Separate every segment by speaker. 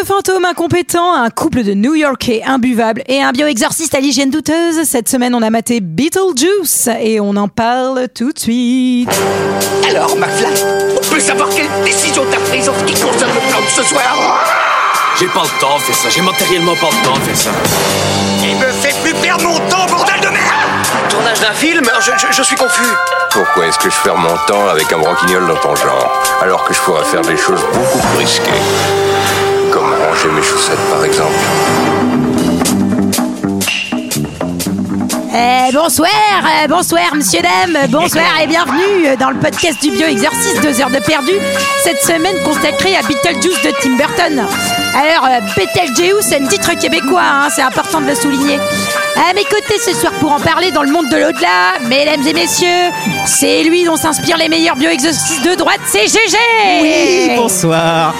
Speaker 1: deux fantômes incompétents, un couple de New Yorkais imbuvables et un bio-exorciste à l'hygiène douteuse. Cette semaine, on a maté Beetlejuice et on en parle tout de suite.
Speaker 2: Alors, McFly, on peut savoir quelle décision t'as prise en ce qui concerne le plan de ce soir
Speaker 3: J'ai pas le temps de faire ça, j'ai matériellement pas le temps de faire ça.
Speaker 2: Il me fait plus perdre mon temps, bordel de merde
Speaker 4: Tournage d'un film euh, je, je- je suis confus.
Speaker 5: Pourquoi est-ce que je perds mon temps avec un branquignol dans ton genre Alors que je pourrais faire des choses beaucoup plus risquées. Comme ranger mes chaussettes par exemple.
Speaker 1: Eh, bonsoir, euh, bonsoir, monsieur, dame, bonsoir et bienvenue euh, dans le podcast du bio-exercice 2 heures de perdu, cette semaine consacrée à Beetlejuice de Tim Burton. Alors, euh, Beetlejuice, c'est un titre québécois, hein, c'est important de le souligner. À mes côtés ce soir pour en parler dans le monde de l'au-delà, mesdames et messieurs, c'est lui dont s'inspirent les meilleurs bio-exercices de droite, c'est GG
Speaker 6: Oui, bonsoir.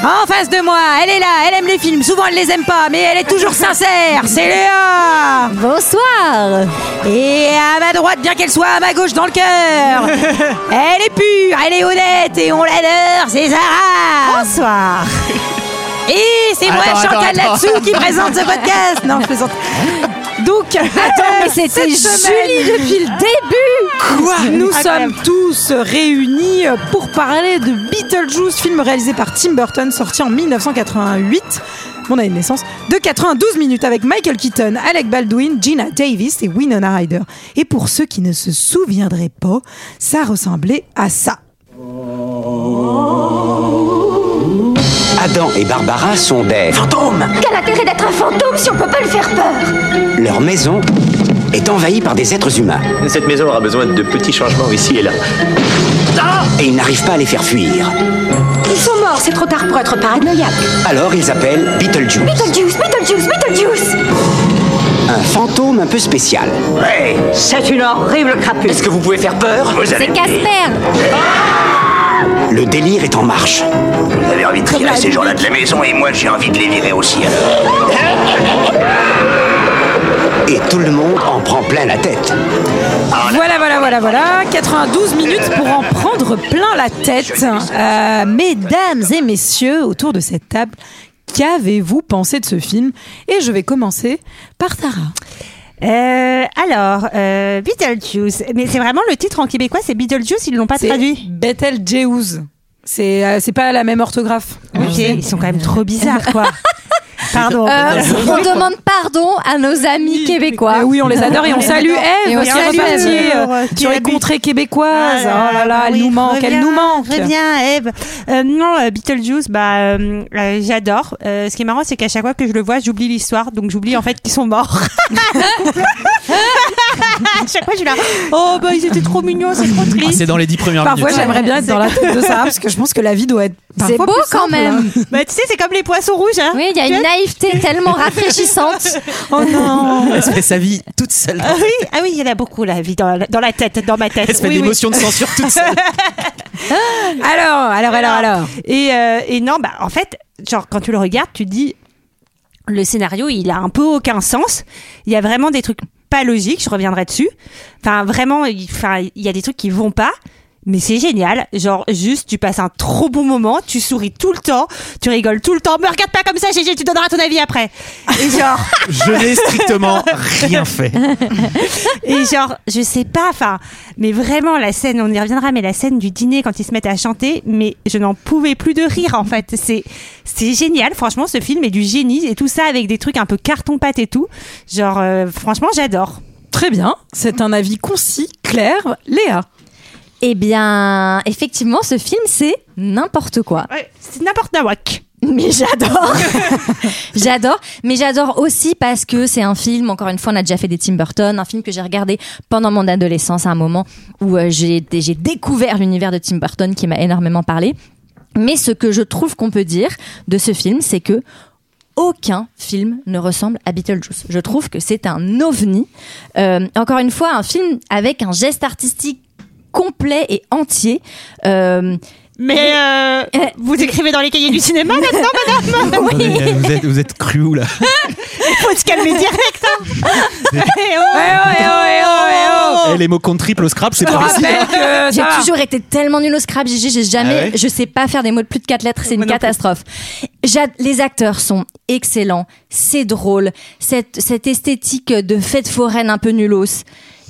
Speaker 1: En face de moi, elle est là, elle aime les films, souvent elle les aime pas, mais elle est toujours sincère, c'est Léa
Speaker 7: Bonsoir
Speaker 1: Et à ma droite, bien qu'elle soit à ma gauche dans le cœur, elle est pure, elle est honnête et on l'adore, c'est Sarah
Speaker 7: Bonsoir
Speaker 1: Et c'est moi,
Speaker 6: Attends,
Speaker 1: Chantal
Speaker 6: attends,
Speaker 1: Latsou, qui présente ce podcast Non, je plaisante. Donc,
Speaker 7: Attends, mais c'était
Speaker 1: cette semaine-
Speaker 7: Julie depuis le début
Speaker 1: Quoi Nous
Speaker 7: Incroyable.
Speaker 1: sommes tous réunis pour parler de Beetlejuice, film réalisé par Tim Burton, sorti en 1988. Mon année de naissance, de 92 minutes avec Michael Keaton, Alec Baldwin, Gina Davis et Winona Ryder. Et pour ceux qui ne se souviendraient pas, ça ressemblait à ça.
Speaker 8: Adam et Barbara sont des
Speaker 2: Fantôme
Speaker 9: Quel intérêt d'être un fantôme si on peut pas le faire peur
Speaker 8: Leur maison est envahie par des êtres humains
Speaker 4: Cette maison aura besoin de petits changements ici et là.
Speaker 8: Ah et ils n'arrivent pas à les faire fuir.
Speaker 9: Ils sont morts, c'est trop tard pour être paranoïaque.
Speaker 8: Alors ils appellent Beetlejuice,
Speaker 9: Beetlejuice, Beetlejuice, Beetlejuice
Speaker 8: un fantôme un peu spécial.
Speaker 9: C'est une horrible crapule.
Speaker 2: Est-ce que vous pouvez faire peur Vous
Speaker 7: C'est Casper euh,
Speaker 8: Le délire est en marche.
Speaker 2: Vous avez envie de virer ces gens-là de la maison et moi j'ai envie de les virer aussi alors.
Speaker 8: Et tout le monde en prend plein la tête.
Speaker 1: Voilà, voilà, voilà, voilà. 92 minutes pour en prendre plein la tête. Euh, mesdames et messieurs, autour de cette table, qu'avez-vous pensé de ce film Et je vais commencer par Sarah.
Speaker 10: Euh, alors, euh, Beetlejuice. Mais c'est vraiment le titre en québécois, c'est Beetlejuice, ils l'ont pas
Speaker 1: C'est
Speaker 10: traduit.
Speaker 1: Betelgeuse. C'est euh, c'est pas la même orthographe.
Speaker 10: Ok, ils sont quand même trop bizarres, quoi. Pardon.
Speaker 7: Euh, On demande pardon à nos amis québécois.
Speaker 1: Euh, oui, on les adore et on salue Eve
Speaker 7: Et on
Speaker 1: qui est
Speaker 7: salue
Speaker 1: repartie,
Speaker 7: Ève,
Speaker 1: euh,
Speaker 10: qui
Speaker 1: sur les
Speaker 10: habite- Ah
Speaker 1: contrées québécoises. oh là là, elle
Speaker 10: oui,
Speaker 1: nous manque, elle
Speaker 10: reviens,
Speaker 1: nous manque.
Speaker 10: Reviens, Eve. Euh, non, euh, Beetlejuice, bah, euh, euh, j'adore. Euh, ce qui est marrant, c'est qu'à chaque fois que je le vois, j'oublie l'histoire, donc j'oublie en fait qu'ils sont morts. à chaque fois, je suis là. Oh, bah, ils étaient trop mignons, c'est trop
Speaker 6: Ah,
Speaker 10: triste.
Speaker 6: c'est dans les dix premières
Speaker 1: Parfois,
Speaker 6: minutes.
Speaker 1: j'aimerais bien être dans la tête de Sarah parce que je pense que la vie doit être
Speaker 7: C'est
Speaker 1: parfois
Speaker 7: beau
Speaker 1: plus
Speaker 7: quand
Speaker 1: simple, hein.
Speaker 7: même.
Speaker 10: bah, tu sais, c'est comme les poissons rouges, hein.
Speaker 7: Oui, il y a une naïveté tellement rafraîchissante.
Speaker 1: Oh non.
Speaker 6: Elle se fait sa vie toute seule.
Speaker 10: Ah oui, ah oui, il y en a beaucoup la vie dans, dans la tête, dans ma tête.
Speaker 6: Elle se fait
Speaker 10: Oui,
Speaker 6: des
Speaker 10: oui.
Speaker 6: motions de censure toute seule.
Speaker 1: Alors, alors, alors, alors.
Speaker 10: Et, euh, et non, bah en fait, genre quand tu le regardes, tu dis le scénario, il a un peu aucun sens. Il y a vraiment des trucs pas logiques. Je reviendrai dessus. Enfin, vraiment, il, enfin, il y a des trucs qui vont pas. Mais c'est génial, genre juste tu passes un trop bon moment, tu souris tout le temps, tu rigoles tout le temps. Me regarde pas comme ça, Gégé, tu donneras ton avis après. Et genre,
Speaker 6: Je n'ai strictement rien fait.
Speaker 10: et genre, je sais pas, enfin, mais vraiment la scène, on y reviendra, mais la scène du dîner quand ils se mettent à chanter, mais je n'en pouvais plus de rire en fait. C'est c'est génial, franchement, ce film est du génie et tout ça avec des trucs un peu carton pâte et tout. Genre, euh, franchement, j'adore.
Speaker 1: Très bien. C'est un avis concis, clair. Léa.
Speaker 7: eh bien, effectivement, ce film, c'est n'importe quoi.
Speaker 10: Ouais, c'est n'importe nawak.
Speaker 7: Mais j'adore J'adore, mais j'adore aussi parce que c'est un film, encore une fois, on a déjà fait des Tim Burton, un film que j'ai regardé pendant mon adolescence à un moment où euh, j'ai j'ai découvert l'univers de Tim Burton qui m'a énormément parlé. Mais ce que je trouve qu'on peut dire de ce film, c'est que aucun film ne ressemble à Beetlejuice. Je trouve que c'est un ovni. Euh, encore une fois, un film avec un geste artistique complet et entier. Euh,
Speaker 10: Mais euh,
Speaker 11: Eh,
Speaker 10: vous écrivez dans les cahiers du cinéma maintenant
Speaker 6: Vous êtes, vous êtes cru là.
Speaker 10: Il faut se calmer direct. hein. Eh oh.
Speaker 6: Oh.
Speaker 11: Eh, les mots compte triple au scrap, c'est pas possible.
Speaker 7: Ah, ben, J'ai toujours été tellement nulle au scrap, Gigi, j'ai jamais,
Speaker 11: Ah ouais
Speaker 7: je sais pas faire des mots de plus de quatre lettres, c'est une catastrophe. J'a- Les acteurs sont excellents, c'est drôle, cette, cette esthétique de fête foraine un peu nullos,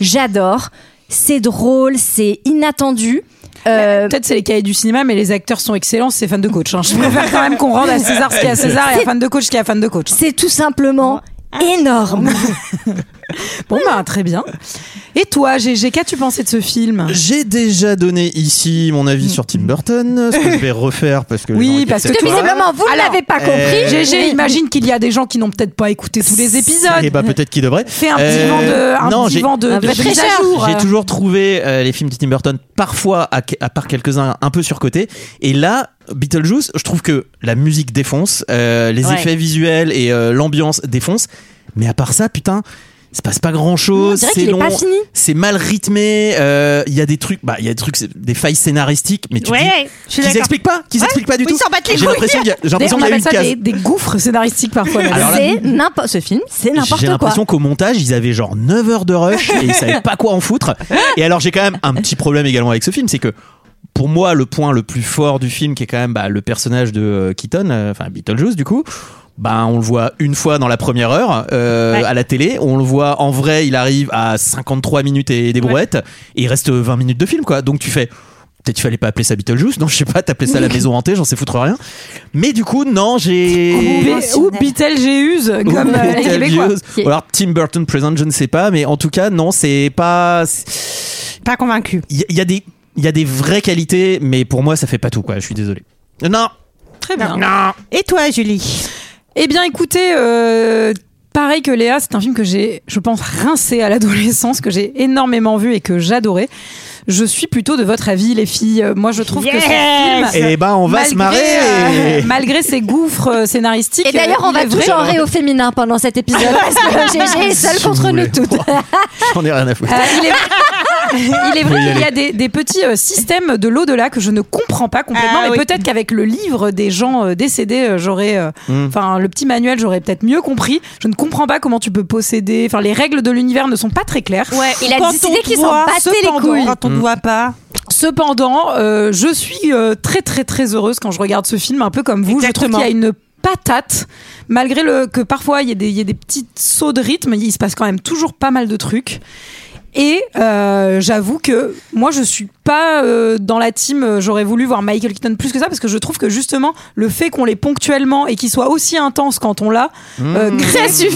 Speaker 7: j'adore, c'est drôle, c'est inattendu. Euh,
Speaker 1: Peut-être c'est les cahiers du cinéma, mais les acteurs sont excellents, c'est fan de coach. hein. Je préfère quand même qu'on rende à César ce qui est à César et à fan de coach ce qui est à fan de coach.
Speaker 7: c'est tout simplement énorme.
Speaker 11: Ah,
Speaker 1: Bon bah très bien. Et toi, GG, qu'as-tu pensé de ce film
Speaker 11: J'ai déjà donné ici mon avis sur Tim Burton, ce que je vais refaire parce que. les gens
Speaker 1: Oui,
Speaker 11: étaient
Speaker 1: parce que
Speaker 11: peut-être
Speaker 1: toi-
Speaker 11: pas.
Speaker 7: visiblement, vous ne
Speaker 1: Alors,
Speaker 7: l'avez pas compris.
Speaker 1: GG,
Speaker 7: Oui.
Speaker 1: imagine qu'il y a des gens qui n'ont peut-être pas écouté tous les épisodes.
Speaker 11: Et bah peut-être qu'il devrait.
Speaker 1: Fais un petit vent de, un
Speaker 11: non,
Speaker 1: petit
Speaker 11: j'ai-
Speaker 1: vent de,
Speaker 7: un
Speaker 1: de
Speaker 7: petit
Speaker 1: mise à
Speaker 7: vent.
Speaker 1: jour.
Speaker 11: J'ai toujours trouvé euh, les films de Tim Burton parfois, à, à part quelques-uns, un peu surcotés. Et là, Beetlejuice, je trouve que la musique défonce, euh, les
Speaker 7: Ouais.
Speaker 11: effets visuels et euh, l'ambiance défonce. Mais à part ça, putain, il se passe pas
Speaker 7: On
Speaker 11: grand-chose.
Speaker 7: dirait
Speaker 11: C'est
Speaker 7: qu'il est
Speaker 11: long,
Speaker 7: pas fini.
Speaker 11: c'est mal rythmé. euh, Il y a des trucs, bah, il y a des trucs, c'est des failles scénaristiques. Mais tu dis
Speaker 10: Ouais, je suis
Speaker 11: qu'ils
Speaker 10: d'accord.
Speaker 11: expliquent pas, qu'ils expliquent pas du
Speaker 10: Oui,
Speaker 11: tout.
Speaker 10: ils s'en battent les
Speaker 11: J'ai
Speaker 10: couilles.
Speaker 11: l'impression qu'il y a, j'ai
Speaker 1: D'ailleurs,
Speaker 11: l'impression
Speaker 1: on
Speaker 11: qu'il y a
Speaker 1: appelle ça
Speaker 11: une case.
Speaker 1: des, des gouffres scénaristiques parfois. même.
Speaker 11: Alors là-
Speaker 7: C'est n'importe ce film, c'est
Speaker 11: J'ai
Speaker 7: n'importe quoi.
Speaker 11: l'impression qu'au montage, ils avaient genre 9 heures de rush et ils savaient pas quoi en foutre. Et alors, j'ai quand même un petit problème également avec ce film, c'est que pour moi, le point le plus fort du film, qui est quand même bah, le personnage de euh, Keaton, euh, enfin Beetlejuice du coup, ben on le voit une fois dans la première heure euh,
Speaker 10: Ouais.
Speaker 11: à la télé, on le voit en vrai, il arrive à 53 minutes et des brouettes, et il reste 20 minutes de film quoi. Donc tu fais peut-être qu'il fallait pas appeler ça Beetlejuice, non je sais pas, t'appelais ça la maison hantée, j'en sais foutre rien. Mais du coup, non, j'ai
Speaker 1: Bé- Ou Beetlejuice, comme euh, les Québécois.
Speaker 11: Beetlejuice. Ou alors Tim Burton Present, je ne sais pas, mais en tout cas, non, c'est pas.
Speaker 10: Pas convaincu.
Speaker 11: Il y, il y a des. Il y a des vraies qualités, mais pour moi, ça fait pas tout, quoi. Je suis désolé. Non,
Speaker 1: Très bien.
Speaker 10: Et toi, Julie
Speaker 1: Eh bien, écoutez, euh, pareil que Léa, c'est un film que j'ai, je pense, rincé à l'adolescence, que j'ai énormément vu et que j'adorais. Je suis plutôt de votre avis, les filles. Euh, Moi, je trouve que
Speaker 10: Yes
Speaker 1: ce film,
Speaker 11: eh ben, on va
Speaker 1: malgré,
Speaker 11: se marrer.
Speaker 1: euh, malgré ses gouffres euh, scénaristiques,
Speaker 7: Et d'ailleurs,
Speaker 1: euh,
Speaker 7: on
Speaker 1: il
Speaker 7: va
Speaker 1: est
Speaker 7: tout
Speaker 1: vrai.
Speaker 7: genrer au féminin pendant cet épisode parce que GG est seul
Speaker 11: Si vous
Speaker 7: contre nous
Speaker 11: voulez.
Speaker 7: toutes.
Speaker 11: J'en ai rien à foutre.
Speaker 1: Euh, il est il est vrai
Speaker 11: y
Speaker 1: qu'il y a des, des petits euh, systèmes de l'au-delà que je ne comprends pas complètement,
Speaker 10: Ah
Speaker 1: mais
Speaker 10: oui.
Speaker 1: peut-être qu'avec le livre des gens euh, décédés, euh, j'aurais, euh, enfin le petit manuel, j'aurais peut-être mieux compris. Je ne comprends pas comment tu peux posséder. Enfin, les règles de l'univers ne sont pas très claires.
Speaker 7: il a
Speaker 10: Quand
Speaker 7: décidé
Speaker 10: on
Speaker 7: qu'il
Speaker 10: te
Speaker 7: s'en
Speaker 10: voit,
Speaker 7: battait les
Speaker 10: cependant,
Speaker 7: couilles.
Speaker 10: Quand on ne voit pas.
Speaker 1: Cependant, euh, je suis euh, très très très heureuse quand je regarde ce film, un peu comme vous. Je
Speaker 10: Exactement.
Speaker 1: trouve qu'il y a une patate, malgré le, que parfois il y, a des- il y a des petits sauts de rythme, il se passe quand même toujours pas mal de trucs. Et euh, j'avoue que moi je suis pas euh, dans la team, euh, j'aurais voulu voir Michael Keaton plus que ça parce que je trouve que justement le fait qu'on l'ait ponctuellement et qu'il soit aussi intense quand on l'a, euh, crée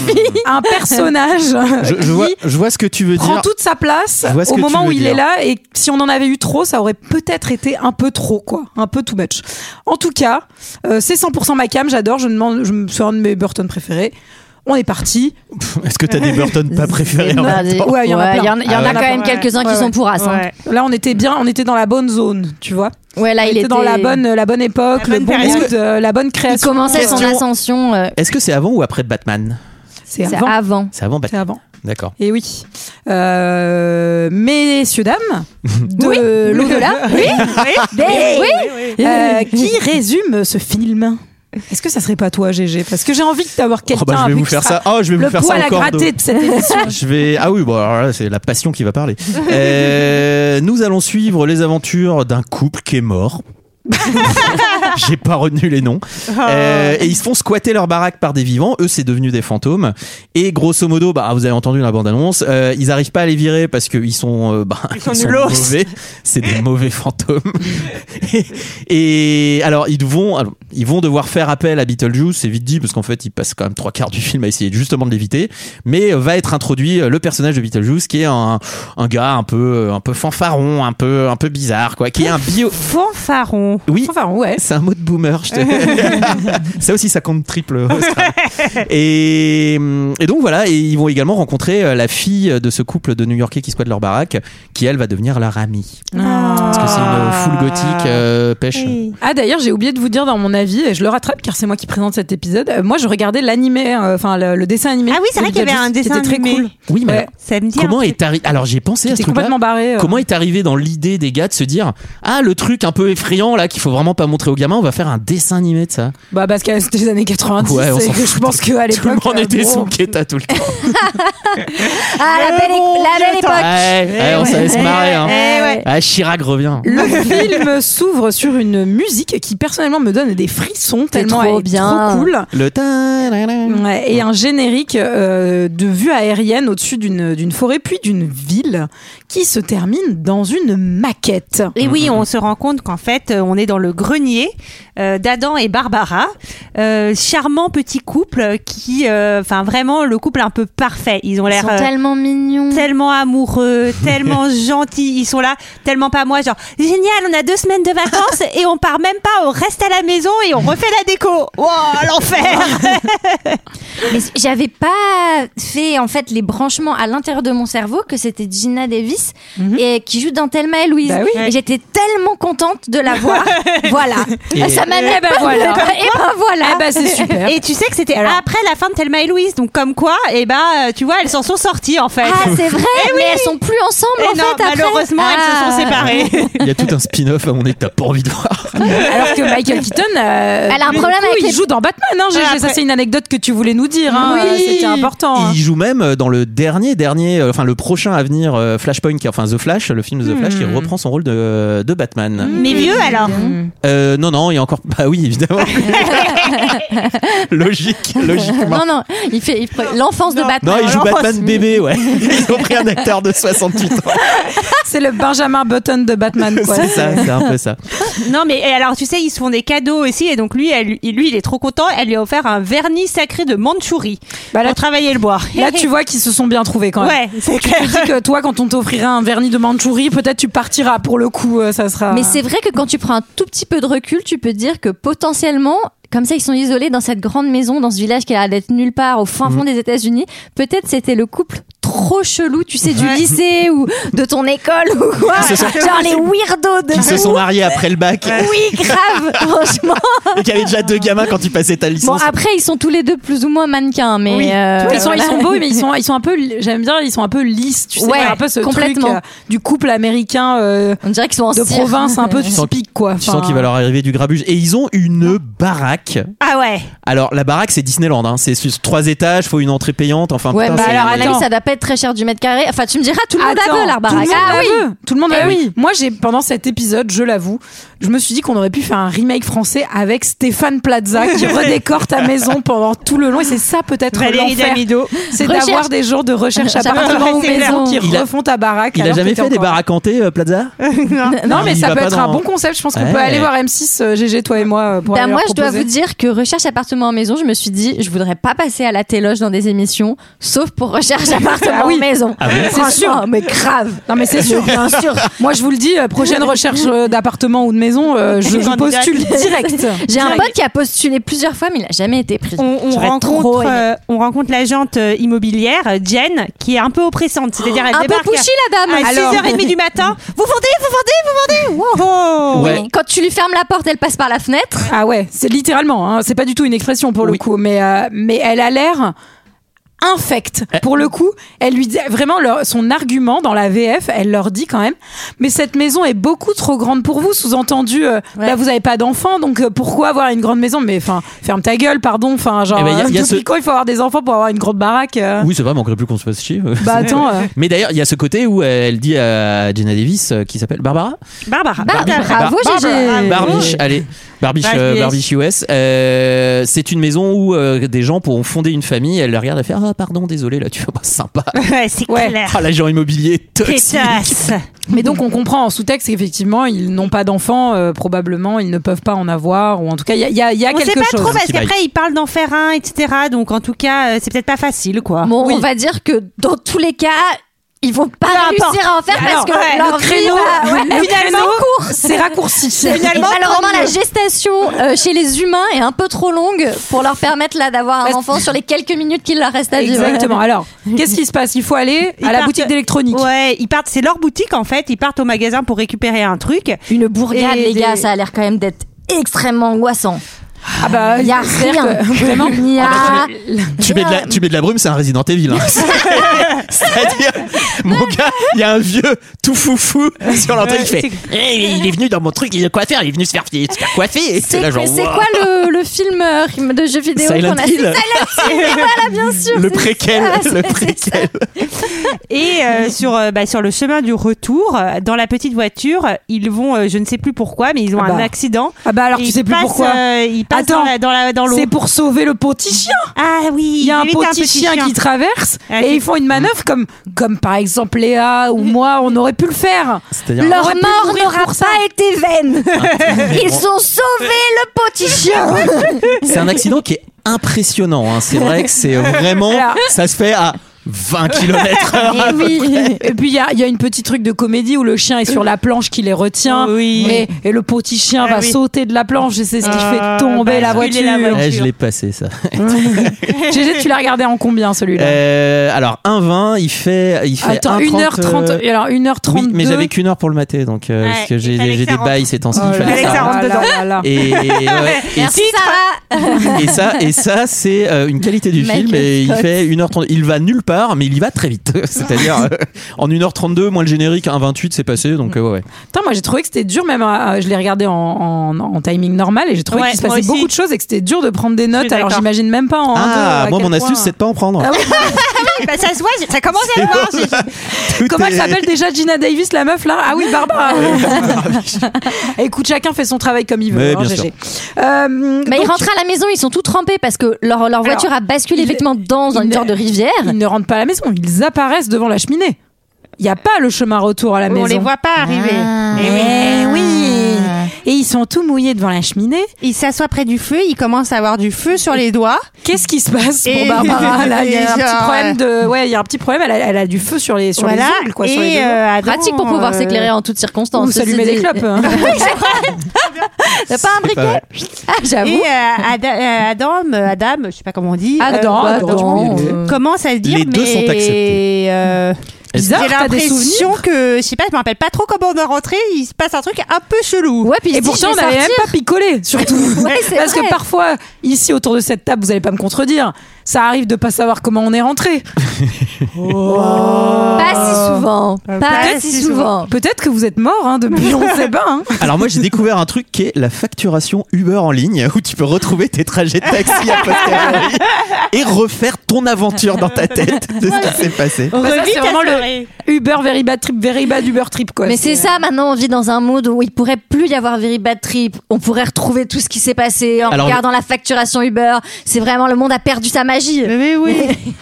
Speaker 1: un personnage
Speaker 11: Mmh. Je, je
Speaker 1: qui
Speaker 11: vois, je vois ce que tu veux
Speaker 1: prend
Speaker 11: dire.
Speaker 1: toute sa place
Speaker 11: Je vois ce
Speaker 1: au
Speaker 11: que tu
Speaker 1: moment
Speaker 11: veux
Speaker 1: où il
Speaker 11: dire.
Speaker 1: est là et si on en avait eu trop ça aurait peut-être été un peu trop quoi un peu too much en tout cas euh, c'est 100% ma cam j'adore je demande je me c'est un de mes Burton préférés on est parti
Speaker 11: Est-ce que t'as des Burton pas préférés en même temps
Speaker 1: Ouais, il y en a
Speaker 7: Ouais,
Speaker 1: plein.
Speaker 7: il y en il y en
Speaker 11: Ah
Speaker 7: a
Speaker 11: ouais.
Speaker 7: quand même quelques-uns qui
Speaker 1: Ouais,
Speaker 7: sont
Speaker 1: ouais.
Speaker 7: pour As. hein.
Speaker 1: là on était bien on était dans la bonne zone tu vois
Speaker 7: Ouais, là,
Speaker 1: on
Speaker 7: il
Speaker 1: était,
Speaker 7: était
Speaker 1: dans la bonne la bonne époque
Speaker 10: La
Speaker 1: le
Speaker 10: bonne
Speaker 1: bon
Speaker 10: période.
Speaker 1: mood, euh, la bonne
Speaker 7: Il
Speaker 1: création
Speaker 7: commençait son
Speaker 11: Question.
Speaker 7: ascension. euh,
Speaker 11: Est-ce que c'est avant ou après Batman
Speaker 1: c'est
Speaker 7: c'est
Speaker 1: avant
Speaker 7: avant.
Speaker 11: C'est avant
Speaker 1: c'est
Speaker 11: Batman.
Speaker 1: avant
Speaker 11: D'accord.
Speaker 1: et oui euh, messieurs dames de l'au-delà oui
Speaker 7: Ben oui.
Speaker 1: Euh, qui résume ce film Est-ce que ça serait pas toi, Gégé Parce que j'ai envie d'avoir quelqu'un.
Speaker 11: Oh, bah, je vais
Speaker 1: avec
Speaker 11: vous
Speaker 1: qui
Speaker 11: faire
Speaker 1: sera
Speaker 11: ça. Oh, je vais
Speaker 1: Le
Speaker 11: vous faire ça
Speaker 1: poil à
Speaker 11: encore.
Speaker 1: gratter de cette émission.
Speaker 11: Je vais. Ah oui, bon, alors là, c'est la passion qui va parler. Euh, nous allons suivre les aventures d'un couple qui est mort. J'ai pas retenu les noms. Euh, et ils se font squatter leur baraque par des vivants. Eux, c'est devenu des fantômes. Et grosso modo, bah, vous avez entendu dans la bande-annonce, euh, ils arrivent pas à les virer parce qu'ils sont, euh, bah, ils
Speaker 10: sont nulos.
Speaker 11: mauvais. C'est des mauvais fantômes. et, et alors, ils vont, alors, ils vont devoir faire appel à Beetlejuice. C'est vite dit parce qu'en fait, ils passent quand même trois quarts du film à essayer justement de l'éviter. Mais euh, va être introduit euh, le personnage de Beetlejuice qui est un, un gars un peu, euh, un peu fanfaron, un peu, un peu bizarre, quoi. Qui est un bio.
Speaker 10: Fanfaron.
Speaker 11: Oui,
Speaker 1: Enfin, ouais.
Speaker 11: Eh, c'est un mot de boomer. Je te... ça aussi, ça compte triple. au Scrabble. et, hum, et donc voilà, et ils vont également rencontrer euh, la fille de ce couple de New-Yorkais qui squattent leur baraque, qui elle va devenir leur amie. Parce que c'est une full gothique euh, pêche.
Speaker 1: Ah d'ailleurs, j'ai oublié de vous dire dans mon avis, et je le rattrape car c'est moi qui présente cet épisode. euh, moi, je regardais l'animé, euh, enfin le, le dessin animé.
Speaker 10: Ah oui, c'est
Speaker 1: de
Speaker 10: vrai qu'il y avait un
Speaker 1: Beetlejuice, qui
Speaker 10: dessin
Speaker 1: était très
Speaker 10: animé.
Speaker 1: cool.
Speaker 11: Oui, mais
Speaker 1: Ouais.
Speaker 11: alors,
Speaker 10: Ça me dit.
Speaker 11: comment
Speaker 10: un truc.
Speaker 11: est arrivé Alors j'ai pensé à
Speaker 1: J'étais
Speaker 11: ce truc-là.
Speaker 1: complètement barré. euh.
Speaker 11: Comment est arrivé dans l'idée des gars de se dire ah le truc un peu effrayant là qu'il faut vraiment pas montrer aux gamins gamin, on va faire un dessin animé de ça.
Speaker 1: Bah parce que c'était les années 90
Speaker 11: Ouais, on
Speaker 1: et
Speaker 11: s'en
Speaker 1: Ah, que je
Speaker 11: fout.
Speaker 1: pense qu'à
Speaker 11: Tout le
Speaker 1: l'époque
Speaker 11: monde
Speaker 1: euh,
Speaker 11: était
Speaker 1: bon,
Speaker 11: sous Keta tout le temps.
Speaker 7: Ah, la belle, la belle époque.
Speaker 11: Ouais, ouais, on savait se marrer. Hein.
Speaker 1: Eh
Speaker 11: Ah, Chirac revient.
Speaker 1: le film s'ouvre sur une musique qui personnellement me donne des frissons tellement
Speaker 7: trop
Speaker 1: elle est
Speaker 7: bien.
Speaker 1: trop cool
Speaker 11: Le ta-
Speaker 1: Ouais, et un générique euh, de vue aérienne au-dessus d'une d'une forêt puis d'une ville qui se termine dans une maquette.
Speaker 10: Et oui, on se rend compte qu'en fait, euh, on est dans le grenier euh, d'Adam et Barbara, euh, charmant petit couple qui, euh, enfin vraiment le couple un peu parfait. Ils ont
Speaker 7: Ils
Speaker 10: l'air
Speaker 7: sont
Speaker 10: euh,
Speaker 7: tellement mignons.
Speaker 10: tellement amoureux, tellement gentils. Ils sont là, tellement pas moi, genre génial, on a deux semaines de vacances et on part même pas, on reste à la maison et on refait la déco. Wow, l'enfer
Speaker 7: Mais j'avais pas fait en fait les branchements à l'intérieur de mon cerveau que c'était Gina Davis et qui joue dans Thelma et Louise.
Speaker 1: Mhm. Bah oui.
Speaker 7: Et j'étais tellement contente de la voir. voilà.
Speaker 11: Et-
Speaker 7: Ça m'a
Speaker 1: Eh ben voilà.
Speaker 7: Et ben voilà.
Speaker 1: Ah bah c'est super.
Speaker 10: Et tu sais que c'était après la fin de Thelma et Louise, donc comme quoi, eh ben, euh, tu vois, elles s'en sont sorties en fait.
Speaker 7: Ah c'est vrai.
Speaker 1: Eh
Speaker 7: Mais elles sont plus ensemble
Speaker 10: Et
Speaker 7: en
Speaker 10: non,
Speaker 7: fait après.
Speaker 10: malheureusement, elles se
Speaker 7: Ah.
Speaker 10: sont séparées.
Speaker 11: Il y a tout un spin-off à mon état, pas envie de voir.
Speaker 1: Alors que Michael Keaton, euh,
Speaker 7: Elle a un
Speaker 1: lui,
Speaker 7: problème
Speaker 1: du coup,
Speaker 7: avec
Speaker 1: il
Speaker 7: les-
Speaker 1: joue dans Batman. Hein, GG, ça c'est une anecdote que tu voulais nous dire. Hein,
Speaker 11: Oui.
Speaker 1: euh, C'était important. hein.
Speaker 11: Il joue même dans le dernier, dernier, euh, enfin le prochain à venir, euh, Flashpoint, qui, enfin The Flash, le film The Flash, qui reprend son rôle de, de Batman.
Speaker 10: Mais vieux alors
Speaker 11: Euh, non, non, il y a encore. Bah oui, évidemment. Logique, logiquement.
Speaker 7: Ah. Non non, il fait il fait- l'enfance de Batman.
Speaker 11: Non, il joue
Speaker 10: alors,
Speaker 11: Batman
Speaker 10: c'est-
Speaker 11: bébé, ouais. Ils ont pris un acteur de 68 ans.
Speaker 1: C'est le Benjamin Button de Batman. Quoi.
Speaker 11: C'est ça, c'est un peu ça.
Speaker 10: Non, mais et alors, tu sais, ils se font des cadeaux aussi. Et donc, lui, elle- lui, il est trop content. Elle lui a offert un vernis sacré de Mandchourie
Speaker 1: Bah, là,
Speaker 10: pour travailler le bois.
Speaker 1: Là, tu vois qu'ils se sont bien trouvés quand même.
Speaker 10: Ouais, c'est
Speaker 1: Tu te
Speaker 10: clair.
Speaker 1: dis que toi, quand on t'offrira un vernis de Mandchourie, peut-être tu partiras pour le coup. euh, Ça sera.
Speaker 7: Mais c'est vrai que quand tu prends un tout petit peu de recul, tu peux te dire que potentiellement, comme ça, ils sont isolés dans cette grande maison, dans ce village qui a l'air d'être nulle part, au fin
Speaker 11: Mm.
Speaker 7: fond des États-Unis. Peut-être c'était le couple trop chelou, tu sais, du lycée ou de ton école ou quoi.
Speaker 11: Ils se sont-
Speaker 7: Genre les weirdos de.
Speaker 11: Ils se sont mariés après le bac.
Speaker 7: Oui, grave, franchement.
Speaker 11: Et qu'il y avait déjà deux gamins quand tu passais ta
Speaker 7: Bon, ah,
Speaker 11: licence.
Speaker 7: après, ils sont tous les deux plus ou moins mannequins, mais.
Speaker 1: Oui.
Speaker 7: euh,
Speaker 1: ils, sont, ils
Speaker 7: voilà.
Speaker 1: sont beaux, mais ils sont, ils sont un peu. J'aime bien, ils sont un peu lisses. Tu sais,
Speaker 7: Ouais,
Speaker 1: un peu ce
Speaker 7: complètement.
Speaker 1: truc euh, du couple américain euh,
Speaker 7: On dirait qu'ils sont en
Speaker 1: de
Speaker 7: cire.
Speaker 1: province, un peu
Speaker 11: Tu sens-
Speaker 1: typique quoi.
Speaker 11: Tu sens qu'il va leur arriver du grabuge. Et ils ont une baraque.
Speaker 10: Ah ouais.
Speaker 11: Alors, la baraque, c'est Disneyland. Hein. C'est sur trois étages, faut une entrée payante. Enfin,
Speaker 7: Ouais,
Speaker 11: putain,
Speaker 7: bah
Speaker 11: c'est-
Speaker 7: alors, à mon
Speaker 1: attends.
Speaker 7: avis, ça doit pas être très cher du mètre carré. Enfin, tu me diras, tout le monde
Speaker 1: Attends,
Speaker 7: a deux, la baraque.
Speaker 1: Tout le monde
Speaker 7: Ah
Speaker 1: la
Speaker 7: oui.
Speaker 1: veut. Tout le monde la
Speaker 7: Eh
Speaker 1: veut.
Speaker 7: oui.
Speaker 1: Moi, j'ai pendant cet épisode, je l'avoue, je me suis dit qu'on aurait pu faire un remake français avec Stéphane Plaza qui redécore ta maison pendant tout le long. Et c'est ça peut-être
Speaker 10: Valérie
Speaker 1: l'enfer.
Speaker 10: Damido.
Speaker 1: C'est
Speaker 7: Recherche.
Speaker 1: d'avoir des jours de recherche
Speaker 7: Recherche
Speaker 1: appartement ou
Speaker 10: appartement, c'est
Speaker 1: maison qui
Speaker 10: clair.
Speaker 11: Il a-
Speaker 1: refont ta baraque.
Speaker 11: Il a
Speaker 1: alors que
Speaker 11: jamais
Speaker 1: t'es
Speaker 11: fait des
Speaker 1: encore- Ah
Speaker 11: baraques hantées, euh, Plaza
Speaker 1: Non, mais
Speaker 11: Il
Speaker 1: ça
Speaker 11: va
Speaker 1: peut
Speaker 11: pas
Speaker 1: être
Speaker 11: dans-
Speaker 1: un bon concept. Je pense qu'on
Speaker 11: Ouais.
Speaker 1: peut aller voir M6, euh, GG, toi et moi, euh, pour
Speaker 7: Bah,
Speaker 1: aller
Speaker 7: moi,
Speaker 1: leur
Speaker 7: je dois vous
Speaker 1: proposer.
Speaker 7: dire que recherche appartement en maison, je me suis dit, je voudrais pas passer à la téloge dans des émissions, sauf pour recherche appartement
Speaker 1: Ah oui.
Speaker 7: en maison.
Speaker 11: Ah oui.
Speaker 7: Franchement, mais grave.
Speaker 1: Non, mais c'est sûr, bien sûr. Moi, je vous le dis, euh, prochaine recherche euh, d'appartement ou de maison, euh, je vous
Speaker 10: Candidate.
Speaker 1: postule direct.
Speaker 7: J'ai un
Speaker 1: Direct.
Speaker 7: pote qui a postulé plusieurs fois, mais il a jamais été pris.
Speaker 10: On, on
Speaker 7: J'aurais trop
Speaker 10: rencontre,
Speaker 7: aimé.
Speaker 10: euh, on rencontre l'agente euh, immobilière, euh, Jen, qui est un peu oppressante. C'est-à-dire, elle
Speaker 7: un peu
Speaker 10: débarque
Speaker 7: pushy, la dame.
Speaker 10: à 6h30 du matin. Vous vendez, vous vendez, vous vendez. Wow.
Speaker 7: Oui.
Speaker 11: Ouais.
Speaker 7: euh, Quand tu lui fermes la porte, elle passe par la fenêtre.
Speaker 1: Ah ouais, c'est littéralement, hein, c'est pas du tout une expression pour le coup, mais, euh, mais elle a l'air infecte.
Speaker 11: Eh.
Speaker 1: Pour le coup, elle lui dit vraiment leur- son argument dans la VF, elle leur dit quand même, mais cette maison est beaucoup trop grande pour vous, sous-entendu, euh,
Speaker 7: Ouais.
Speaker 1: là vous avez pas d'enfants, donc euh, pourquoi avoir une grande maison Mais enfin, ferme ta gueule, pardon, enfin genre,
Speaker 11: Eh ben, y a-
Speaker 1: euh,
Speaker 11: y a
Speaker 1: depuis
Speaker 11: ce-
Speaker 1: quand il faut avoir des enfants pour avoir une grande baraque euh
Speaker 11: Oui, c'est vrai, manquerait plus qu'on se fasse chier.
Speaker 1: Bah attends, euh,
Speaker 11: Mais d'ailleurs, il y a ce côté où euh, elle dit à Jenna Davis, euh, qui s'appelle Barbara
Speaker 10: Barbara.
Speaker 7: Bah, bravo,
Speaker 11: Bar-
Speaker 1: euh,
Speaker 7: GG.
Speaker 11: Ah, Barbiche, allez, Barbiche, euh, Barbiche US. Euh, c'est une maison où euh, des gens pourront fonder une famille. Elle la regarde, elle fait Ah, pardon, désolé, là, tu vois pas sympa.
Speaker 10: Ouais, c'est
Speaker 1: Ouais. Oh,
Speaker 10: clair.
Speaker 11: Ah, l'agent immobilier toxique.
Speaker 10: Pétasse.
Speaker 1: mais donc on comprend en sous-texte qu'effectivement ils n'ont pas d'enfants, euh, probablement ils ne peuvent pas en avoir, ou en tout cas il y a, il y a- il y a
Speaker 10: On
Speaker 1: quelque
Speaker 10: sait pas
Speaker 1: chose.
Speaker 10: trop parce
Speaker 11: Qui baille.
Speaker 10: qu'après, il parle d'en faire un, etc. Donc, en tout cas, euh, c'est peut-être pas facile, quoi.
Speaker 7: Bon, on va dire que dans tous les cas, ils vont pas
Speaker 10: Peu importe.
Speaker 7: réussir à en faire parce
Speaker 10: Alors,
Speaker 7: que
Speaker 10: ouais,
Speaker 7: leur
Speaker 10: le
Speaker 7: vie
Speaker 10: créneau-
Speaker 7: va-
Speaker 1: bah,
Speaker 7: ouais,
Speaker 10: le
Speaker 7: elle va
Speaker 10: créneau-
Speaker 7: en cours.
Speaker 1: C'est raccourci.
Speaker 7: Et malheureusement, la gestation euh, chez les humains est un peu trop longue pour leur permettre là d'avoir un enfant sur les quelques minutes qu'il leur reste à vivre.
Speaker 1: Exactement. Alors, qu'est-ce qui se passe Il faut aller
Speaker 10: Ils
Speaker 1: à la
Speaker 10: partent-
Speaker 1: boutique d'électronique.
Speaker 10: Ouais, ils partent, c'est leur boutique en fait, ils partent au magasin pour récupérer un truc.
Speaker 7: Une bourgade,
Speaker 10: Et
Speaker 7: les
Speaker 10: des-
Speaker 7: gars, ça a l'air quand même d'être extrêmement angoissant.
Speaker 1: Ah
Speaker 11: Euh,
Speaker 1: bah,
Speaker 7: Il y a
Speaker 1: c'est-à-dire
Speaker 7: rien.
Speaker 1: que, Vraiment.
Speaker 7: Il y a-
Speaker 11: Ah, bah, Tu mets, de la, tu mets de la brume, c'est un Resident Evil. hein. C'est-à-dire, mon gars, il y a un vieux tout foufou sur l'antenne qui fait Eh, Il est venu dans mon truc, il sait quoi faire, il est venu se faire, se faire coiffer. Et
Speaker 7: C'est
Speaker 11: là, genre,
Speaker 7: c'est
Speaker 11: Wow.
Speaker 7: quoi le, le film euh, de jeux vidéo
Speaker 11: Silent
Speaker 7: qu'on a
Speaker 11: Hill.
Speaker 7: Silent Hill, voilà, bien sûr.
Speaker 11: Le
Speaker 7: c'est
Speaker 11: préquel,
Speaker 7: ça,
Speaker 11: le
Speaker 7: c'est-
Speaker 11: préquel.
Speaker 10: Et euh, sur, euh, bah, sur le chemin du retour, euh, dans la petite voiture, ils vont, euh, je ne sais plus pourquoi, mais ils ont
Speaker 1: Ah bah.
Speaker 10: un accident.
Speaker 1: Ah bah alors
Speaker 10: Et
Speaker 1: tu
Speaker 10: ils
Speaker 1: sais plus
Speaker 10: passent,
Speaker 1: pourquoi.
Speaker 10: euh, ils passent
Speaker 1: Attends.
Speaker 10: dans la- dans la- dans l'eau.
Speaker 1: C'est pour sauver le petit chien.
Speaker 10: Ah oui,
Speaker 1: Il y a un
Speaker 10: oui, t'as
Speaker 1: petit, chien, qui traverse
Speaker 10: Ah,
Speaker 1: et
Speaker 10: c'est-
Speaker 1: ils font une manœuvre comme, comme par exemple Léa ou moi, on aurait pu le faire.
Speaker 11: C'est-à-dire,
Speaker 7: Leur
Speaker 1: aurait pu
Speaker 7: mort
Speaker 1: mourir
Speaker 7: n'aura
Speaker 1: pour ça.
Speaker 7: pas été vaine. Ils ont sauvé le petit chien.
Speaker 11: c'est un accident qui est impressionnant. hein. C'est vrai que c'est vraiment.
Speaker 1: Alors-
Speaker 11: Ça se fait à 20 km heure.
Speaker 1: Et, Eh oui. et puis il y a, il y a une petite truc de comédie où le chien est sur la planche qui les retient
Speaker 10: Oui.
Speaker 1: et, et le petit chien
Speaker 10: Ah
Speaker 1: va
Speaker 10: oui.
Speaker 1: sauter de la planche et c'est ce qui
Speaker 10: Ah,
Speaker 1: fait tomber
Speaker 10: bah,
Speaker 1: la
Speaker 10: brûler
Speaker 1: voiture.
Speaker 10: la voiture.
Speaker 11: Eh, je l'ai passé ça.
Speaker 1: GG, tu l'as regardé en combien celui-là
Speaker 11: Euh, alors 1,20, il fait, il fait
Speaker 1: Attends,
Speaker 11: 1,30,
Speaker 1: 1h30.
Speaker 11: euh,
Speaker 1: Alors 1h32.
Speaker 11: Oui, mais j'avais qu'une heure pour le mater, donc euh,
Speaker 10: Ouais,
Speaker 11: parce que
Speaker 10: il
Speaker 11: j'ai
Speaker 10: fallait
Speaker 11: j'ai
Speaker 10: que
Speaker 11: des
Speaker 10: ça
Speaker 11: bails ces temps-ci. il
Speaker 1: Oh là
Speaker 11: fallait
Speaker 10: que
Speaker 1: là
Speaker 10: ça rentre
Speaker 1: là
Speaker 10: dedans.
Speaker 1: là là.
Speaker 11: Et, ouais, et-
Speaker 7: Merci Sarah.
Speaker 11: et ça, et ça, c'est euh, une qualité du
Speaker 7: Michael
Speaker 11: film. Et il
Speaker 7: Scott.
Speaker 11: fait 1h30. Il va nulle part, mais il y va très vite. C'est-à-dire, euh, en 1h32, moins le générique, 1h28, c'est passé. Donc, euh, ouais, ouais.
Speaker 1: Putain, moi j'ai trouvé que c'était dur, même euh, je l'ai regardé en, en- en timing normal et j'ai trouvé
Speaker 10: Ouais,
Speaker 1: qu'il se
Speaker 10: moi
Speaker 1: passait
Speaker 10: aussi.
Speaker 1: beaucoup de choses et que c'était dur de prendre des notes.
Speaker 10: suis
Speaker 1: Alors
Speaker 10: d'accord.
Speaker 1: j'imagine même pas en. un,
Speaker 11: Ah,
Speaker 1: deux, à
Speaker 11: moi,
Speaker 1: quel
Speaker 11: mon astuce,
Speaker 1: point.
Speaker 11: c'est de pas en prendre.
Speaker 1: Ah oui.
Speaker 10: Bah, ça se voit, ça commence à le voir. j'ai-
Speaker 11: Tout
Speaker 1: Comment elle
Speaker 11: est-
Speaker 1: s'appelle déjà Gina Davis, la meuf là Ah oui, Barbara. Écoute, chacun fait son travail comme il veut.
Speaker 11: Mais
Speaker 1: hein,
Speaker 11: bien
Speaker 1: GG.
Speaker 11: sûr.
Speaker 1: Euh,
Speaker 7: Bah, ils
Speaker 1: donc,
Speaker 7: rentrent à la maison, ils sont tout trempés parce que leur, leur voiture a basculé
Speaker 1: ils-
Speaker 7: effectivement dans
Speaker 1: ils
Speaker 7: une
Speaker 1: ne-
Speaker 7: sorte de rivière.
Speaker 1: Ils ne rentrent pas à la maison, ils apparaissent devant la cheminée. Il n'y a pas le chemin retour à la maison.
Speaker 10: On les voit pas arriver.
Speaker 7: Ah.
Speaker 10: Eh oui.
Speaker 1: Eh oui Et ils sont tout mouillés devant la cheminée.
Speaker 12: Il s'assoit près du feu, il commence à avoir du feu sur les doigts.
Speaker 1: Qu'est-ce qui se passe pour
Speaker 12: Et-
Speaker 1: Barbara là Il y a un
Speaker 12: et
Speaker 1: petit
Speaker 12: genre,
Speaker 1: problème de ouais, il y a un petit problème. Elle a, elle a du feu sur les sur
Speaker 12: voilà.
Speaker 1: les ongles quoi, sur les
Speaker 12: et
Speaker 1: doigts.
Speaker 12: euh, Adam,
Speaker 7: Pratique pour pouvoir
Speaker 12: euh,
Speaker 7: s'éclairer en toutes circonstances.
Speaker 1: Ou ça lui
Speaker 7: ceci
Speaker 1: met des
Speaker 7: dit.
Speaker 1: clopes. hein.
Speaker 7: T'as pas un
Speaker 11: C'est pas
Speaker 7: briquet
Speaker 11: vrai.
Speaker 7: Ah,
Speaker 12: Et
Speaker 7: j'avoue.
Speaker 12: euh, Ada- euh, Adam, euh, Adam, je sais pas comment on dit.
Speaker 1: Adam,
Speaker 12: euh,
Speaker 1: Adam.
Speaker 12: euh, Commence à se dire,
Speaker 11: Les deux
Speaker 12: mais,
Speaker 11: sont acceptés.
Speaker 12: euh,
Speaker 1: Bizarre,
Speaker 12: j'ai
Speaker 1: t'as des
Speaker 12: l'impression
Speaker 1: souvenirs
Speaker 12: que, je sais pas, je me rappelle pas trop comment on est rentré. Il se passe un truc un peu chelou.
Speaker 7: Ouais, puis il
Speaker 1: Et
Speaker 7: se dit,
Speaker 1: pourtant, on
Speaker 7: je vais
Speaker 1: n'avait même
Speaker 7: sortir.
Speaker 1: pas picolé, surtout.
Speaker 7: Ouais, c'est
Speaker 1: Parce que
Speaker 7: vrai.
Speaker 1: parfois, ici autour de cette table, vous n'allez pas me contredire, ça arrive de pas savoir comment on est rentré.
Speaker 7: Pas si souvent. Pas
Speaker 12: Peut-être
Speaker 7: si
Speaker 12: si
Speaker 7: souvent.
Speaker 1: Peut-être que vous êtes mort hein, depuis, on sait pas. hein.
Speaker 11: Alors, moi, j'ai découvert un truc qui est la facturation Uber en ligne, où tu peux retrouver tes trajets de taxi à posteriori et refaire ton aventure dans ta tête de ce qui s'est passé.
Speaker 10: On
Speaker 1: Bah, ça,
Speaker 10: revit
Speaker 1: c'est
Speaker 10: ta
Speaker 1: vraiment
Speaker 10: soirée.
Speaker 1: le Uber, very bad trip, very bad Uber trip. Quoi.
Speaker 7: Mais c'est ça, maintenant on vit dans un monde où il pourrait plus y avoir very bad trip. On pourrait retrouver tout ce qui s'est passé en
Speaker 11: Alors,
Speaker 7: regardant la facturation Uber. C'est vraiment le monde a perdu sa magie.
Speaker 12: Mais oui.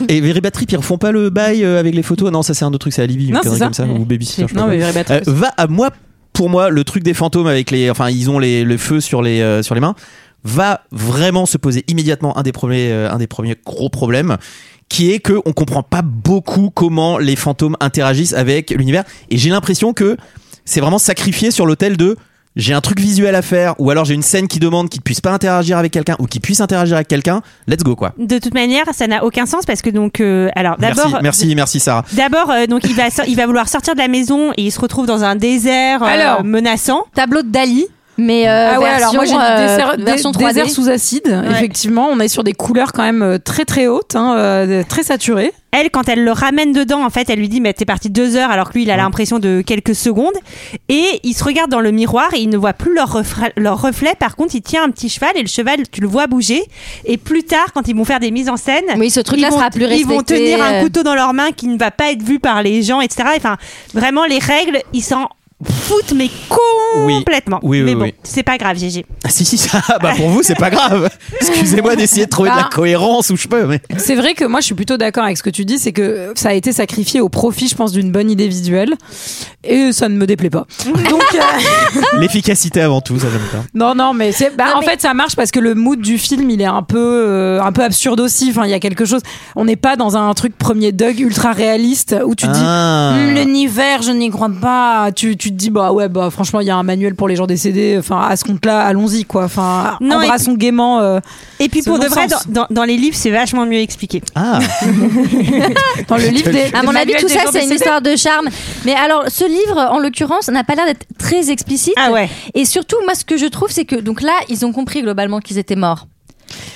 Speaker 11: Et Very Bad Trip, ils refont pas le bail euh, avec les photos Non, ça c'est un autre truc, c'est Alibi, une
Speaker 1: Non,
Speaker 11: connerie
Speaker 1: c'est ça.
Speaker 11: comme ça, ou Babysitter, je sais
Speaker 1: Non,
Speaker 11: pas
Speaker 1: mais
Speaker 11: quoi.
Speaker 1: very bad
Speaker 11: Euh,
Speaker 1: trip.
Speaker 11: Va à moi, pour moi, le truc des fantômes avec les. Enfin, ils ont les, le feu sur les, euh, sur les mains, va vraiment se poser immédiatement un des premiers, euh, un des premiers gros problèmes qui est que on comprend pas beaucoup comment les fantômes interagissent avec l'univers et j'ai l'impression que c'est vraiment sacrifié sur l'autel de j'ai un truc visuel à faire ou alors j'ai une scène qui demande qu'il ne puisse pas interagir avec quelqu'un ou qu'il puisse interagir avec quelqu'un let's go quoi
Speaker 10: De toute manière, ça n'a aucun sens parce que donc, euh, alors
Speaker 11: merci
Speaker 10: d'abord,
Speaker 11: merci merci Sarah
Speaker 10: D'abord, euh, donc il va, so- il va vouloir sortir de la maison et il se retrouve dans un désert euh,
Speaker 1: Alors.
Speaker 10: menaçant.
Speaker 7: Tableau de Dali. Mais euh,
Speaker 1: Ah ouais,
Speaker 7: version,
Speaker 1: alors moi j'ai
Speaker 7: euh,
Speaker 1: dit dessert- dé-
Speaker 7: version 3D.
Speaker 1: désert sous acide. Effectivement, on est sur des couleurs quand même euh, très très hautes, hein, euh, très saturées.
Speaker 10: Elle, quand elle le ramène dedans, en fait, elle lui dit mais t'es parti deux heures alors que lui il a l'impression de quelques secondes. Et il se regarde dans le miroir et il ne voit plus leur, refra- leur reflet. Par contre, il tient un petit cheval et le cheval tu le vois bouger. Et plus tard, quand ils vont faire des mises en scène,
Speaker 7: Oui, ce truc-là
Speaker 10: ils vont-
Speaker 7: sera plus
Speaker 10: Ils vont
Speaker 7: respecté,
Speaker 10: tenir
Speaker 7: euh.
Speaker 10: un couteau dans leur main qui ne va pas être vu par les gens, etc. Enfin, vraiment les règles, ils s'en foutent mais
Speaker 11: Oui.
Speaker 10: complètement.
Speaker 11: Oui, oui,
Speaker 10: mais bon,
Speaker 11: oui.
Speaker 10: c'est pas grave, GG.
Speaker 11: Ah, Si, si, ça, bah pour vous, c'est pas grave. Excusez-moi d'essayer de trouver de
Speaker 1: Ah.
Speaker 11: la cohérence où je peux, mais.
Speaker 1: C'est vrai que moi je suis plutôt d'accord avec ce que tu dis, c'est que ça a été sacrifié au profit, je pense, d'une bonne idée visuelle et ça ne me déplaît pas. Donc euh,
Speaker 11: L'efficacité avant tout, ça j'aime pas.
Speaker 1: Non, non, mais c'est. Bah,
Speaker 7: Non,
Speaker 1: en
Speaker 7: mais-
Speaker 1: fait, ça marche parce que le mood du film, il est un peu, euh, un peu absurde aussi. Enfin, il y a quelque chose. On n'est pas dans un truc premier Doug ultra réaliste où tu te dis.
Speaker 11: Ah.
Speaker 1: Hum, L'univers, je n'y crois pas. Tu, tu tu te dis bah ouais bah franchement il y a un manuel pour les gens décédés. Enfin à ce compte-là allons-y quoi. Enfin
Speaker 10: Non, et
Speaker 1: embrassons gaiement. euh,
Speaker 10: Et puis
Speaker 1: ce
Speaker 10: pour de vrai,
Speaker 1: non-sens.
Speaker 10: dans, dans- dans les livres, c'est vachement mieux expliqué.
Speaker 11: Ah.
Speaker 1: dans le livre des.
Speaker 7: À mon
Speaker 1: des
Speaker 7: avis,
Speaker 1: manuels
Speaker 7: tout
Speaker 1: des
Speaker 7: ça,
Speaker 1: gens
Speaker 7: c'est une
Speaker 1: décédés.
Speaker 7: histoire de charme. Mais alors, ce livre, en l'occurrence, n'a pas l'air d'être très explicite.
Speaker 10: Ah ouais.
Speaker 7: Et surtout, moi, ce que je trouve, c'est que donc là, ils ont compris globalement qu'ils étaient morts.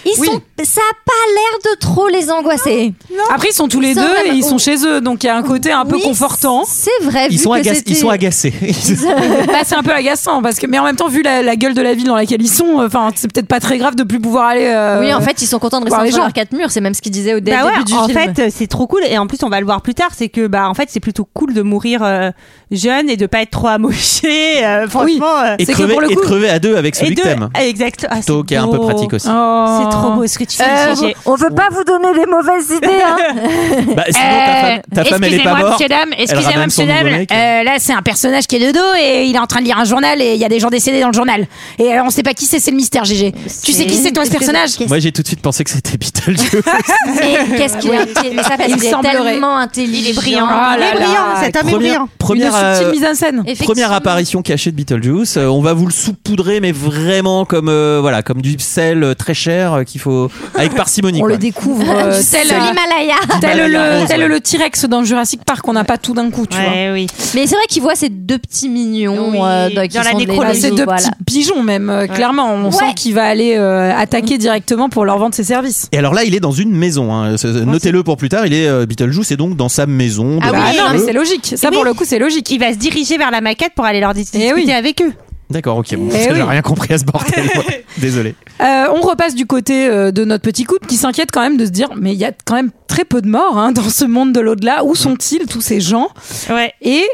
Speaker 7: Ils
Speaker 1: Oui.
Speaker 7: sont, ça a pas l'air de trop les angoisser.
Speaker 1: Après ils sont tous les
Speaker 7: Ils sont
Speaker 1: deux et
Speaker 7: même-
Speaker 1: ils sont chez eux donc il y a un côté un peu
Speaker 7: Oui,
Speaker 1: confortant.
Speaker 7: C'est vrai.
Speaker 11: Ils
Speaker 7: vu
Speaker 11: sont,
Speaker 7: que
Speaker 11: aga-
Speaker 7: c'était-
Speaker 11: ils sont agacés.
Speaker 1: Bah, c'est un peu agaçant parce que mais en même temps vu la, la gueule de la ville dans laquelle ils sont euh, enfin c'est peut-être pas très grave de plus pouvoir aller euh,
Speaker 7: Oui, en fait, ils sont contents de
Speaker 1: voir
Speaker 7: rester
Speaker 1: les
Speaker 7: entre
Speaker 1: gens.
Speaker 7: leurs quatre murs. C'est même ce qu'ils disaient au dé-
Speaker 10: Bah
Speaker 7: début
Speaker 10: ouais,
Speaker 7: du
Speaker 10: en
Speaker 7: film.
Speaker 10: fait, euh, c'est trop cool. Et en plus, on va le voir plus tard. C'est que, bah, en fait, c'est plutôt cool de mourir euh, jeune et de pas être trop amoché. euh, franchement. euh,
Speaker 11: Et
Speaker 1: C'est que
Speaker 11: crever,
Speaker 1: pour le
Speaker 11: et
Speaker 1: coup-
Speaker 11: crever à deux avec celui
Speaker 10: et
Speaker 11: que
Speaker 10: de-
Speaker 11: t'aimes.
Speaker 10: Ah, Exact. Ah,
Speaker 11: Plutôt
Speaker 10: c'est
Speaker 11: qui est un peu
Speaker 10: beau.
Speaker 11: pratique aussi.
Speaker 1: Oh. Euh,
Speaker 10: C'est trop beau ce que tu fais. Gégé.
Speaker 7: on veut pas vous donner des mauvaises idées.
Speaker 11: Bah, sinon, ta femme, ta femme, elle est pas morte.
Speaker 1: Euh, dame, Euh,
Speaker 11: ramène son nouveau mec.
Speaker 1: là, c'est un personnage qui est de dos et il est en train de lire un journal et il y a des gens décédés dans le journal. Et euh, on sait pas qui c'est, c'est le mystère, GG. Tu sais qui c'est, toi, ce personnage
Speaker 11: Moi, j'ai tout de suite pensé que c'était Beetlejuice.
Speaker 1: Ah,
Speaker 7: Et qu'est-ce qu'il est Mais ça, parce
Speaker 1: Il
Speaker 7: qu'il est
Speaker 1: semblerait.
Speaker 7: tellement intelligent. Il est
Speaker 10: brillant.
Speaker 1: Ah
Speaker 10: Il
Speaker 1: là
Speaker 10: est
Speaker 1: là.
Speaker 10: brillant, cet homme est
Speaker 11: première,
Speaker 10: brillant.
Speaker 1: hein. Une
Speaker 11: première,
Speaker 1: subtile
Speaker 11: euh,
Speaker 1: mise en scène.
Speaker 11: première apparition cachée de Beetlejuice. Euh, on va vous le saupoudrer, mais vraiment comme euh, voilà, comme du sel euh, très cher euh, qu'il faut avec parcimonie.
Speaker 1: On
Speaker 11: quoi.
Speaker 1: le découvre euh,
Speaker 7: C'est
Speaker 1: tel,
Speaker 7: l'Himalaya.
Speaker 1: tel
Speaker 11: Malala
Speaker 1: le,
Speaker 11: Rose,
Speaker 1: tel
Speaker 11: ouais.
Speaker 1: le T-Rex dans Jurassic Park, on n'a pas tout d'un coup, tu vois.
Speaker 10: Ouais, oui.
Speaker 7: Mais c'est vrai qu'il voit ces deux petits mignons
Speaker 10: Oui,
Speaker 7: euh, de- qui
Speaker 10: dans la
Speaker 7: sont de
Speaker 10: nécrologie.
Speaker 1: Bah,
Speaker 7: l'écologie,
Speaker 1: c'est deux
Speaker 7: voilà.
Speaker 1: petits pigeons même, euh, clairement. On
Speaker 7: Ouais. Mm.
Speaker 1: sent qu'il va aller euh, attaquer directement pour leur vendre ses services.
Speaker 11: Et alors là, il est dans une maison. hein. Ce- Notez-le pour plus tard. Il est euh, Beetlejuice et donc dans sa maison. de-
Speaker 7: Ah oui,
Speaker 1: Bah
Speaker 7: et
Speaker 1: non,
Speaker 7: eux-
Speaker 1: mais c'est logique. Ça, pour
Speaker 10: oui.
Speaker 1: le coup, c'est logique.
Speaker 10: Il va se diriger vers la maquette pour aller leur dis- discuter
Speaker 1: Eh oui.
Speaker 10: avec eux.
Speaker 11: D'accord, ok. Bon,
Speaker 1: Eh
Speaker 11: j'ai
Speaker 1: oui.
Speaker 11: rien compris à ce bordel. moi. Désolé.
Speaker 1: Euh, on repasse du côté euh, de notre petit couple qui s'inquiète quand même de se dire mais il y a quand même très peu de morts hein, dans ce monde de l'au-delà.
Speaker 7: Mm.
Speaker 1: Où sont-ils tous ces gens
Speaker 10: Ouais.
Speaker 1: Et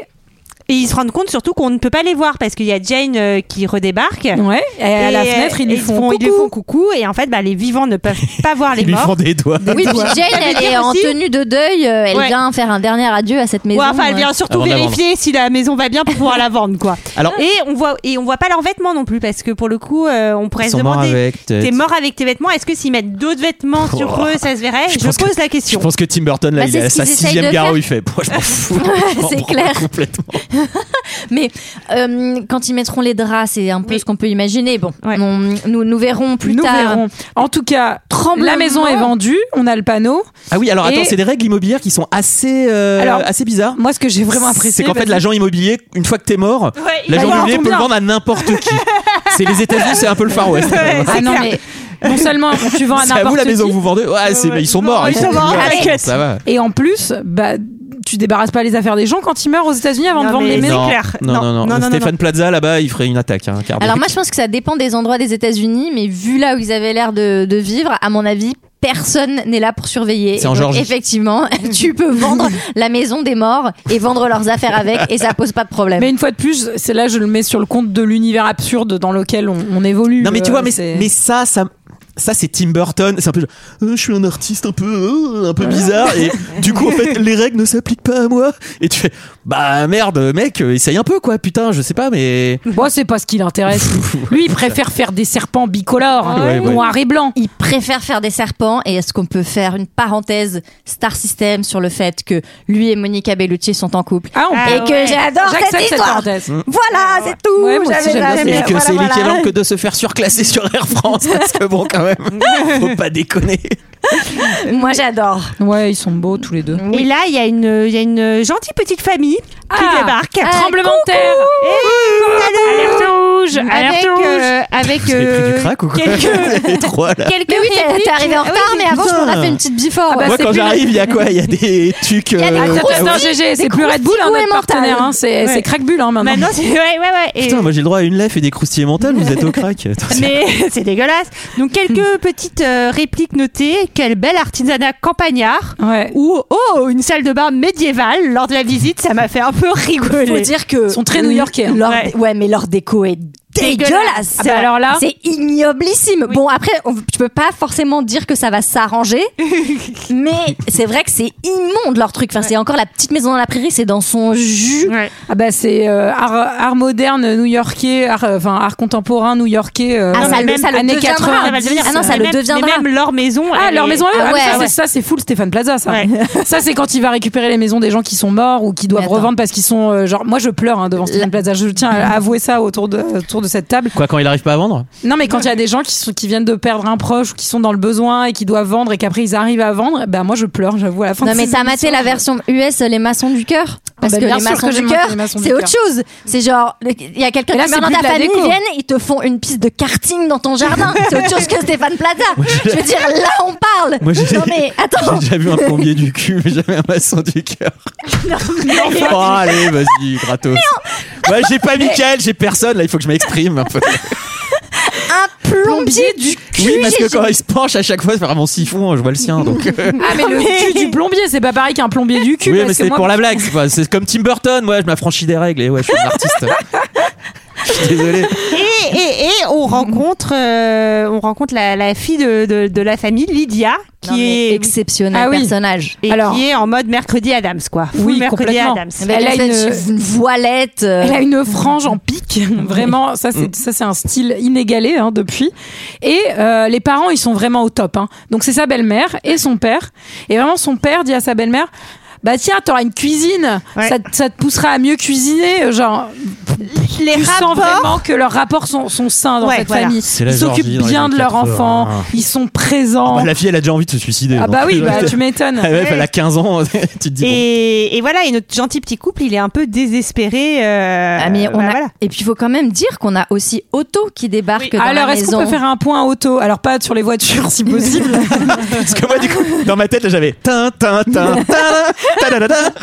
Speaker 10: Et ils se rendent compte surtout qu'on ne peut pas les voir parce qu'il y a Jane euh, qui redébarque.
Speaker 1: ouais, et à la
Speaker 10: Et, euh,
Speaker 1: fenêtre ils
Speaker 10: et
Speaker 1: lui font,
Speaker 10: ils lui
Speaker 1: coucou.
Speaker 10: font coucou. Et en fait, bah, les vivants ne peuvent pas voir les
Speaker 11: Ils lui font
Speaker 10: morts.
Speaker 11: des doigts.
Speaker 7: Oui, puis Jane,
Speaker 10: veut
Speaker 7: elle
Speaker 10: dire
Speaker 7: est en
Speaker 10: aussi-
Speaker 7: tenue de deuil. euh, Elle
Speaker 10: Ouais.
Speaker 7: vient faire un dernier adieu à cette maison.
Speaker 10: Ouais, enfin, elle vient surtout
Speaker 11: Avant de la
Speaker 10: vérifier si la maison va bien pour pouvoir la vendre, quoi.
Speaker 11: Alors-
Speaker 10: et on voit et on voit pas leurs vêtements non plus parce que pour le coup, euh, on pourrait
Speaker 11: Ils
Speaker 10: se
Speaker 11: sont morts
Speaker 10: demander.
Speaker 11: avec. peut-être.
Speaker 10: T'es mort avec tes vêtements. Est-ce que s'ils mettent d'autres vêtements sur
Speaker 11: Oh.
Speaker 10: eux, ça se verrait
Speaker 11: Je
Speaker 10: Eh, Je,
Speaker 11: pense
Speaker 10: pose la
Speaker 11: Je
Speaker 10: question.
Speaker 11: pense que Tim Burton, là,
Speaker 7: Bah,
Speaker 11: il
Speaker 7: c'est
Speaker 11: est à
Speaker 7: ce qu'ils
Speaker 11: sa
Speaker 7: essayent
Speaker 11: sixième
Speaker 7: de
Speaker 11: gare
Speaker 7: faire.
Speaker 11: où il fait. Moi, je m'en fous. Je m'en
Speaker 7: C'est
Speaker 11: branle
Speaker 7: clair.
Speaker 11: Complètement.
Speaker 7: Mais euh, quand ils mettront les draps, c'est un peu ce qu'on peut imaginer. Bon,
Speaker 10: Ouais.
Speaker 7: on- nous, nous verrons plus
Speaker 1: Nous
Speaker 7: tard.
Speaker 1: verrons. En tout cas, la
Speaker 7: Tremblement.
Speaker 1: maison est vendue, on a le panneau.
Speaker 11: Ah oui, alors
Speaker 1: Et-
Speaker 11: attends, c'est des règles immobilières qui sont assez, euh,
Speaker 1: Alors,
Speaker 11: assez bizarres.
Speaker 1: Moi, ce que j'ai vraiment apprécié,
Speaker 11: C'est qu'en fait,
Speaker 1: parce-
Speaker 11: l'agent immobilier, une fois que t'es mort, l'agent
Speaker 1: va
Speaker 11: immobilier
Speaker 1: avoir
Speaker 11: peut le
Speaker 1: combien
Speaker 11: vendre à n'importe qui. c'est les États-Unis, c'est un peu le Far West.
Speaker 1: ah non mais non seulement tu vends à
Speaker 11: C'est à vous
Speaker 1: n'importe
Speaker 11: la maison
Speaker 1: qui,
Speaker 11: que vous vendez Ouais, c'est- ils sont morts.
Speaker 10: Ils sont morts, t'inquiète.
Speaker 11: Ça va.
Speaker 1: et en plus, bah tu débarrasses pas les affaires des gens quand ils meurent aux États-Unis avant
Speaker 10: Non,
Speaker 1: de vendre
Speaker 10: mais-
Speaker 1: les
Speaker 10: Mais
Speaker 1: maisons.
Speaker 10: non.
Speaker 11: non,
Speaker 10: clair.
Speaker 11: Non, non, non.
Speaker 10: non, non,
Speaker 11: Stéphane Plaza, là-bas, il ferait une attaque. hein, car-
Speaker 7: Alors moi, je pense que ça dépend des endroits des États-Unis, mais vu là où ils avaient l'air de, de vivre, à mon avis, personne n'est là pour surveiller.
Speaker 11: C'est
Speaker 7: Et
Speaker 11: en
Speaker 7: donc,
Speaker 11: Géorgie.
Speaker 7: Effectivement, tu peux vendre la maison des morts et vendre leurs affaires avec, et ça pose pas de problème.
Speaker 1: Mais une fois de plus, c'est là je le mets sur le compte de l'univers absurde dans lequel on, on évolue.
Speaker 11: Non, mais tu
Speaker 1: Euh,
Speaker 11: vois, mais,
Speaker 1: c'est-
Speaker 11: mais ça, ça. Ça c'est Tim Burton, c'est un peu genre, Euh, je suis un artiste un peu euh, un peu bizarre et du coup en fait les règles ne s'appliquent pas à moi et tu fais bah merde mec euh, essaye un peu quoi putain je sais pas mais
Speaker 1: Moi, c'est pas ce qui l'intéresse. Lui, il préfère faire des serpents bicolores,
Speaker 11: Ouais, ouais.
Speaker 1: noirs et blancs.
Speaker 7: Il préfère faire des serpents et est-ce qu'on peut faire une parenthèse Star System sur le fait que lui et Monica Bellucci sont en couple
Speaker 1: Ah, on
Speaker 10: Ah
Speaker 7: et
Speaker 10: ouais.
Speaker 7: que j'adore
Speaker 1: J'accepte
Speaker 7: cette
Speaker 1: cette
Speaker 7: histoire.
Speaker 1: parenthèse.
Speaker 7: Voilà, c'est tout.
Speaker 1: Ouais, moi aussi, j'aime
Speaker 7: J'avais
Speaker 1: bien
Speaker 7: la-
Speaker 1: ça.
Speaker 11: et
Speaker 1: mais
Speaker 11: que
Speaker 1: voilà,
Speaker 11: c'est
Speaker 1: voilà.
Speaker 11: l'équivalent que de se faire surclasser sur Air France parce que bon quand même faut pas déconner
Speaker 7: Moi, j'adore.
Speaker 1: Ouais, ils sont beaux tous les deux.
Speaker 10: Et là, il y a une il y a une gentille petite famille
Speaker 1: Ah.
Speaker 10: qui débarque.
Speaker 1: Ah, Tremblement de terre.
Speaker 10: Alerte rouge, avec euh, avec
Speaker 11: Vous avez pris
Speaker 10: euh,
Speaker 11: du crack ou quoi
Speaker 10: quelques
Speaker 11: les trois là
Speaker 10: quelques
Speaker 7: Mais oui, t'es
Speaker 10: répliques.
Speaker 7: t'es arrivé en
Speaker 10: Ah oui,
Speaker 7: retard, mais avant,
Speaker 11: putain.
Speaker 7: on a fait une petite before.
Speaker 1: bah,
Speaker 11: moi
Speaker 1: c'est
Speaker 11: quand
Speaker 1: plus-
Speaker 11: j'arrive il y a quoi il y a des trucs
Speaker 7: y a des
Speaker 11: euh,
Speaker 1: Ah, Attends,
Speaker 7: gros
Speaker 1: attends, GG, c'est plus Red Bull, hein,
Speaker 7: gros
Speaker 1: notre
Speaker 7: mental.
Speaker 1: partenaire. hein. C'est
Speaker 10: Ouais.
Speaker 1: c'est Crack Bull, hein, maintenant.
Speaker 10: Maintenant, c'est ouais ouais ouais. Et-
Speaker 11: Putain, moi j'ai le droit à une lèvre et des croustilles mentales, vous êtes au crack. Attends, c'est-
Speaker 10: mais c'est dégueulasse. Donc quelques petites euh, répliques notées. Quel bel artisanat campagnard.
Speaker 1: Ouais.
Speaker 10: Ou oh une salle de bain médiévale. Lors de la visite, ça m'a fait un peu rigoler.
Speaker 7: dire que
Speaker 1: Ils sont très new-yorkais, hein.
Speaker 7: Leur-
Speaker 10: Ouais.
Speaker 7: ouais. mais leur déco est dégueulasse.
Speaker 10: Ah bah alors là-
Speaker 7: c'est ignoblissime. Bon après, on- tu peux pas forcément dire que ça va s'arranger, mais c'est vrai que c'est immonde leur truc. Enfin, c'est encore la petite maison dans la prairie, c'est dans son jus.
Speaker 1: Ah bah c'est euh, art, art moderne new-yorkais, art, euh, enfin art contemporain new-yorkais. euh,
Speaker 7: Ah, ça le- ça le
Speaker 1: années
Speaker 7: deviendra,
Speaker 1: 80.
Speaker 7: ça va le devenir. Ah non, ça
Speaker 1: Mais
Speaker 7: le
Speaker 1: même-
Speaker 7: deviendra.
Speaker 1: mais même
Speaker 10: leur maison.
Speaker 1: Ah
Speaker 10: elle
Speaker 1: leur
Speaker 10: est-
Speaker 1: maison. à eux.
Speaker 10: Ah
Speaker 1: Ah, mais
Speaker 10: ouais,
Speaker 1: ça,
Speaker 10: ouais.
Speaker 1: c'est- ça c'est full Stéphane Plaza. Ça, ça c'est quand il va récupérer les maisons des gens qui sont morts ou qui doivent revendre parce qu'ils sont euh, genre. Moi je pleure hein, devant Stéphane Plaza. Je tiens à avouer ça autour de autour de cette table.
Speaker 11: Quoi, quand il arrive pas à vendre
Speaker 1: Non, mais quand il y a des gens qui, sont, qui viennent de perdre un proche ou qui sont dans le besoin et qui doivent vendre et qu'après ils arrivent à vendre, ben moi je pleure, j'avoue, à la fin
Speaker 7: Non
Speaker 1: de
Speaker 7: mais
Speaker 1: ces
Speaker 7: t'as maté
Speaker 1: émissions.
Speaker 7: la version US les maçons du cœur parce
Speaker 1: bah,
Speaker 7: que
Speaker 1: bien
Speaker 7: les
Speaker 1: sûr
Speaker 7: maçons
Speaker 1: que j'ai
Speaker 7: du
Speaker 1: maté
Speaker 7: cœur
Speaker 1: les maçons du
Speaker 7: c'est autre
Speaker 1: cœur.
Speaker 7: chose c'est genre le- il y a quelqu'un
Speaker 1: Mais là,
Speaker 7: qui
Speaker 1: c'est
Speaker 7: meurt
Speaker 1: plus
Speaker 7: dans ta
Speaker 1: de la
Speaker 7: famille
Speaker 1: déco.
Speaker 7: ils viennent ils te font une piste de karting dans ton jardin c'est autre chose que Stéphane Plaza je veux dire là on parle
Speaker 11: Moi, j'ai-
Speaker 7: non mais attends
Speaker 11: J'ai déjà vu un plombier du cul, mais jamais un maçon du cœur. Oh, allez, vas-y, gratos. Ouais, j'ai pas Michael, j'ai personne, là, il faut que je m'exprime un peu.
Speaker 7: un plombier du cul
Speaker 11: Oui, parce
Speaker 7: j'ai-
Speaker 11: que quand il se penche à chaque fois par mon siphon, hein, je vois le sien, donc. euh.
Speaker 1: Ah mais le cul du plombier, c'est pas pareil qu'un plombier du cul.
Speaker 11: Oui,
Speaker 1: parce
Speaker 11: mais
Speaker 1: que
Speaker 11: c'est
Speaker 1: moi-
Speaker 11: pour la blague, c'est pas- c'est comme Tim Burton, ouais, je m'affranchis des règles, et ouais, je suis un artiste. Je suis désolé.
Speaker 13: Et, et, et on rencontre, euh, on rencontre la, la fille de, de, de la famille, Lydia, qui
Speaker 7: Non, mais
Speaker 13: est
Speaker 7: exceptionnel
Speaker 13: Ah oui.
Speaker 7: personnage
Speaker 13: Et
Speaker 7: Alors-
Speaker 13: qui est en mode mercredi Adams, quoi. Full
Speaker 1: Oui,
Speaker 13: mercredi
Speaker 1: complètement.
Speaker 13: Adams.
Speaker 1: Mais Elle a une-
Speaker 7: une voilette euh,
Speaker 1: Elle a une frange en pique, vraiment. Ça,
Speaker 13: Mm.
Speaker 1: c'est ça, c'est un style inégalé hein, depuis. Et euh, les parents, ils sont vraiment au top. hein. Donc c'est sa belle-mère et son père. Et vraiment, son père dit à sa belle-mère. Bah tiens, t'auras une cuisine, ça, te- ça te poussera à mieux cuisiner. Genre, les tu sens vraiment que leurs rapports sont, sont sains dans
Speaker 13: Ouais,
Speaker 1: cette
Speaker 13: voilà.
Speaker 1: famille.
Speaker 11: C'est la
Speaker 1: Ils
Speaker 11: Georgie
Speaker 1: s'occupent
Speaker 11: dans les
Speaker 1: bien
Speaker 11: années
Speaker 1: de leur
Speaker 11: 80.
Speaker 1: enfant, ils sont présents.
Speaker 11: Bah, la fille, elle a déjà envie de se suicider.
Speaker 1: Oh. Ah
Speaker 11: donc.
Speaker 1: bah oui, bah, tu m'étonnes.
Speaker 11: Ah ouais, bah, elle a 15 ans, tu te dis. bon.
Speaker 13: Et, et voilà, et notre gentil petit couple, il est un peu désespéré. euh,
Speaker 7: ah, mais on
Speaker 13: bah,
Speaker 7: a-
Speaker 13: voilà.
Speaker 7: et puis il faut quand même dire qu'on a aussi Otto qui débarque dans
Speaker 1: Alors,
Speaker 7: la
Speaker 1: est-ce
Speaker 7: maison
Speaker 1: qu'on peut faire un point auto Alors, pas sur les voitures, si possible.
Speaker 11: Parce que moi, du coup, dans ma tête, là, j'avais. tin, tin, tin, tin, ta, da, da, da.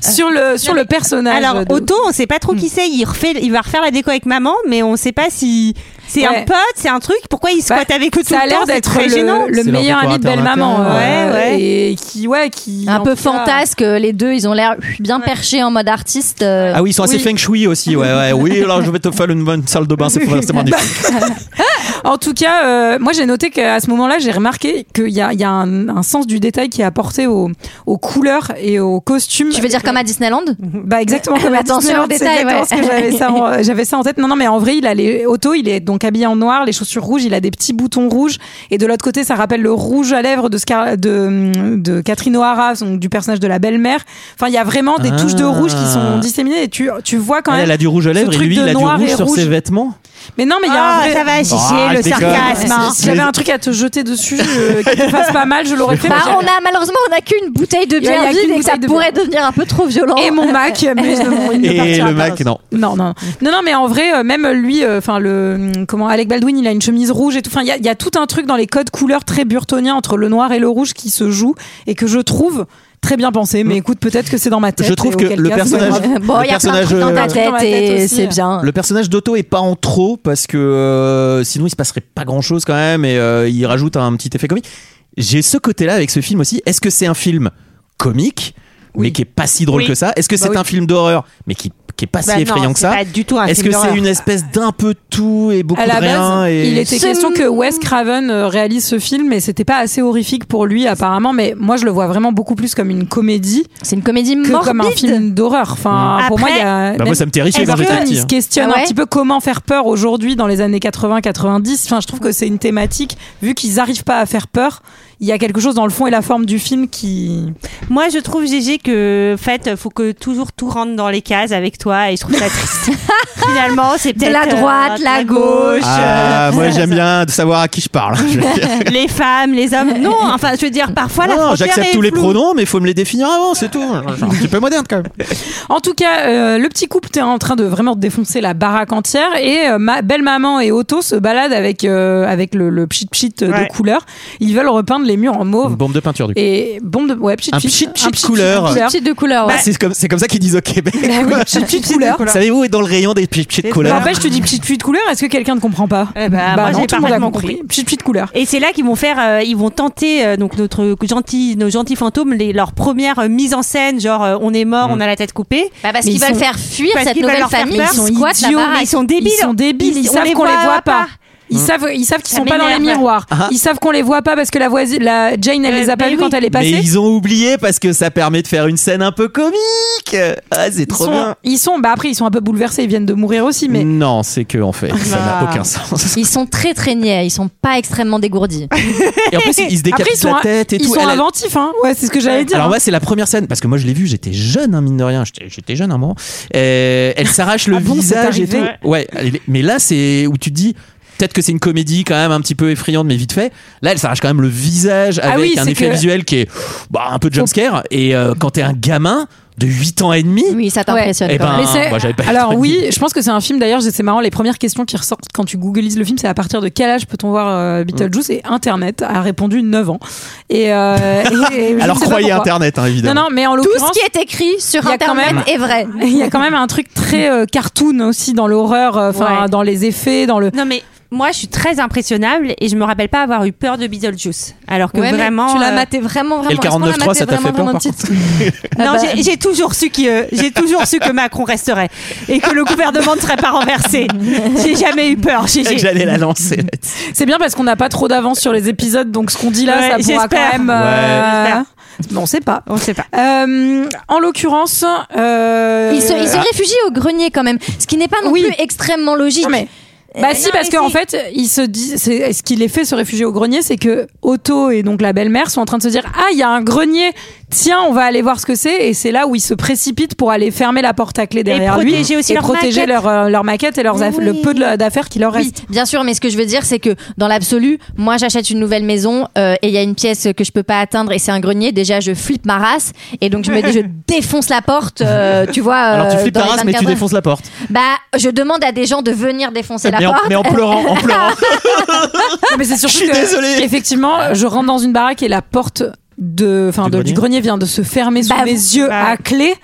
Speaker 1: sur le, sur le personnage.
Speaker 13: Alors,
Speaker 1: de-
Speaker 13: Otto, on sait pas trop qui c'est. Il, refait, il va refaire la déco avec maman, mais on sait pas si c'est
Speaker 1: Ouais.
Speaker 13: un pote, c'est un truc. Pourquoi il squatte avec eux tout
Speaker 1: ça a
Speaker 13: le temps
Speaker 1: l'air
Speaker 13: C'est
Speaker 1: d'être
Speaker 13: très gênant.
Speaker 1: le, le
Speaker 11: C'est leur
Speaker 1: meilleur ami de
Speaker 11: décorateur
Speaker 1: belle maman
Speaker 11: interne,
Speaker 13: ouais. Ouais, ouais.
Speaker 1: et qui ouais qui
Speaker 7: un
Speaker 1: en
Speaker 7: peu
Speaker 1: tout cas-
Speaker 7: fantasque euh, les deux ils ont l'air bien perchés en mode artiste euh,
Speaker 11: Ah oui, ils sont assez
Speaker 7: oui.
Speaker 11: feng shui aussi. Ouais, ouais, oui, là, je vais te faire une bonne salle de bain, c'est c'est magnifique.
Speaker 1: en tout cas euh, moi j'ai noté qu'à ce moment-là j'ai remarqué qu'il y a, il y a un, un sens du détail qui est apporté aux, aux couleurs et aux costumes
Speaker 7: Tu veux dire comme à Disneyland
Speaker 1: bah exactement comme à
Speaker 7: Attention au
Speaker 1: Disneyland, c'est
Speaker 7: détail,
Speaker 1: exactement
Speaker 7: ouais.
Speaker 1: ce que j'avais ça en- j'avais ça en tête non non mais en vrai il a les auto il est donc habillé en noir les chaussures rouges il a des petits boutons rouges et de l'autre côté ça rappelle le rouge à lèvres de Scar- de, de Catherine O'Hara donc du personnage de la belle-mère enfin il y a vraiment des
Speaker 11: Ah.
Speaker 1: touches de rouge qui sont disséminées et tu tu vois quand
Speaker 11: Elle,
Speaker 1: même
Speaker 11: elle a du rouge à
Speaker 1: ce
Speaker 11: lèvres et
Speaker 1: truc
Speaker 11: lui,
Speaker 1: de
Speaker 11: il a du
Speaker 1: noir
Speaker 11: rouge
Speaker 1: et
Speaker 11: sur ses
Speaker 1: rouge.
Speaker 11: vêtements.
Speaker 1: mais non mais il y a
Speaker 13: Ah,
Speaker 1: un vrai-
Speaker 13: ça va, chier,
Speaker 11: Ah,
Speaker 13: le
Speaker 11: je déconne.
Speaker 13: sarcasme. hein.
Speaker 1: si j'avais un truc à te jeter dessus euh, qui te fasse pas mal, je l'aurais fait.
Speaker 7: Bah,
Speaker 1: mais j'avais-
Speaker 7: on a malheureusement on a qu'une bouteille de
Speaker 1: Il y
Speaker 7: bière
Speaker 1: a qu'une
Speaker 7: vide et que ça
Speaker 1: bouteille de
Speaker 7: pourrait devenir un peu trop
Speaker 13: Bah,
Speaker 7: violent.
Speaker 1: Et mon Mac, mais je- bon, il ne
Speaker 11: Et
Speaker 1: partira
Speaker 11: le
Speaker 1: pas.
Speaker 11: Mac, non.
Speaker 1: Non, non, non, non, mais en vrai, euh, même lui, euh, enfin le comment, Alec Baldwin, il a une chemise rouge et tout. Enfin, il y, a- il y a tout un truc dans les codes couleurs très burtoniens entre le noir et le rouge qui se joue et que je trouve très bien pensé. Mais écoute, peut-être que c'est dans ma tête.
Speaker 11: Mm. Je trouve
Speaker 1: et
Speaker 11: que
Speaker 1: auquel
Speaker 11: le
Speaker 1: cas, c'est pas
Speaker 11: personnage-
Speaker 1: grave.
Speaker 7: Bon,
Speaker 11: Le
Speaker 7: il y a plein de
Speaker 11: personnage,
Speaker 7: trucs dans ta
Speaker 1: euh, dans ma
Speaker 7: tête
Speaker 1: tête
Speaker 7: et
Speaker 1: aussi.
Speaker 7: c'est bien.
Speaker 11: Le personnage d'Otto est pas en trop parce que euh, sinon il se passerait pas grand chose quand même et euh, il rajoute un petit effet comique. J'ai ce côté-là avec ce film aussi. Est-ce que c'est un film comique mais qui est pas si drôle
Speaker 13: Oui.
Speaker 11: que ça Est-ce que c'est un film d'horreur mais qui, qui est pas
Speaker 13: Bah
Speaker 11: si
Speaker 13: non,
Speaker 11: effrayant que
Speaker 13: c'est
Speaker 11: ça
Speaker 13: pas du
Speaker 10: Ah,
Speaker 13: tout un
Speaker 11: Est-ce
Speaker 13: film
Speaker 11: que c'est
Speaker 13: d'horreur.
Speaker 11: une espèce d'un peu tout et beaucoup
Speaker 1: À
Speaker 11: de
Speaker 1: la
Speaker 11: rien
Speaker 1: base,
Speaker 11: et...
Speaker 1: il était
Speaker 7: Ce-
Speaker 1: question que Wes Craven euh, réalise ce film, mais c'était pas assez horrifique pour lui apparemment. Mais moi, je le vois vraiment beaucoup plus comme une comédie
Speaker 7: C'est une comédie
Speaker 1: que
Speaker 7: morbide.
Speaker 1: comme un film d'horreur. Enfin, pour moi,
Speaker 13: Après-
Speaker 1: il y a.
Speaker 11: Bah, moi, ça me terrifie
Speaker 1: Est-ce
Speaker 11: quand j'étais
Speaker 1: que
Speaker 11: petit,
Speaker 1: il
Speaker 11: hein.
Speaker 1: se questionne
Speaker 7: Ah ouais
Speaker 1: un petit peu comment faire peur aujourd'hui dans les années 80-90. Enfin, je trouve que c'est une thématique, vu qu'ils n'arrivent pas à faire peur, il y a quelque chose dans le fond et la forme du film qui.
Speaker 13: Moi, je trouve, Gégé, que, en fait, faut que toujours tout rentre dans les cases avec toi et je trouve ça triste. Finalement, c'est
Speaker 7: De
Speaker 13: peut-être.
Speaker 7: la droite,
Speaker 13: euh,
Speaker 7: la gauche.
Speaker 11: Ah, moi j'aime bien de savoir à qui je parle. Je veux dire.
Speaker 13: euh, Les femmes, les hommes. Non, enfin, je veux dire, parfois, la
Speaker 11: non,
Speaker 13: frontière
Speaker 11: Ah, j'accepte
Speaker 13: est
Speaker 11: tous les
Speaker 13: floue.
Speaker 11: pronoms, mais il faut me les définir avant, c'est tout. Je suis Un petit peu moderne quand même.
Speaker 1: En tout cas, euh, le petit couple, t'es en train de vraiment te défoncer la baraque entière et euh, ma belle maman et Otto se baladent avec euh, avec le, le pchit pchit de
Speaker 13: Ouais.
Speaker 1: couleur. Ils veulent repeindre les murs en mauve.
Speaker 11: Une bombe de peinture, du coup.
Speaker 1: Et bombe de. Ouais, petite
Speaker 11: Un
Speaker 1: petite-
Speaker 11: pchit,
Speaker 1: un
Speaker 11: pchit
Speaker 1: pchit,
Speaker 11: couleur.
Speaker 1: pchit, pchit de couleur. ouais.
Speaker 11: Bah, c'est comme, c'est comme ça qu'ils disent au Québec.
Speaker 1: Bah oui, petite, petite couleur.
Speaker 11: Savez-vous où est dans le rayon des petites petites couleurs
Speaker 1: Après, je te dis petite petite couleur, est-ce que quelqu'un ne comprend pas
Speaker 10: bah, moi,
Speaker 1: non,
Speaker 10: j'ai
Speaker 1: tout le monde a
Speaker 10: parfaitement
Speaker 1: compris.
Speaker 10: compris.
Speaker 1: Petite petite couleur.
Speaker 10: Et c'est là qu'ils vont faire, euh, ils vont tenter euh, donc notre gentil, nos gentils fantômes, les, leur première euh, mise en scène, genre euh, on est
Speaker 11: Mm.
Speaker 10: mort, on a la tête coupée.
Speaker 7: Bah, parce
Speaker 10: Mais
Speaker 7: qu'ils
Speaker 10: ils
Speaker 7: veulent
Speaker 10: sont-
Speaker 7: faire fuir
Speaker 10: parce
Speaker 7: cette
Speaker 10: qu'ils veulent
Speaker 7: nouvelle
Speaker 10: leur faire
Speaker 7: famille,
Speaker 10: peur.
Speaker 7: ils sont idiots,
Speaker 10: mais ils sont débiles.
Speaker 1: Ils sont débiles, ils,
Speaker 10: Ils- on
Speaker 1: savent
Speaker 10: les
Speaker 1: qu'on les
Speaker 10: voit
Speaker 1: voit
Speaker 10: pas.
Speaker 1: pas. Ils
Speaker 10: Mm.
Speaker 1: savent, ils savent qu'ils
Speaker 10: Ça
Speaker 1: sont pas dans les
Speaker 10: m'énerve.
Speaker 1: miroirs.
Speaker 11: Ah.
Speaker 1: Ils savent qu'on les voit pas parce que la voisine, la Jane, elle les a pas vus quand elle est passée.
Speaker 11: Mais ils ont oublié parce que ça permet de faire une scène un peu comique. Ah, c'est
Speaker 1: Ils
Speaker 11: trop
Speaker 1: sont,
Speaker 11: bien. Mm.
Speaker 1: ils sont, bah après ils sont un peu bouleversés, ils viennent de mourir aussi, mais
Speaker 11: Non, c'est que en fait, ça n'a
Speaker 1: Bah.
Speaker 11: aucun sens.
Speaker 7: Ils sont très très niais, ils sont pas extrêmement dégourdis.
Speaker 11: Et en plus, ils se
Speaker 1: Après,
Speaker 11: décapitent
Speaker 1: ils sont,
Speaker 11: la tête et
Speaker 1: ils
Speaker 11: tout.
Speaker 1: sont
Speaker 11: Elle a-
Speaker 1: inventifs, hein. Ouais, c'est ce que j'allais dire.
Speaker 11: Alors
Speaker 1: hein.
Speaker 11: moi c'est la première scène parce que moi je l'ai vu j'étais jeune hein, mine de rien j'étais j'étais jeune à un moment Euh, elle s'arrache le
Speaker 1: Ah bon, c'est
Speaker 11: visage et tout
Speaker 1: arrivé
Speaker 11: ouais elle est- mais là c'est où tu te dis peut-être que c'est une comédie quand même un petit peu effrayante mais vite fait là elle s'arrache quand même le visage
Speaker 1: Ah
Speaker 11: avec
Speaker 1: oui,
Speaker 11: un
Speaker 1: c'est
Speaker 11: effet
Speaker 1: que-
Speaker 11: visuel qui est bah, un peu de jumpscare et euh, quand t'es un gamin de 8 ans et demi
Speaker 7: Oui, ça t'impressionne.
Speaker 11: eh
Speaker 7: quand
Speaker 11: ben,
Speaker 7: même.
Speaker 1: Mais c'est-
Speaker 11: moi, j'avais pas
Speaker 1: Alors
Speaker 11: été-
Speaker 1: oui, je pense que c'est un film d'ailleurs, c'est marrant, les premières questions qui ressortent quand tu googlises le film, c'est à partir de quel âge peut-on voir euh, Beetlejuice et Internet a répondu 9 ans. Et, euh, et- et je
Speaker 11: alors
Speaker 1: ne sais pas
Speaker 11: croyez
Speaker 1: pourquoi.
Speaker 11: internet hein,
Speaker 1: Non
Speaker 11: évidemment
Speaker 1: non, mais en
Speaker 7: Tout ce
Speaker 1: l'occurrence
Speaker 7: qui est écrit
Speaker 1: il
Speaker 7: sur
Speaker 1: y a quand
Speaker 7: internet
Speaker 1: même-
Speaker 7: est vrai.
Speaker 1: il y a quand même un truc très euh, cartoon aussi dans l'horreur, euh, enfin
Speaker 10: Ouais.
Speaker 1: dans les effets, dans le
Speaker 10: Non mais moi je suis très impressionnable et je me rappelle pas avoir eu peur de Beetlejuice. Alors que
Speaker 7: Ouais, mais
Speaker 10: vraiment,
Speaker 7: tu l'as
Speaker 10: euh,
Speaker 7: maté vraiment vraiment.
Speaker 11: et le
Speaker 7: est-ce qu'on l'a
Speaker 11: 49.3
Speaker 7: maté
Speaker 11: ça t'a
Speaker 7: vraiment,
Speaker 11: fait peur
Speaker 7: vraiment
Speaker 11: par
Speaker 7: petite
Speaker 11: contre
Speaker 10: non j'ai- j'ai toujours su que j'ai toujours su que Macron resterait et que le gouvernement ne serait pas renversé. J'ai jamais eu peur. J'ai j'ai-
Speaker 11: j'allais la lancer
Speaker 1: C'est bien parce qu'on n'a pas trop d'avance sur les épisodes, donc ce qu'on dit là,
Speaker 10: Ouais,
Speaker 1: ça pourra
Speaker 10: j'espère.
Speaker 1: quand même.
Speaker 10: Ouais.
Speaker 1: Non, on sait pas.
Speaker 10: On sait pas.
Speaker 1: Euh, en l'occurrence, euh,
Speaker 7: Il se, il se réfugie au grenier quand même, ce qui n'est pas non
Speaker 1: Oui.
Speaker 7: plus extrêmement logique.
Speaker 1: Non, mais- bah
Speaker 7: Euh,
Speaker 1: si
Speaker 7: non,
Speaker 1: parce
Speaker 7: mais
Speaker 1: qu'en
Speaker 7: si.
Speaker 1: fait il se dit c'est ce qui les fait se réfugier au grenier c'est que Otto et donc la belle-mère sont en train de se dire ah il y a un grenier tiens on va aller voir ce que c'est et c'est là où ils se précipitent pour aller fermer la porte à clé derrière lui
Speaker 10: protéger aussi
Speaker 1: et
Speaker 10: leur
Speaker 1: protéger
Speaker 10: maquette.
Speaker 1: leur euh, leur maquette et leurs aff-
Speaker 7: Oui.
Speaker 1: le peu de- d'affaires qui leur
Speaker 7: Oui,
Speaker 1: reste
Speaker 7: bien sûr, mais ce que je veux dire, c'est que dans l'absolu, moi j'achète une nouvelle maison euh, et il y a une pièce que je peux pas atteindre et c'est un grenier. Déjà, je flippe ma race et donc je me dis, je défonce la porte, euh, tu vois.
Speaker 11: alors tu
Speaker 7: euh,
Speaker 11: flippes
Speaker 7: dans
Speaker 11: ta
Speaker 7: les
Speaker 11: race mais
Speaker 7: 24
Speaker 11: tu
Speaker 7: heures.
Speaker 11: défonces la porte
Speaker 7: Bah, je demande à des gens de venir défoncer la
Speaker 11: mais en,
Speaker 7: porte.
Speaker 11: mais en pleurant en pleurant
Speaker 1: Non, mais c'est surtout
Speaker 11: Je suis
Speaker 1: que
Speaker 11: désolée.
Speaker 1: effectivement je rentre dans une baraque et la porte de enfin
Speaker 11: Du
Speaker 1: de- du
Speaker 11: grenier
Speaker 1: grenier vient de se fermer sous
Speaker 7: Bah,
Speaker 1: mes
Speaker 7: vous-
Speaker 1: yeux
Speaker 10: bah.
Speaker 1: à clé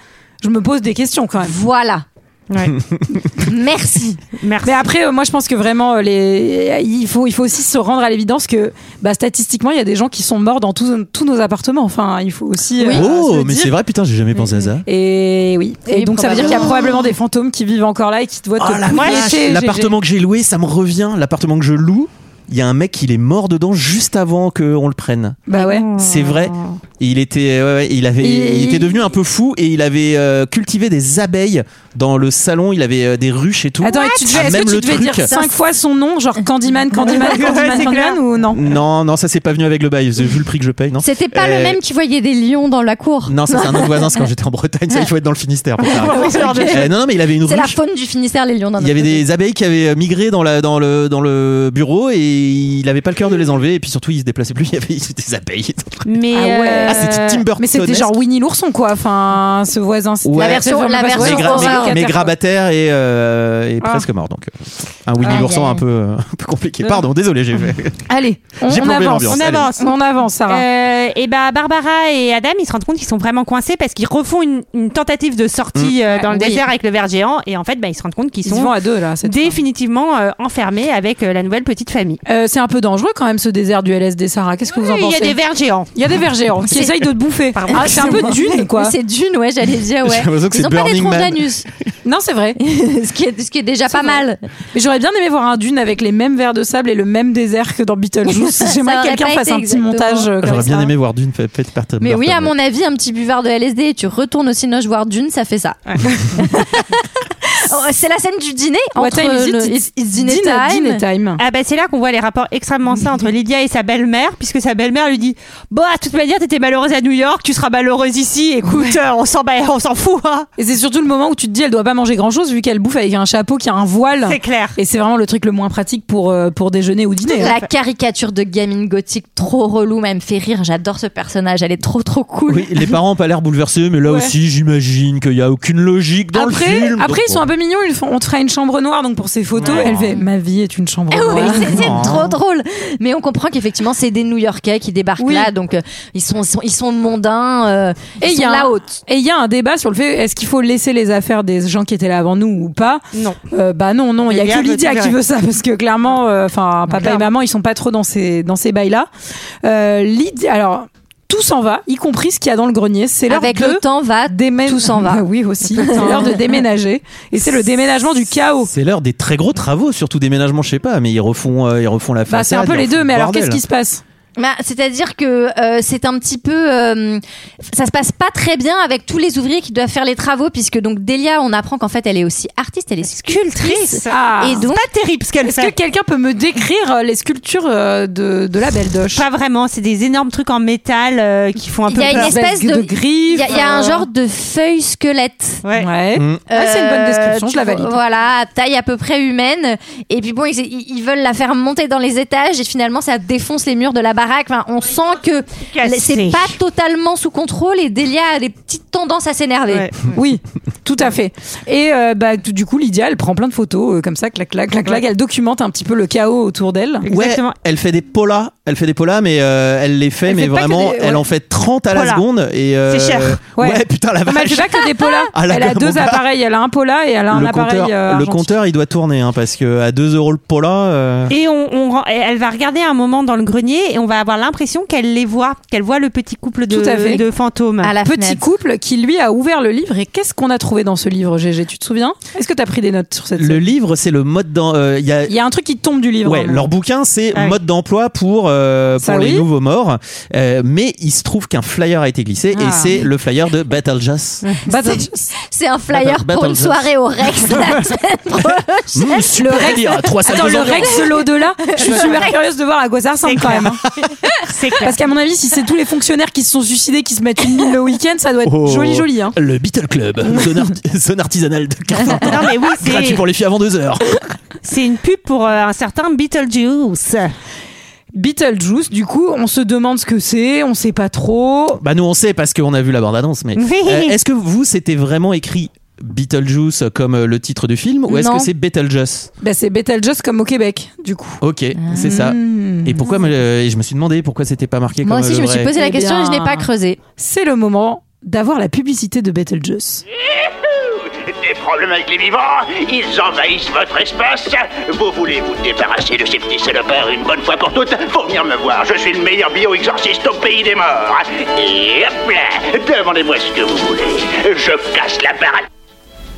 Speaker 1: je me pose des questions quand même
Speaker 7: Voilà.
Speaker 10: Ouais.
Speaker 7: Merci.
Speaker 10: Merci.
Speaker 1: Mais après, euh, moi, je pense que vraiment, euh, les... il, faut, il faut aussi se rendre à l'évidence que bah, statistiquement, il y a des gens qui sont morts dans tous- tous nos appartements. Enfin, il faut aussi. euh, se
Speaker 11: oh
Speaker 1: le
Speaker 11: mais
Speaker 1: dire.
Speaker 11: c'est vrai putain j'ai jamais pensé à ça
Speaker 1: Et oui. Et,
Speaker 7: Et
Speaker 1: donc, ça veut dire qu'il y a
Speaker 7: probablement-
Speaker 1: probablement des fantômes qui vivent encore là et qui doivent
Speaker 11: Oh
Speaker 1: te
Speaker 11: la vache,
Speaker 1: flécher,
Speaker 11: L'appartement que j'ai loué, ça me revient. L'appartement que je loue, il y a un mec, il est mort dedans juste avant qu'on le prenne.
Speaker 1: GG. Bah ouais.
Speaker 11: C'est vrai. Et il était, ouais, ouais, il avait,
Speaker 1: Et-
Speaker 11: il était devenu un peu fou et il avait euh, cultivé des abeilles dans le salon. Il avait euh, des ruches et tout.
Speaker 1: Attends, et tu devais,
Speaker 11: Ah,
Speaker 1: est-ce
Speaker 11: même
Speaker 1: que tu
Speaker 11: le
Speaker 1: devais
Speaker 11: truc.
Speaker 1: dire cinq fois son nom, genre Candyman, Candyman, Candyman,
Speaker 10: c'est
Speaker 1: Candyman
Speaker 10: clair.
Speaker 1: ou non
Speaker 11: Non, non, ça c'est pas venu avec le bail. Vous avez vu le prix que je paye, non
Speaker 7: C'était pas
Speaker 11: Euh,
Speaker 7: le même qui voyait des lions dans la cour.
Speaker 11: Non, ça c'est un autre voisin. C'est quand j'étais en Bretagne. Ça, il faut être dans le Finistère pour faire. Euh, non, non, mais il avait une
Speaker 7: C'est la
Speaker 11: ruche.
Speaker 7: faune du Finistère, les lions. dans
Speaker 11: Il y avait
Speaker 7: notre
Speaker 11: des abeilles qui avaient euh, migré dans, la, dans, le, dans le bureau et il avait pas le cœur de les enlever et puis surtout il se déplaçait plus, il y avait des abeilles.
Speaker 10: Mais
Speaker 1: Ah ouais.
Speaker 10: euh,
Speaker 11: Ah, c'était Tim Burton.
Speaker 1: Mais c'était genre Winnie l'ourson, quoi. Enfin, ce voisin. c'était-
Speaker 11: Ouais.
Speaker 7: La version-
Speaker 1: C'était
Speaker 7: la
Speaker 1: vraiment pas
Speaker 11: mais,
Speaker 7: version
Speaker 1: ce voisin.
Speaker 7: horreur.
Speaker 11: gra- mais- mais
Speaker 1: Quatre, quoi.
Speaker 11: grabataire et, euh, et
Speaker 1: Ah.
Speaker 11: presque mort donc euh, un Winnie
Speaker 7: Aïe,
Speaker 11: l'ourson
Speaker 7: aïe,
Speaker 11: un
Speaker 7: aïe.
Speaker 11: peu, euh, un peu compliqué. Pardon, désolé, j'ai fait.
Speaker 1: Allez, on,
Speaker 11: J'ai
Speaker 1: on
Speaker 11: plombé
Speaker 1: avance.
Speaker 11: l'ambiance,
Speaker 1: On
Speaker 11: allez.
Speaker 1: avance, on avance, Sarah.
Speaker 10: Euh, et bah Barbara et Adam, ils se rendent compte qu'ils sont vraiment coincés parce qu'ils refont une, une tentative de sortie euh, dans le
Speaker 7: Oui.
Speaker 10: désert avec le ver géant et en fait bah, ils se rendent compte qu'ils
Speaker 1: Mm. Ah, Ils y vont
Speaker 10: sont
Speaker 1: à deux là. cette fois.
Speaker 10: définitivement euh, enfermés avec euh, la nouvelle petite famille.
Speaker 1: Euh, c'est un peu dangereux quand même ce désert du LSD Sarah. Qu'est-ce que vous en
Speaker 10: Il y
Speaker 1: pensez
Speaker 10: a des vers géants.
Speaker 1: Il y a des vers géants qui
Speaker 7: C'est-
Speaker 1: essayent de te bouffer.
Speaker 10: Pardon.
Speaker 1: Ah, c'est un peu dune quoi.
Speaker 7: C'est dune, ouais, j'allais dire,
Speaker 11: J'ai
Speaker 7: ouais.
Speaker 11: l'impression que
Speaker 7: Ils
Speaker 11: c'est
Speaker 7: ont pas des
Speaker 11: Burning
Speaker 7: tronches
Speaker 11: Man.
Speaker 7: d'anus,
Speaker 1: Non, c'est vrai.
Speaker 7: ce, qui est, ce qui est déjà pas mal.
Speaker 1: Mais j'aurais bien aimé voir un dune avec les mêmes vers de sable et le même désert que dans Beetlejuice.
Speaker 7: Ça
Speaker 1: J'aimerais que
Speaker 7: aurait
Speaker 1: quelqu'un
Speaker 7: pas
Speaker 1: fasse
Speaker 7: été
Speaker 1: un petit
Speaker 7: exactement.
Speaker 1: montage. euh, comme
Speaker 11: J'aurais bien
Speaker 1: ça.
Speaker 11: aimé voir d'une fa- faite par Tim
Speaker 7: Mais oui,
Speaker 11: Burton,
Speaker 7: à mon avis, un petit buvard de LSD et tu retournes au Cinoche voir Dune, ça fait ça. Oh, C'est la scène du dîner
Speaker 1: What
Speaker 7: entre
Speaker 1: time is it
Speaker 7: le-
Speaker 1: It's- it's
Speaker 7: dinner time.
Speaker 1: dinner time.
Speaker 10: Ah bah c'est là qu'on voit les rapports extrêmement sains entre Lydia et sa belle-mère puisque sa belle-mère lui dit bah de toute manière t'étais malheureuse à New York tu seras malheureuse ici écoute euh, on s'en bat- on s'en fout hein.
Speaker 1: Et c'est surtout le moment où tu te dis elle doit pas manger grand chose vu qu'elle bouffe avec un chapeau qui a un voile.
Speaker 10: c'est clair
Speaker 1: Et c'est vraiment le truc le moins pratique pour euh, pour déjeuner ou dîner. hein.
Speaker 7: La caricature de gamine gothique trop relou, mais elle me fait rire. J'adore ce personnage, elle est trop trop cool.
Speaker 11: Oui, les parents ont pas l'air bouleversés, mais là
Speaker 1: Ouais.
Speaker 11: aussi, j'imagine qu'il y a aucune logique dans
Speaker 1: après,
Speaker 11: le film.
Speaker 1: après
Speaker 11: donc
Speaker 1: ils sont
Speaker 11: bon.
Speaker 1: un peu mignon, ils font, on te fera une chambre noire. Donc pour ses photos,
Speaker 7: Ouais.
Speaker 1: elle fait Ma vie est une chambre
Speaker 7: Ah oui,
Speaker 1: noire.
Speaker 7: c'est- c'est trop drôle. Mais on comprend qu'effectivement, c'est des New Yorkais qui débarquent là, donc euh, ils sont, ils sont, ils sont mondains. euh, ils
Speaker 1: Et il
Speaker 7: sont
Speaker 1: y a
Speaker 7: là
Speaker 1: un-
Speaker 7: haute.
Speaker 1: et il y a un débat sur le fait est-ce qu'il faut laisser les affaires des gens qui étaient là avant nous ou pas
Speaker 10: Non.
Speaker 1: bah non, non, il y a
Speaker 10: Lydia
Speaker 1: que
Speaker 10: veut
Speaker 1: Lydia
Speaker 10: tout
Speaker 1: qui
Speaker 10: gérer.
Speaker 1: veut ça parce que clairement, euh, enfin papa et maman ils sont pas trop dans ces dans ces bails là. Lydia, alors. Tout s'en va, y compris ce qu'il y a dans le grenier. C'est l'heure
Speaker 7: Avec
Speaker 1: de
Speaker 7: le temps va,
Speaker 1: tout s'en va. oui aussi. C'est l'heure de déménager et c'est le déménagement du chaos.
Speaker 11: C'est l'heure des très gros travaux, surtout déménagement, je sais pas, mais ils refont, euh, ils refont la façade.
Speaker 1: Bah, c'est un peu
Speaker 11: ils
Speaker 1: les
Speaker 11: refont
Speaker 1: deux,
Speaker 11: le
Speaker 1: mais alors
Speaker 11: bordel.
Speaker 1: qu'est-ce qui se passe
Speaker 7: Bah, C'est-à-dire que euh, c'est un petit peu, euh, ça se passe pas très bien avec tous les ouvriers qui doivent faire les travaux, puisque donc Delia, on apprend qu'en fait elle est aussi artiste, elle est sculptrice, et donc
Speaker 10: pas terrible ce qu'elle
Speaker 1: Ah. Est-ce que quelqu'un peut me décrire euh, les sculptures euh, de, de la Belle Doche
Speaker 10: Pas vraiment, c'est des énormes trucs en métal euh, qui font un
Speaker 7: il
Speaker 10: peu
Speaker 7: y a une
Speaker 10: peur.
Speaker 7: espèce de, il y a- il y, a un genre de feuille squelette.
Speaker 10: Ouais. Mmh.
Speaker 11: Mm.
Speaker 1: Ah, c'est une bonne description, je la
Speaker 7: Euh, tu vois,
Speaker 1: valide.
Speaker 7: Voilà, à taille à peu près humaine. Et puis bon, ils, ils- ils veulent la faire monter dans les étages et finalement ça défonce les murs de la baraque. Enfin, on sent que
Speaker 10: Cassé.
Speaker 7: c'est pas totalement sous contrôle et Delia a des petites tendances à s'énerver.
Speaker 1: Oui, tout à fait. Et euh, bah, t- du coup, Lydia, elle prend plein de photos euh, comme ça, clac, clac, clac, clac. Elle documente un petit peu le chaos autour d'elle.
Speaker 11: Ouais, elle fait des polas, elle fait des polas, mais euh, elle les fait,
Speaker 1: Elle
Speaker 11: mais
Speaker 1: fait pas que
Speaker 11: vraiment,
Speaker 1: des- ouais.
Speaker 11: elle en fait 30 à la
Speaker 1: Polas.
Speaker 11: seconde. Et euh,
Speaker 1: C'est cher.
Speaker 11: Ouais.
Speaker 1: Ouais.
Speaker 11: putain, la
Speaker 1: Non,
Speaker 11: vache.
Speaker 1: mais elle fait pas que des polas.
Speaker 11: Ah, la
Speaker 1: elle a
Speaker 11: gomme,
Speaker 1: deux
Speaker 11: mon gars.
Speaker 1: appareils. Elle a un pola et elle a un
Speaker 11: le
Speaker 1: appareil. euh,
Speaker 11: compteur, le
Speaker 1: argentique.
Speaker 11: compteur, il doit tourner, hein, parce que à 2 euros le pola. euh,
Speaker 10: Et on, on rend- et elle va regarder un moment dans le grenier et on va avoir l'impression qu'elle les voit, qu'elle voit le petit couple de,
Speaker 1: Tout à fait. Ah,
Speaker 10: de fantômes.
Speaker 1: Petit couple qui lui a ouvert le livre et qu'est-ce qu'on a trouvé dans ce livre Gégé tu te souviens Est-ce que tu as pris des notes sur cette
Speaker 11: Le livre, c'est le mode dans. euh, Il y a
Speaker 1: Il y a un truc qui tombe du livre. Bah,
Speaker 11: Ouais, leur bouquin, c'est
Speaker 1: Ah oui.
Speaker 11: mode d'emploi pour, euh,
Speaker 1: Ça,
Speaker 11: pour les
Speaker 1: oui.
Speaker 11: nouveaux morts. Euh, mais il se trouve qu'un flyer a été glissé et
Speaker 1: Ah.
Speaker 11: c'est le flyer de Battle Jazz. Mmh,
Speaker 7: C'est un flyer
Speaker 11: Battle-
Speaker 7: pour une
Speaker 11: Battle
Speaker 7: soirée au Rex la semaine prochaine.
Speaker 11: Mmh, super
Speaker 1: le Rex,
Speaker 11: délire, trois salles
Speaker 1: Attends,
Speaker 11: de
Speaker 1: le
Speaker 11: jeu.
Speaker 1: Rex de l'au-delà, je suis super curieuse de voir à quoi ça ressemble quand même. hein.
Speaker 10: C'est
Speaker 1: Parce qu'à mon avis, si c'est tous les fonctionnaires qui se sont suicidés qui se mettent une mine le week-end, ça doit être
Speaker 11: Oh,
Speaker 1: joli, joli. Hein.
Speaker 11: Le Beatle Club, zone, art- zone artisanale de Carpentras.
Speaker 10: Non, mais oui, c'est-
Speaker 11: Gratuit pour les filles avant 2 heures.
Speaker 10: C'est une pub pour euh, un certain Beetlejuice.
Speaker 1: Beetlejuice, du coup, on se demande ce que c'est, on sait pas trop.
Speaker 11: Bah nous on sait parce qu'on a vu la bande annonce mais
Speaker 1: Oui.
Speaker 11: Euh, est-ce que vous c'était vraiment écrit Beetlejuice comme euh, le titre du film ou est-ce
Speaker 1: Non.
Speaker 11: que c'est Beetlejuice
Speaker 1: Bah, c'est Beetlejuice comme au Québec, du coup. Hmm.
Speaker 11: Ok, c'est ça. Et pourquoi me- euh, et je me suis demandé pourquoi c'était pas marqué
Speaker 1: Ah. Moi
Speaker 11: comme
Speaker 1: aussi,
Speaker 11: euh,
Speaker 1: je
Speaker 11: le
Speaker 1: me suis
Speaker 11: vrai.
Speaker 7: posé la question et je n'ai pas creusé.
Speaker 1: C'est le moment d'avoir la publicité de Beetlejuice.
Speaker 2: Des problèmes avec les vivants Ils envahissent votre espace Vous voulez vous débarrasser de ces petits salopards une bonne fois pour toutes Faut venir me voir, je suis le meilleur bio-exorciste au pays des morts Et hop là Demandez-moi ce que vous voulez, je casse la baraque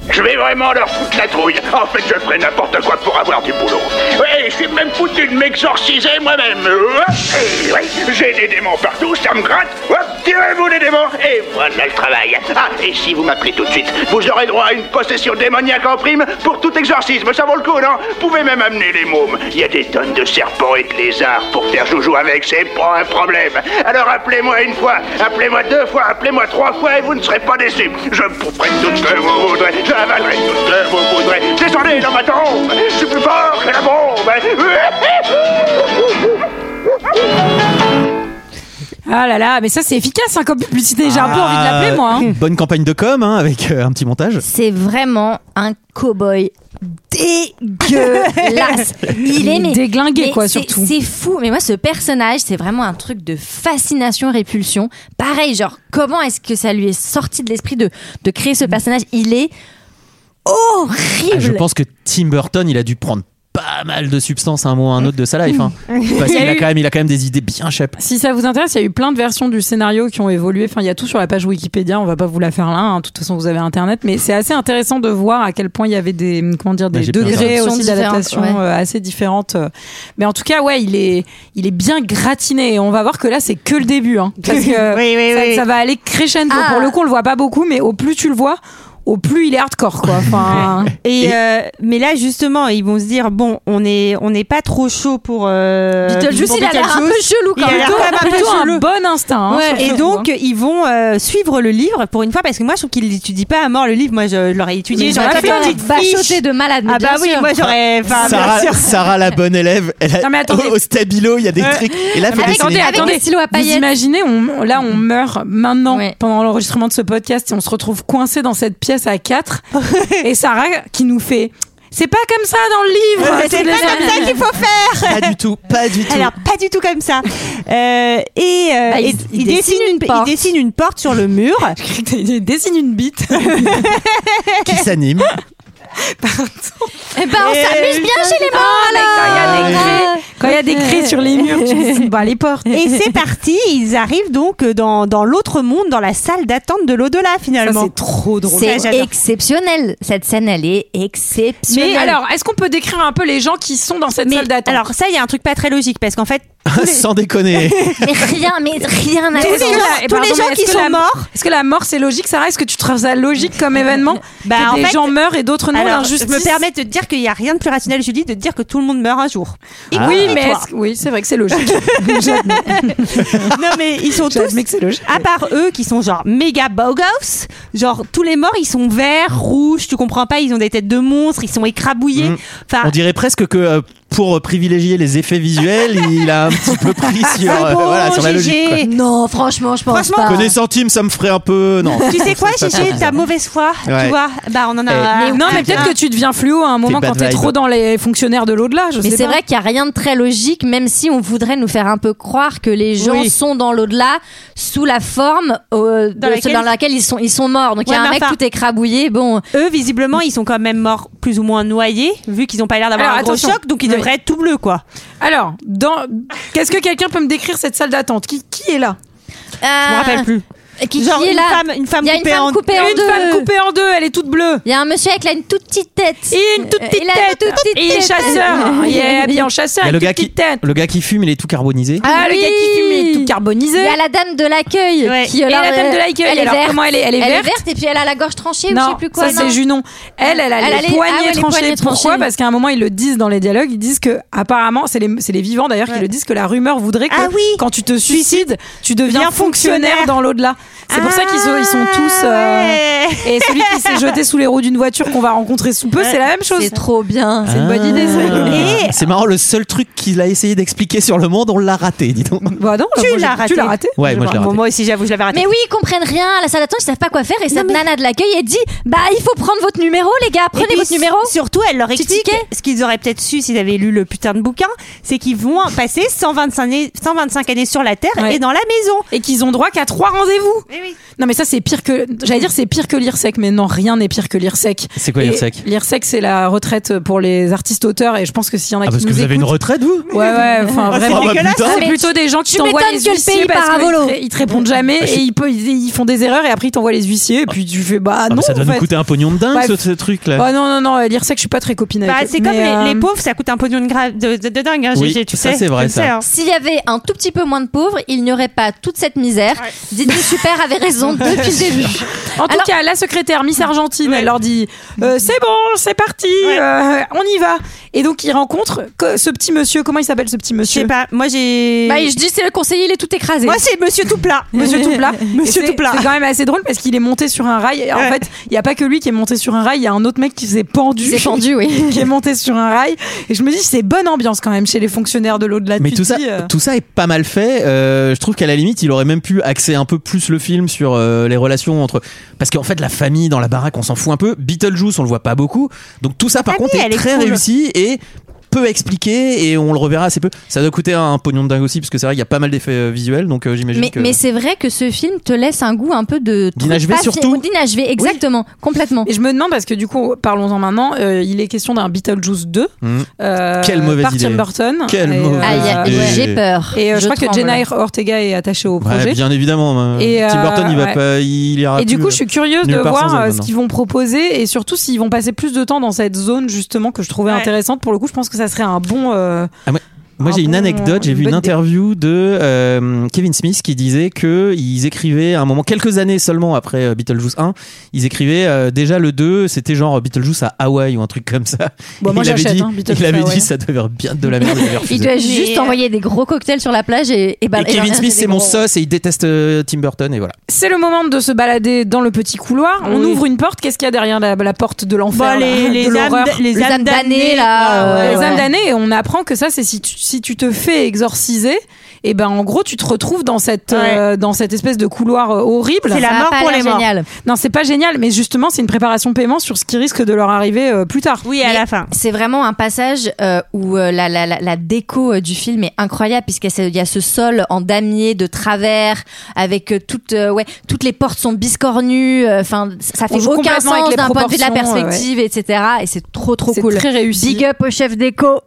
Speaker 2: je vais vraiment leur foutre la trouille. En fait, je ferai n'importe quoi pour avoir du boulot. Ouais, je suis même foutu de m'exorciser moi-même. Hop, et ouais, J'ai des démons partout, ça me gratte. Hop, Tirez-vous les démons et voilà le travail. Ah, et si vous m'appelez tout de suite, vous aurez droit à une possession démoniaque en prime pour tout exorcisme. Ça vaut le coup, non Vous pouvez même amener les mômes. Il y a des tonnes de serpents et de lézards pour faire joujou avec. C'est pas un problème. Alors appelez-moi une fois, appelez-moi deux fois, appelez-moi trois fois et vous ne serez pas déçus. Je pourrai tout ce que vous voudrez. J'avalerai tout ce que vous voudrez. Descendez dans ma tombe. Je suis plus fort que la bombe.
Speaker 1: Ah là là, mais ça c'est efficace hein, comme publicité, j'ai un peu envie de l'appeler moi. hein.
Speaker 11: Ah, Bonne campagne de com hein, avec euh, un petit montage.
Speaker 7: C'est vraiment un cow-boy dégueulasse. Il est mais-
Speaker 1: Déglingué,
Speaker 7: mais
Speaker 1: quoi,
Speaker 7: c'est-
Speaker 1: surtout.
Speaker 7: C'est fou. Mais moi, ce personnage, c'est vraiment un truc de fascination-répulsion. Pareil, genre, comment est-ce que ça lui est sorti de l'esprit de, de créer ce personnage Il est horrible.
Speaker 11: Ah, je pense que Tim Burton, il a dû prendre pas mal de substances à un moment ou à un autre de sa life. hein. Parce
Speaker 1: Il y a
Speaker 11: qu'il a
Speaker 1: eu-
Speaker 11: quand même, il a quand même des idées bien chèpes.
Speaker 1: Si ça vous intéresse, il y a eu plein de versions du scénario qui ont évolué. Enfin, il y a tout sur la page Wikipédia. On va pas vous la faire là. hein. De toute façon, vous avez Internet. Mais c'est assez intéressant de voir à quel point il y avait des hum, comment dire
Speaker 11: Bah,
Speaker 1: des
Speaker 11: j'ai plein
Speaker 1: degrés
Speaker 11: d'Internet.
Speaker 1: aussi d'adaptation
Speaker 7: Différentes, ouais.
Speaker 1: euh, assez différentes. Mais en tout cas, ouais, il est il est bien gratiné. Et on va voir que là, c'est que le début. hein. Parce que
Speaker 10: Oui, oui,
Speaker 1: ça,
Speaker 10: oui.
Speaker 1: ça va aller crescendo.
Speaker 10: Ah.
Speaker 1: Pour le coup, on le voit pas beaucoup, mais au plus tu le vois, au plus il est hardcore, quoi. Enfin,
Speaker 10: Et, euh, mais là justement, ils vont se dire bon, on est on n'est pas trop chaud pour euh,
Speaker 1: Beetlejuice,
Speaker 10: pour
Speaker 1: il a l'air un peu
Speaker 10: Beetlejuice.
Speaker 1: chelou quand
Speaker 10: Il a
Speaker 1: même.
Speaker 10: l'air
Speaker 1: Plutôt-
Speaker 10: quand même un peu
Speaker 1: plutôt un
Speaker 10: chelou.
Speaker 1: bon instinct, hein,
Speaker 10: bah, Ouais.
Speaker 1: sur
Speaker 10: Et
Speaker 1: ce
Speaker 10: donc
Speaker 1: coup, hein.
Speaker 10: ils vont euh, suivre le livre pour une fois parce que moi je trouve qu'ils l'étudient pas à mort le livre. Moi je l'aurais étudié.
Speaker 7: Mais
Speaker 10: J'aurais
Speaker 7: toi,
Speaker 10: fait
Speaker 7: t'aurais
Speaker 10: une
Speaker 1: Bah,
Speaker 10: petite
Speaker 7: bachoté
Speaker 10: fiche.
Speaker 7: de malade, mais
Speaker 10: Ah
Speaker 7: bien
Speaker 10: bah oui,
Speaker 7: sûr.
Speaker 10: moi j'aurais. enfin, bien
Speaker 11: Sarah,
Speaker 10: sûr.
Speaker 11: Sarah, la bonne élève, elle a-
Speaker 1: Ah, Non, mais attendez.
Speaker 11: au, au stabilo, il y a des
Speaker 1: Ouais.
Speaker 11: trucs. Et là,
Speaker 1: Non,
Speaker 11: faut
Speaker 1: mais attendez,
Speaker 11: dessiner.
Speaker 1: attendez.
Speaker 7: des stylos à
Speaker 1: Vous
Speaker 7: paillettes.
Speaker 1: imaginez, on, là, on meurt maintenant pendant l'enregistrement de ce podcast et on se retrouve coincé dans cette pièce pièce à quatre. et Sarah qui nous fait. C'est pas comme ça dans le livre.
Speaker 10: C'est
Speaker 1: le-
Speaker 10: pas comme ça qu'il faut faire.
Speaker 11: Pas du tout, pas du tout.
Speaker 10: Alors pas du tout comme ça. Euh, et euh,
Speaker 1: Bah, il-
Speaker 10: et-
Speaker 1: il
Speaker 10: il,
Speaker 1: dessine
Speaker 10: dessine
Speaker 1: une
Speaker 10: une,
Speaker 1: porte.
Speaker 10: il dessine une porte sur le mur.
Speaker 1: il dessine une bite.
Speaker 11: qui s'anime.
Speaker 7: Eh ben, on s'amuse bien chez les
Speaker 10: Ah,
Speaker 7: Ah. morts,
Speaker 1: Quand il y a des cris sur les murs, tu dis, bah, les portes.
Speaker 10: Et c'est parti, ils arrivent donc dans, dans l'autre monde, dans la salle d'attente de l'au-delà finalement.
Speaker 1: c'est trop
Speaker 10: Ça,
Speaker 7: C'est
Speaker 10: j'adore.
Speaker 7: exceptionnel. Cette scène, elle est exceptionnelle.
Speaker 1: Mais alors, est-ce qu'on peut décrire un peu les gens qui sont dans cette
Speaker 10: Mais
Speaker 1: salle d'attente
Speaker 10: alors ça, il y a un truc pas très logique parce qu'en fait,
Speaker 11: Sans déconner.
Speaker 7: Mais rien, mais rien à
Speaker 10: Tous les
Speaker 7: voir.
Speaker 10: gens-
Speaker 1: Eh,
Speaker 10: tous les gens
Speaker 1: mais
Speaker 10: qui
Speaker 1: est-ce que
Speaker 10: sont
Speaker 1: la-
Speaker 10: morts.
Speaker 1: Est-ce que la mort c'est logique, Sarah Est-ce que tu trouves ça logique comme événement
Speaker 10: Bah,
Speaker 1: Que
Speaker 10: en
Speaker 1: des
Speaker 10: fait-
Speaker 1: gens meurent et d'autres non
Speaker 10: alors je
Speaker 1: l'injustice
Speaker 10: me permets de te dire qu'il y a rien de plus rationnel, Julie, de te dire que tout le monde meurt un jour.
Speaker 11: Ah.
Speaker 1: Oui,
Speaker 10: Et
Speaker 1: mais
Speaker 10: toi.
Speaker 1: est-ce- oui, c'est vrai que c'est logique.
Speaker 10: non mais ils sont tous
Speaker 1: J'admets que c'est logique.
Speaker 10: à part eux qui sont genre méga bogos, genre tous les morts ils sont verts, rouges, tu comprends pas, ils ont des têtes de monstres, ils sont écrabouillés.
Speaker 11: Mm.
Speaker 10: Enfin,
Speaker 1: Ah.
Speaker 11: On dirait presque que euh, pour privilégier les effets visuels, il a un petit peu pris
Speaker 1: Ah,
Speaker 11: sur, euh,
Speaker 10: ah bon,
Speaker 11: voilà, sur la
Speaker 10: GG.
Speaker 11: logique. quoi.
Speaker 7: Non, franchement, je pense pas.
Speaker 10: Franchement,
Speaker 11: Que des centimes, ça me ferait un peu. Non.
Speaker 10: tu sais quoi,
Speaker 11: Ça, ça,
Speaker 10: Gégé,
Speaker 11: ça, ça.
Speaker 10: ta mauvaise foi,
Speaker 11: Ouais.
Speaker 10: tu vois, bah on en a.
Speaker 1: non, mais peut-être que tu deviens fluo à un moment
Speaker 11: bad
Speaker 1: quand t'es
Speaker 11: vibe.
Speaker 1: trop dans les fonctionnaires de l'au-delà. Je
Speaker 7: Mais
Speaker 1: sais
Speaker 7: c'est
Speaker 1: pas.
Speaker 7: vrai qu'il y a rien de très logique, même si on voudrait nous faire un peu croire que les gens
Speaker 10: Oui.
Speaker 7: sont dans l'au-delà sous la forme euh, de- dans,
Speaker 10: laquelle-
Speaker 7: laquelle... ils sont ils sont morts. Donc il y
Speaker 10: Ouais,
Speaker 7: a un
Speaker 10: mais
Speaker 7: mec
Speaker 10: enfin-
Speaker 7: tout écrabouillé. Bon,
Speaker 10: Eux, visiblement, ils sont quand même morts plus ou moins noyés, vu qu'ils n'ont pas l'air d'avoir
Speaker 1: Alors,
Speaker 10: un gros
Speaker 1: attention.
Speaker 10: choc, donc ils
Speaker 1: Oui.
Speaker 10: devraient être tout bleus, quoi.
Speaker 1: Alors, dans... qu'est-ce que quelqu'un peut me décrire cette salle d'attente qui, qui est là
Speaker 10: Je
Speaker 1: Ah.
Speaker 10: me rappelle plus.
Speaker 7: euh, Qui, qui
Speaker 10: Genre
Speaker 7: est
Speaker 10: une
Speaker 7: là
Speaker 10: femme, une femme
Speaker 7: Il y a une
Speaker 10: coupée
Speaker 7: femme
Speaker 10: en-
Speaker 7: coupée en
Speaker 1: Une
Speaker 7: deux.
Speaker 1: femme coupée en deux, elle est toute bleue.
Speaker 7: Il y a un monsieur avec là, une toute petite tête.
Speaker 1: Et une toute petite
Speaker 7: Il a une
Speaker 1: tête.
Speaker 7: toute petite
Speaker 1: Et il est
Speaker 7: tête.
Speaker 1: chasseur. Il est habillé en chasseur.
Speaker 11: Il y a le
Speaker 1: une
Speaker 11: gars,
Speaker 1: petite
Speaker 11: qui,
Speaker 1: tête.
Speaker 11: le gars qui fume, il est tout carbonisé.
Speaker 1: Ah, le
Speaker 7: Oui.
Speaker 1: gars qui fume, il est tout carbonisé.
Speaker 7: Il y a la dame de l'accueil.
Speaker 10: Ouais.
Speaker 7: qui,
Speaker 1: Et la
Speaker 7: alors,
Speaker 1: dame
Speaker 7: euh,
Speaker 1: de l'accueil,
Speaker 7: Elle est
Speaker 1: alors
Speaker 7: verte.
Speaker 1: comment elle est Elle est verte
Speaker 7: et puis elle a la gorge tranchée ou je
Speaker 1: Non,
Speaker 7: sais plus quoi.
Speaker 1: ça c'est
Speaker 7: non.
Speaker 1: Junon. Elle, elle a
Speaker 7: Elle
Speaker 1: les
Speaker 7: a les-
Speaker 1: poignets
Speaker 7: ah ouais, les
Speaker 1: tranchés.
Speaker 7: poignets tranchés.
Speaker 1: Pourquoi Parce qu'à un moment ils le disent dans les dialogues, ils disent que apparemment c'est les c'est les vivants d'ailleurs qui le disent que la rumeur voudrait que
Speaker 10: Ah oui.
Speaker 1: quand tu te suicides, tu deviens
Speaker 10: Deviens
Speaker 1: fonctionnaire
Speaker 10: fonctionnaire.
Speaker 1: dans l'au-delà. C'est pour ça qu'ils sont, ils sont tous.
Speaker 7: Ah
Speaker 1: euh,
Speaker 10: Ah. Ouais.
Speaker 1: Et celui qui s'est jeté sous les roues d'une voiture qu'on va rencontrer sous peu, c'est la même chose.
Speaker 7: C'est trop bien.
Speaker 1: C'est une bonne
Speaker 11: Ah.
Speaker 1: idée. ça.
Speaker 10: Et-
Speaker 11: C'est marrant, le seul truc qu'il a essayé d'expliquer sur le monde, on l'a raté, dis donc.
Speaker 1: Bah non,
Speaker 10: Ah, Tu
Speaker 1: moi, j'ai-
Speaker 10: l'as
Speaker 1: Tu
Speaker 10: raté.
Speaker 1: l'as raté.
Speaker 11: Ouais, moi je l'ai
Speaker 10: Bon,
Speaker 11: raté.
Speaker 10: moi aussi, j'avoue, je l'avais raté.
Speaker 7: Mais oui, ils comprennent rien à la salle d'attente, ils savent pas quoi faire. Et cette nana de l'accueil, elle dit Bah, il faut prendre votre numéro, les gars,
Speaker 10: Et
Speaker 7: prenez
Speaker 10: puis,
Speaker 7: votre numéro.
Speaker 10: Surtout, elle leur
Speaker 7: Petit
Speaker 10: explique
Speaker 7: ticket.
Speaker 10: ce qu'ils auraient peut-être su s'ils avaient lu le putain de bouquin, c'est qu'ils vont passer 125 années, 125 années sur la Terre
Speaker 1: Ouais.
Speaker 10: et dans la maison.
Speaker 1: Et qu'ils ont droit qu'à trois rendez-vous. Non mais ça c'est pire que j'allais dire c'est pire que l'IRSEC mais non rien n'est pire que l'IRSEC.
Speaker 11: C'est quoi
Speaker 1: Et
Speaker 11: l'IRSEC
Speaker 1: L'IRSEC c'est la retraite pour les artistes auteurs et je pense que s'il y en a
Speaker 11: Ah,
Speaker 1: qui
Speaker 11: parce que
Speaker 1: nous
Speaker 11: vous avez une
Speaker 1: écoutent-
Speaker 11: retraite, vous
Speaker 1: Ouais ouais enfin vraiment
Speaker 11: bah,
Speaker 10: dégueulasse.
Speaker 11: putain.
Speaker 1: Ah, c'est
Speaker 7: Mais
Speaker 1: plutôt des gens qui
Speaker 7: tu
Speaker 1: t'envoient
Speaker 7: m'étonnes
Speaker 1: les
Speaker 7: que le
Speaker 1: huissiers
Speaker 7: pays
Speaker 1: parce
Speaker 7: part à
Speaker 1: qu'ils
Speaker 7: volo.
Speaker 1: te, ils te répondent jamais
Speaker 11: Bah, je
Speaker 1: et
Speaker 11: suis-
Speaker 1: ils, pe- ils- ils font des erreurs et après ils t'envoient les huissiers et puis tu fais bah
Speaker 11: Ah, mais
Speaker 1: non
Speaker 11: ça doit
Speaker 1: en
Speaker 11: nous
Speaker 1: fait.
Speaker 11: coûter un pognon de dingue,
Speaker 1: Bref.
Speaker 11: ce, ce truc-là.
Speaker 1: Bah, non non non l'IRSEC je suis pas très copine avec
Speaker 10: Bah,
Speaker 1: eux.
Speaker 10: c'est comme
Speaker 1: Mais,
Speaker 10: les,
Speaker 1: euh,
Speaker 10: les pauvres, ça coûte un pognon de, grave, de, de- de dingue, hein,
Speaker 11: Oui,
Speaker 10: Gégé, tu
Speaker 11: ça,
Speaker 10: sais.
Speaker 11: c'est vrai,
Speaker 10: Tu le
Speaker 11: ça.
Speaker 10: sais, hein.
Speaker 7: S'il y avait un tout petit peu moins de pauvres, il n'y aurait pas toute cette misère. Didier Super avait raison depuis le début.
Speaker 1: En tout
Speaker 7: Alors-
Speaker 1: cas, la secrétaire Miss Argentine, elle leur dit euh, c'est bon, c'est parti, euh, on y va. Et donc ils rencontrent co- ce petit monsieur. Comment il s'appelle ce petit
Speaker 10: Je sais
Speaker 1: monsieur
Speaker 10: pas, moi j'ai.
Speaker 7: Bah, je dis, c'est le conseiller, il est tout écrasé.
Speaker 10: Moi, c'est Monsieur Touplat.
Speaker 1: Monsieur Touplat.
Speaker 10: Monsieur
Speaker 1: Et c'est-
Speaker 10: Touplat.
Speaker 1: C'est quand même assez drôle parce qu'il est monté sur un rail. Et En
Speaker 10: Ouais.
Speaker 1: fait, il n'y a pas que lui qui est monté sur un rail. Il y a un autre mec qui s'est pendu.
Speaker 7: C'est pendu, oui.
Speaker 1: qui est monté sur un rail. Et je me dis, c'est bonne ambiance quand même chez les fonctionnaires de l'au-delà.
Speaker 11: Mais
Speaker 1: Tu
Speaker 11: tout
Speaker 1: te
Speaker 11: ça,
Speaker 1: dis, euh,
Speaker 11: tout ça est pas mal fait. Euh, je trouve qu'à la limite, il aurait même pu axer un peu plus le film sur euh, les relations entre. Parce qu'en fait, la famille dans la baraque, on s'en fout un peu. Beetlejuice, on le voit pas beaucoup. Donc tout ça, par
Speaker 10: famille,
Speaker 11: contre, est
Speaker 10: elle est
Speaker 11: très
Speaker 10: cool.
Speaker 11: réussi et peu expliqué et on le reverra assez peu. Ça doit coûter un pognon de dingue aussi, parce que c'est vrai, il y a pas mal d'effets euh, visuels, donc euh, j'imagine
Speaker 7: Mais,
Speaker 11: que.
Speaker 7: mais c'est vrai que ce film te laisse un goût un peu de.
Speaker 11: Dina
Speaker 7: truc
Speaker 11: Jevay
Speaker 7: pas fi-
Speaker 11: surtout.
Speaker 7: Dina Jevay, exactement, complètement.
Speaker 1: Et je me demande parce que du coup, parlons-en maintenant. euh, il est question d'un Beetlejuice 2.
Speaker 11: Mhm.
Speaker 1: euh,
Speaker 11: Quelle mauvaise
Speaker 1: par Tim
Speaker 11: idée.
Speaker 1: Burton.
Speaker 11: Quelle
Speaker 1: Et, euh,
Speaker 11: mauvaise
Speaker 7: Ah, il y a-
Speaker 11: Ouais. idée.
Speaker 7: j'ai peur.
Speaker 1: Et euh, je, crois que
Speaker 7: tremble.
Speaker 1: Jenna Ortega est attachée au
Speaker 11: Ouais,
Speaker 1: projet.
Speaker 11: bien évidemment. hein.
Speaker 1: Et,
Speaker 11: Tim
Speaker 1: euh,
Speaker 11: Burton, il va
Speaker 1: ouais.
Speaker 11: pas, il ira
Speaker 1: Et du
Speaker 11: plus,
Speaker 1: coup,
Speaker 11: euh,
Speaker 1: je suis curieuse de
Speaker 11: nulle part sans
Speaker 1: voir
Speaker 11: elle,
Speaker 1: euh, ce
Speaker 11: maintenant.
Speaker 1: qu'ils vont proposer et surtout s'ils vont passer plus de temps dans cette zone justement que je trouvais
Speaker 10: Ouais.
Speaker 1: intéressante. Pour le coup, je pense que ça serait un bon. euh,
Speaker 11: Moi,
Speaker 1: Ah
Speaker 11: j'ai une
Speaker 1: bon,
Speaker 11: anecdote. J'ai
Speaker 1: une
Speaker 11: vu une
Speaker 1: bonne idée.
Speaker 11: interview de euh, Kevin Smith qui disait que ils écrivaient à un moment, quelques années seulement après euh, Beetlejuice 1, ils écrivaient euh, déjà le 2, c'était genre euh, Beetlejuice à Hawaï ou un truc comme ça.
Speaker 1: Bon,
Speaker 11: Et
Speaker 1: moi,
Speaker 11: il avait
Speaker 1: j'achète,
Speaker 11: dit,
Speaker 1: hein, Beetlejuice
Speaker 11: il avait
Speaker 1: à Hawaï.
Speaker 11: dit ça devait être bien de la merde. il avait refusé.
Speaker 7: Il doit juste
Speaker 10: Mais, euh,
Speaker 7: envoyer des gros cocktails sur la plage et bah, et, bal-
Speaker 11: Et
Speaker 7: et
Speaker 11: Kevin
Speaker 7: balancer
Speaker 11: Smith,
Speaker 7: des
Speaker 11: c'est mon
Speaker 7: gros-
Speaker 11: sauce et il déteste euh, Tim Burton et voilà.
Speaker 1: C'est le moment de se balader dans le petit couloir. On
Speaker 7: Oui.
Speaker 1: ouvre une porte. Qu'est-ce qu'il y a derrière la, la porte de l'enfer là,
Speaker 10: Bon, Bah, les, les,
Speaker 1: de
Speaker 10: âmes,
Speaker 1: l'horreur
Speaker 10: les
Speaker 7: Les âmes damnées,
Speaker 10: damnées,
Speaker 7: là,
Speaker 10: ouais,
Speaker 7: euh,
Speaker 1: Les
Speaker 10: ouais.
Speaker 1: âmes damnées, et on apprend que ça, c'est si tu- si tu te fais exorciser, et ben en gros tu te retrouves dans cette euh, dans cette espèce de couloir euh, horrible.
Speaker 10: C'est la Ça a mort pas pour l'air les morts. génial.
Speaker 1: Non, c'est pas génial, mais justement c'est une préparation paiement sur ce qui risque de leur arriver euh, plus tard.
Speaker 10: Oui, à la fin.
Speaker 7: C'est vraiment un passage euh, où euh, la, la- la- la déco euh, du film est incroyable puisqu'il y a ce- il y a ce sol en damier de travers avec euh, toutes euh, ouais toutes les portes sont biscornues. euh, Enfin, ça
Speaker 1: On
Speaker 7: fait
Speaker 1: joue
Speaker 7: aucun
Speaker 1: complètement avec
Speaker 7: sens
Speaker 1: les
Speaker 7: d'un point de vue de la
Speaker 1: proportions, euh,
Speaker 7: perspective, etc. Et c'est trop trop
Speaker 1: C'est
Speaker 7: cool.
Speaker 1: très réussi.
Speaker 7: Big up au chef déco.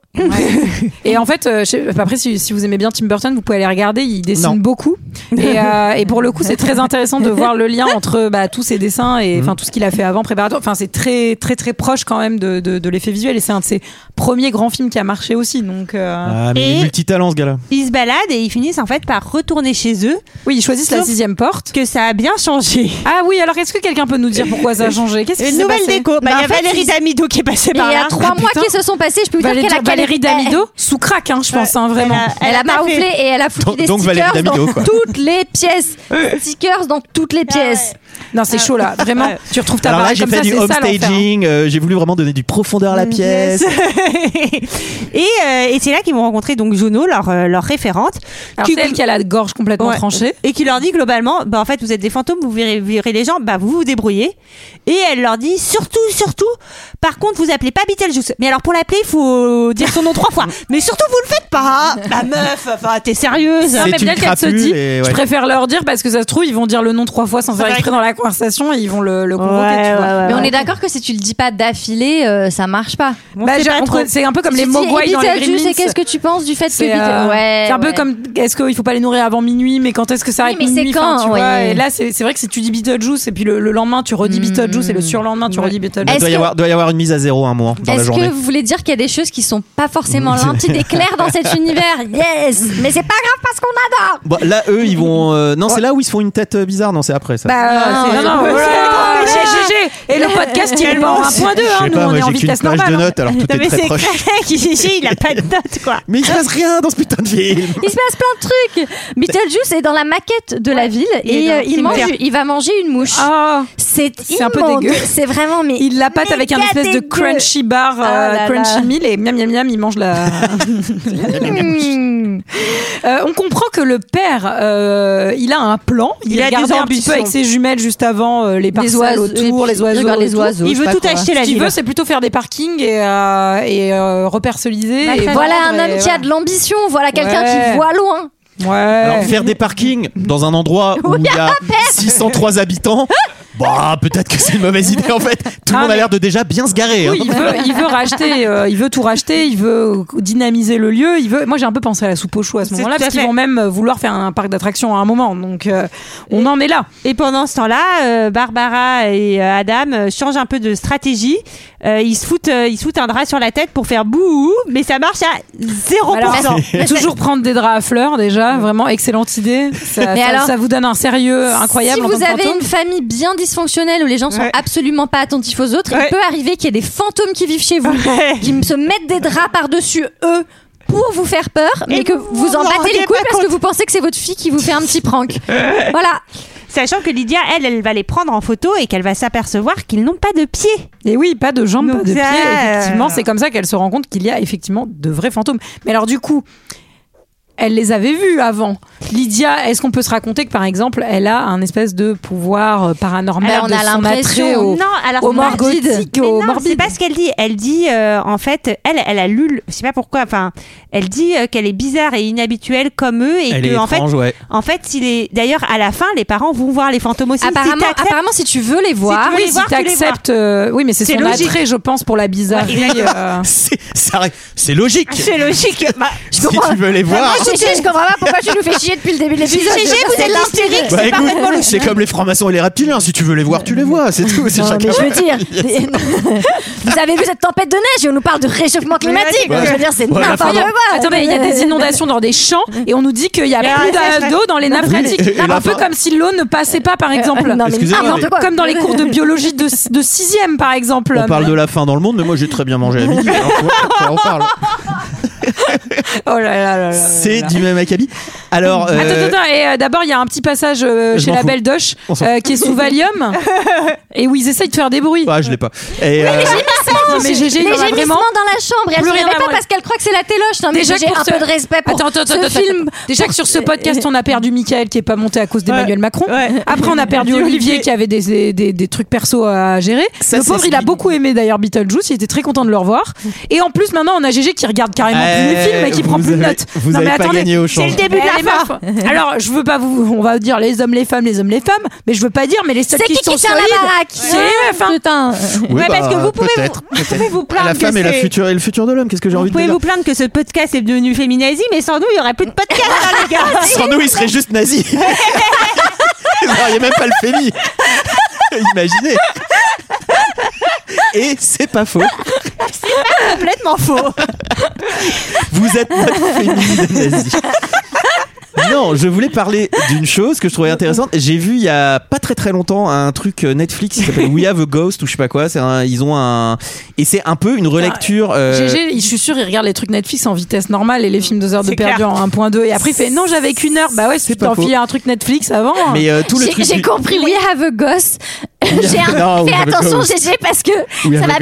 Speaker 1: Et en fait, euh, je sais- après, si, si vous aimez bien Tim Burton, vous pouvez aller regarder, il dessine
Speaker 7: Non.
Speaker 1: beaucoup. Et, euh, et pour le coup, c'est très intéressant de voir le lien entre bah, tous ses dessins et
Speaker 7: Mm.
Speaker 1: enfin tout ce qu'il a fait avant préparatoire. Enfin, c'est très, très, très proche quand même de, de- de l'effet visuel. Et c'est un de ses premiers grands films qui a marché aussi. Donc, euh,
Speaker 11: Ah, mais il est multitalent ce gars-là.
Speaker 10: Ils se baladent et ils finissent en fait par retourner chez eux.
Speaker 1: Oui, ils choisissent la sixième porte.
Speaker 10: Que ça a bien changé.
Speaker 1: Ah oui, alors est-ce que quelqu'un peut nous dire pourquoi ça a changé Qu'est-ce qui
Speaker 10: Une
Speaker 1: s'est
Speaker 10: nouvelle
Speaker 1: passé
Speaker 10: déco. Bah, il y a Valérie Damido qui est passée
Speaker 1: Et
Speaker 10: par
Speaker 1: il y a
Speaker 10: là. Ah,
Speaker 1: trois mois
Speaker 10: putain.
Speaker 1: qui se
Speaker 7: sont passés, je peux vous dire
Speaker 1: Valérie,
Speaker 7: qu'elle a calé-
Speaker 1: Valérie Damido sous crack, hein, je pense, hein, vraiment.
Speaker 7: Elle, a pas ronflé et elle a foutu
Speaker 1: Donc-
Speaker 7: des
Speaker 1: donc Valérie
Speaker 7: stickers
Speaker 1: Damido,
Speaker 7: dans
Speaker 1: quoi.
Speaker 7: toutes les pièces. stickers dans toutes les pièces.
Speaker 1: Non, c'est chaud là, vraiment. Tu retrouves ta
Speaker 11: Alors là,
Speaker 1: baraque
Speaker 11: j'ai
Speaker 1: comme
Speaker 11: fait
Speaker 1: ça,
Speaker 11: du
Speaker 1: c'est
Speaker 11: home
Speaker 1: ça l'enfer, Mmh, hein.
Speaker 11: staging, euh, j'ai voulu vraiment donner du profondeur à la pièce.
Speaker 10: et euh, et c'est là qu'ils vont rencontrer donc Juno, leur, euh, leur référente.
Speaker 1: Alors, c'est elle qui a la gorge complètement tranchée.
Speaker 10: Et qui leur dit globalement, bah, en fait, vous êtes des fantômes, vous virez, virez les gens, bah, vous vous débrouillez. Et elle leur dit, surtout, surtout, par contre, vous appelez pas Beetlejuice. Mais alors, pour l'appeler, il faut dire son nom trois fois. Mais surtout, vous le faites pas, hein. la meuf, enfin, t'es sérieuse.
Speaker 1: Non, mais peut-être qu'elle se dit,
Speaker 10: et
Speaker 1: je
Speaker 10: ouais.
Speaker 1: préfère leur dire parce que ça se trouve, ils vont dire le nom trois fois sans faire exprès dans la conversation et ils vont le, le convoquer.
Speaker 10: Ouais,
Speaker 1: tu vois.
Speaker 10: ouais, ouais,
Speaker 7: Mais on est d'accord que si tu le dis pas d'affilée, euh, ça marche pas.
Speaker 1: Bah, sait je- pas on trop. peut- c'est un peu comme les mogwais dans les Gremlins.
Speaker 7: Et qu'est-ce que tu penses du fait que
Speaker 1: C'est euh,
Speaker 7: Beetlejuice- Ouais,
Speaker 1: c'est un peu
Speaker 7: ouais.
Speaker 1: comme est-ce qu'il faut pas les nourrir avant minuit mais quand est-ce que ça
Speaker 7: Oui,
Speaker 1: arrive
Speaker 7: mais c'est
Speaker 1: minuit
Speaker 7: quand,
Speaker 1: enfin, tu vois,
Speaker 7: ouais.
Speaker 1: et là c'est c'est vrai que si tu dis Beetlejuice et puis le, le lendemain tu redis Beetlejuice et le surlendemain tu redis
Speaker 11: Il
Speaker 1: Beetlejuice
Speaker 11: doit, y avoir, doit y avoir une mise à zéro à un moment dans la
Speaker 7: Est-ce que
Speaker 11: journée.
Speaker 7: vous voulez dire qu'il y a des choses qui sont pas forcément limpides et claires dans cet univers Yes Mais c'est pas grave parce qu'on adore
Speaker 11: Bon, Bah, là, eux, ils vont. euh, Non, c'est là où ils se font une tête euh, bizarre. Non, c'est après ça.
Speaker 1: Bah,
Speaker 7: Non,
Speaker 1: c'est-
Speaker 7: c'est-
Speaker 1: non, non,
Speaker 7: c'est-
Speaker 1: voilà,
Speaker 7: c'est-
Speaker 1: voilà.
Speaker 7: GG.
Speaker 1: Et le podcast, il est mort à 1.2.
Speaker 11: Je
Speaker 1: Hein,
Speaker 11: sais
Speaker 1: nous,
Speaker 11: pas,
Speaker 1: on
Speaker 11: moi,
Speaker 1: est en
Speaker 11: j'ai qu'une
Speaker 1: vitesse
Speaker 11: page
Speaker 1: normale.
Speaker 11: de notes, alors tout
Speaker 10: Non,
Speaker 11: est
Speaker 10: mais
Speaker 11: très
Speaker 10: c'est
Speaker 11: proche.
Speaker 10: clair qu'il GG, il a pas de notes, quoi.
Speaker 11: Mais il se passe rien dans ce putain de film.
Speaker 7: Il se passe plein de trucs. Beetlejuice est dans la maquette de la ville
Speaker 1: il est
Speaker 7: et
Speaker 1: dans
Speaker 7: euh,
Speaker 1: le
Speaker 7: il, mange,
Speaker 1: cimetière.
Speaker 7: il va manger une mouche. c'est
Speaker 1: c'est un peu
Speaker 7: immonde.
Speaker 1: dégueu.
Speaker 7: C'est vraiment mais
Speaker 1: Oh. Il la pâte avec un
Speaker 7: méga
Speaker 1: espèce de
Speaker 7: dégueu.
Speaker 1: crunchy bar, euh,
Speaker 7: Ah là
Speaker 1: crunchy
Speaker 7: là.
Speaker 1: meal et miam miam miam, il mange la. la- la- la mouche.
Speaker 10: Hmm.
Speaker 1: Euh, on comprend que le père, euh, il a un plan. Il,
Speaker 10: Il a
Speaker 1: regardait
Speaker 10: des
Speaker 1: un petit peu
Speaker 10: ambitions.
Speaker 1: avec ses jumelles juste avant euh, les parcelles
Speaker 7: oiseaux,
Speaker 1: autour,
Speaker 7: et puis
Speaker 1: les oiseaux.
Speaker 7: il regarde
Speaker 1: et
Speaker 7: les oiseaux,
Speaker 1: tout.
Speaker 7: je sais pas quoi.
Speaker 1: Ce qu'il
Speaker 7: ville.
Speaker 1: veut, c'est plutôt faire des parkings et, euh, et euh, repersonnaliser
Speaker 10: Bah,
Speaker 1: et
Speaker 7: Voilà
Speaker 1: vendre
Speaker 7: un
Speaker 1: et
Speaker 7: homme qui a de l'ambition. Voilà quelqu'un
Speaker 1: Ouais.
Speaker 7: qui voit loin.
Speaker 1: Ouais.
Speaker 11: Alors, faire des parkings dans un endroit où il y a 603 habitants, bah, peut-être que c'est une mauvaise idée en fait. Tout le monde a l'air de déjà bien se garer.
Speaker 1: Oui,
Speaker 11: hein.
Speaker 1: il veut, il veut racheter, euh, il veut tout racheter, il veut dynamiser le lieu. Il veut. Moi, j'ai un peu pensé à la soupe au chou à ce
Speaker 10: C'est
Speaker 1: moment-là,
Speaker 10: tout à
Speaker 1: parce qu'ils
Speaker 10: fait.
Speaker 1: vont même euh, vouloir faire un parc d'attractions à un moment. Donc, euh, on en est là.
Speaker 10: Et pendant ce temps-là, euh, Barbara et euh, Adam euh, changent un peu de stratégie. Euh, ils se foutent, euh, ils se foutent un drap sur la tête pour faire bouhou, mais ça marche à 0%.
Speaker 1: Alors, toujours prendre des draps à fleurs, déjà, vraiment excellente idée. Ça,
Speaker 7: Mais
Speaker 1: ça-
Speaker 7: alors,
Speaker 1: ça vous donne un sérieux euh, incroyable.
Speaker 7: Si
Speaker 1: en tant
Speaker 7: vous
Speaker 1: que
Speaker 7: avez
Speaker 1: fantôme.
Speaker 7: une famille bien dysfonctionnelle où les gens sont
Speaker 1: Ouais.
Speaker 7: absolument pas attentifs aux autres, il peut arriver qu'il y ait des fantômes qui vivent chez vous, qui m- se mettent des draps par-dessus eux pour vous faire peur, mais que vous, en
Speaker 10: vous en
Speaker 7: battez les
Speaker 10: rendez
Speaker 7: couilles
Speaker 10: pas
Speaker 7: parce que vous pensez que c'est votre fille qui vous fait un petit prank. voilà.
Speaker 10: Sachant que Lydia, elle, elle va les prendre en photo et qu'elle va s'apercevoir qu'ils n'ont pas de pieds.
Speaker 1: Et oui, pas de jambes, pas
Speaker 10: Donc
Speaker 1: de
Speaker 10: ça,
Speaker 1: pieds.
Speaker 10: euh,
Speaker 1: Effectivement, c'est comme ça qu'elle se rend compte qu'il y a effectivement de vrais fantômes. Mais alors, du coup. Elle les avait vus avant. Lydia, est-ce qu'on peut se raconter que par exemple, elle a un espèce de pouvoir euh, paranormal
Speaker 7: Alors, on
Speaker 1: de
Speaker 7: a
Speaker 1: son
Speaker 7: l'impression-
Speaker 1: attrait au,
Speaker 10: non, alors
Speaker 1: au
Speaker 10: c'est pas-
Speaker 1: morgotique,
Speaker 10: Mais
Speaker 1: au
Speaker 10: non,
Speaker 1: morbide.
Speaker 10: C'est pas ce qu'elle dit. Elle dit euh, en fait, elle, elle a lu, le- je sais pas pourquoi. Enfin, elle dit euh, qu'elle est bizarre et inhabituelle comme eux et
Speaker 11: Elle
Speaker 10: que
Speaker 11: est
Speaker 10: en
Speaker 11: étrange,
Speaker 10: fait,
Speaker 11: ouais.
Speaker 10: en fait, il est. D'ailleurs, à la fin, les parents vont voir les fantômes aussi.
Speaker 7: Apparemment-
Speaker 10: si
Speaker 7: apparemment, si tu veux les voir,
Speaker 1: oui, si t'acceptes, euh, oui, mais c'est
Speaker 10: C'est
Speaker 1: son
Speaker 10: logique.
Speaker 1: attrait, je pense, pour la bizarrerie. euh.
Speaker 11: C'est- ça ré- C'est logique.
Speaker 10: C'est logique. Bah,
Speaker 11: Si tu veux les voir. bah,
Speaker 7: Moi, je, je comprends pas pourquoi tu nous fais chier depuis le début de l'épisode.
Speaker 10: Gégé, vous
Speaker 7: C'est
Speaker 10: êtes
Speaker 7: l'intérêt.
Speaker 10: hystérique,
Speaker 11: Bah,
Speaker 10: c'est
Speaker 11: écoute,
Speaker 10: parfaitement logique.
Speaker 11: c'est comme les francs-maçons et les reptiliens. Si tu veux les voir, tu les vois. C'est tout. C'est
Speaker 7: Non,
Speaker 11: chacun.
Speaker 7: mais je veux dire, vous avez vu cette tempête de neige et on nous parle de réchauffement climatique.
Speaker 11: Ouais.
Speaker 7: Je veux dire, c'est
Speaker 11: Ouais, la
Speaker 7: n'importe
Speaker 11: fin-
Speaker 7: quoi.
Speaker 1: Attends, mais il y a des inondations dans des champs et on nous dit qu'il y a
Speaker 7: Mais
Speaker 1: plus
Speaker 7: alors, ça,
Speaker 1: d'a-
Speaker 7: je-
Speaker 1: d'eau dans les nappes
Speaker 7: Oui,
Speaker 1: phréatiques.
Speaker 11: et la
Speaker 1: Un peu
Speaker 11: fin-
Speaker 1: comme si l'eau ne passait pas, par exemple.
Speaker 7: Euh, non, mais
Speaker 11: Excusez-moi, n'importe mais- quoi.
Speaker 1: Comme dans les cours de biologie de 6ème, par exemple.
Speaker 11: On parle de la faim dans le monde, mais moi j'ai très bien mangé à midi. alors, tu vois, on parle.
Speaker 1: Oh là là là là.
Speaker 11: C'est du même acabit. Alors, euh,
Speaker 1: Attends, attends, attends, et euh, d'abord il y a un petit passage euh,
Speaker 11: Je
Speaker 1: chez
Speaker 11: m'en
Speaker 1: la
Speaker 11: fous.
Speaker 1: Belle Doche
Speaker 11: On s'en
Speaker 1: euh,
Speaker 11: fout.
Speaker 1: qui est sous Valium et où ils essayent de faire des bruits.
Speaker 11: ah, je l'ai pas. Et, euh,
Speaker 1: Non, mais Gégé, il
Speaker 7: les
Speaker 1: en a
Speaker 7: gémissements
Speaker 1: vraiment
Speaker 7: dans la chambre, et elle
Speaker 1: plus rien
Speaker 7: se réveille
Speaker 1: à
Speaker 7: pas
Speaker 1: voir.
Speaker 7: parce qu'elle croit que c'est la téloche. Non, mais
Speaker 1: Déjà
Speaker 7: j'ai
Speaker 1: que pour
Speaker 7: un
Speaker 1: ce-
Speaker 7: peu de respect pour
Speaker 1: attends, attends,
Speaker 7: ce
Speaker 1: attends, attends,
Speaker 7: film.
Speaker 1: attends. Déjà que sur ce podcast, on a perdu Michael qui est pas monté à cause d'Emmanuel Macron. Après, on a perdu
Speaker 13: Olivier.
Speaker 1: Olivier qui avait des, des, des- des trucs perso à gérer.
Speaker 11: Ça,
Speaker 1: le
Speaker 11: c'est
Speaker 1: pauvre,
Speaker 11: ce
Speaker 1: il a
Speaker 11: qui-
Speaker 1: beaucoup aimé d'ailleurs Beetlejuice. Il était très content de le revoir. Et en plus, maintenant, on a GG qui regarde carrément
Speaker 11: Eh,
Speaker 1: tous les films et qui
Speaker 11: vous
Speaker 1: prend plus de
Speaker 11: avez-
Speaker 1: notes.
Speaker 11: vous avez
Speaker 1: mais
Speaker 11: pas gagné au change.
Speaker 1: c'est le début de la fin. Alors, je veux pas vous. On va dire les hommes, les femmes, les hommes, les femmes. Mais je veux pas dire, mais les seuls
Speaker 7: C'est
Speaker 1: qui,
Speaker 7: qui
Speaker 1: sont
Speaker 7: qui tient la
Speaker 1: solides,
Speaker 7: baraque
Speaker 1: c'est les meufs, hein.
Speaker 7: Putain.
Speaker 11: oui,
Speaker 13: Ouais, parce
Speaker 11: bah,
Speaker 13: que vous pouvez vous-
Speaker 11: peut-être,
Speaker 13: vous pouvez
Speaker 11: peut-être.
Speaker 13: vous plaindre
Speaker 11: La
Speaker 13: que
Speaker 11: femme et, la
Speaker 13: c'est-
Speaker 11: future, et le futur de l'homme, qu'est-ce que j'ai
Speaker 13: Vous
Speaker 11: envie de
Speaker 13: pouvez
Speaker 11: dire
Speaker 13: vous plaindre que ce podcast est devenu féminazi, mais sans nous, il n'y aurait plus de podcast, hein, les gars.
Speaker 11: Sans nous,
Speaker 13: Eh
Speaker 11: il serait juste nazi. Vous n'auriez même pas le fémi. Imaginez. Et c'est pas faux.
Speaker 13: Complètement faux.
Speaker 11: Vous êtes notre féministe nazi. Non, je voulais parler d'une chose que je trouvais intéressante. J'ai vu il y a pas très très longtemps un truc euh, Netflix qui s'appelle We Have a Ghost ou je sais pas quoi. C'est un- ils ont un et c'est un peu une
Speaker 7: Ah,
Speaker 11: relecture. euh,
Speaker 1: GG, il- je suis sûr, il regarde les trucs Netflix en vitesse normale et les films 2 heures de
Speaker 13: C'est
Speaker 1: perdu
Speaker 13: clair.
Speaker 1: en 1.2. Et après, il fait non, j'avais qu'une heure. Bah ouais, si
Speaker 11: C'est
Speaker 1: tu
Speaker 11: pas faux.
Speaker 1: t'enfilais un truc Netflix avant.
Speaker 11: Mais euh, tout le
Speaker 7: J'ai-
Speaker 11: truc.
Speaker 7: J'ai
Speaker 11: du-
Speaker 7: compris, we have a gosse. J'ai un-
Speaker 11: Non, we
Speaker 7: Fais
Speaker 11: have a
Speaker 7: attention,
Speaker 11: ghost.
Speaker 7: GG, parce que
Speaker 11: We
Speaker 7: ça
Speaker 11: have
Speaker 7: va
Speaker 11: a gosse.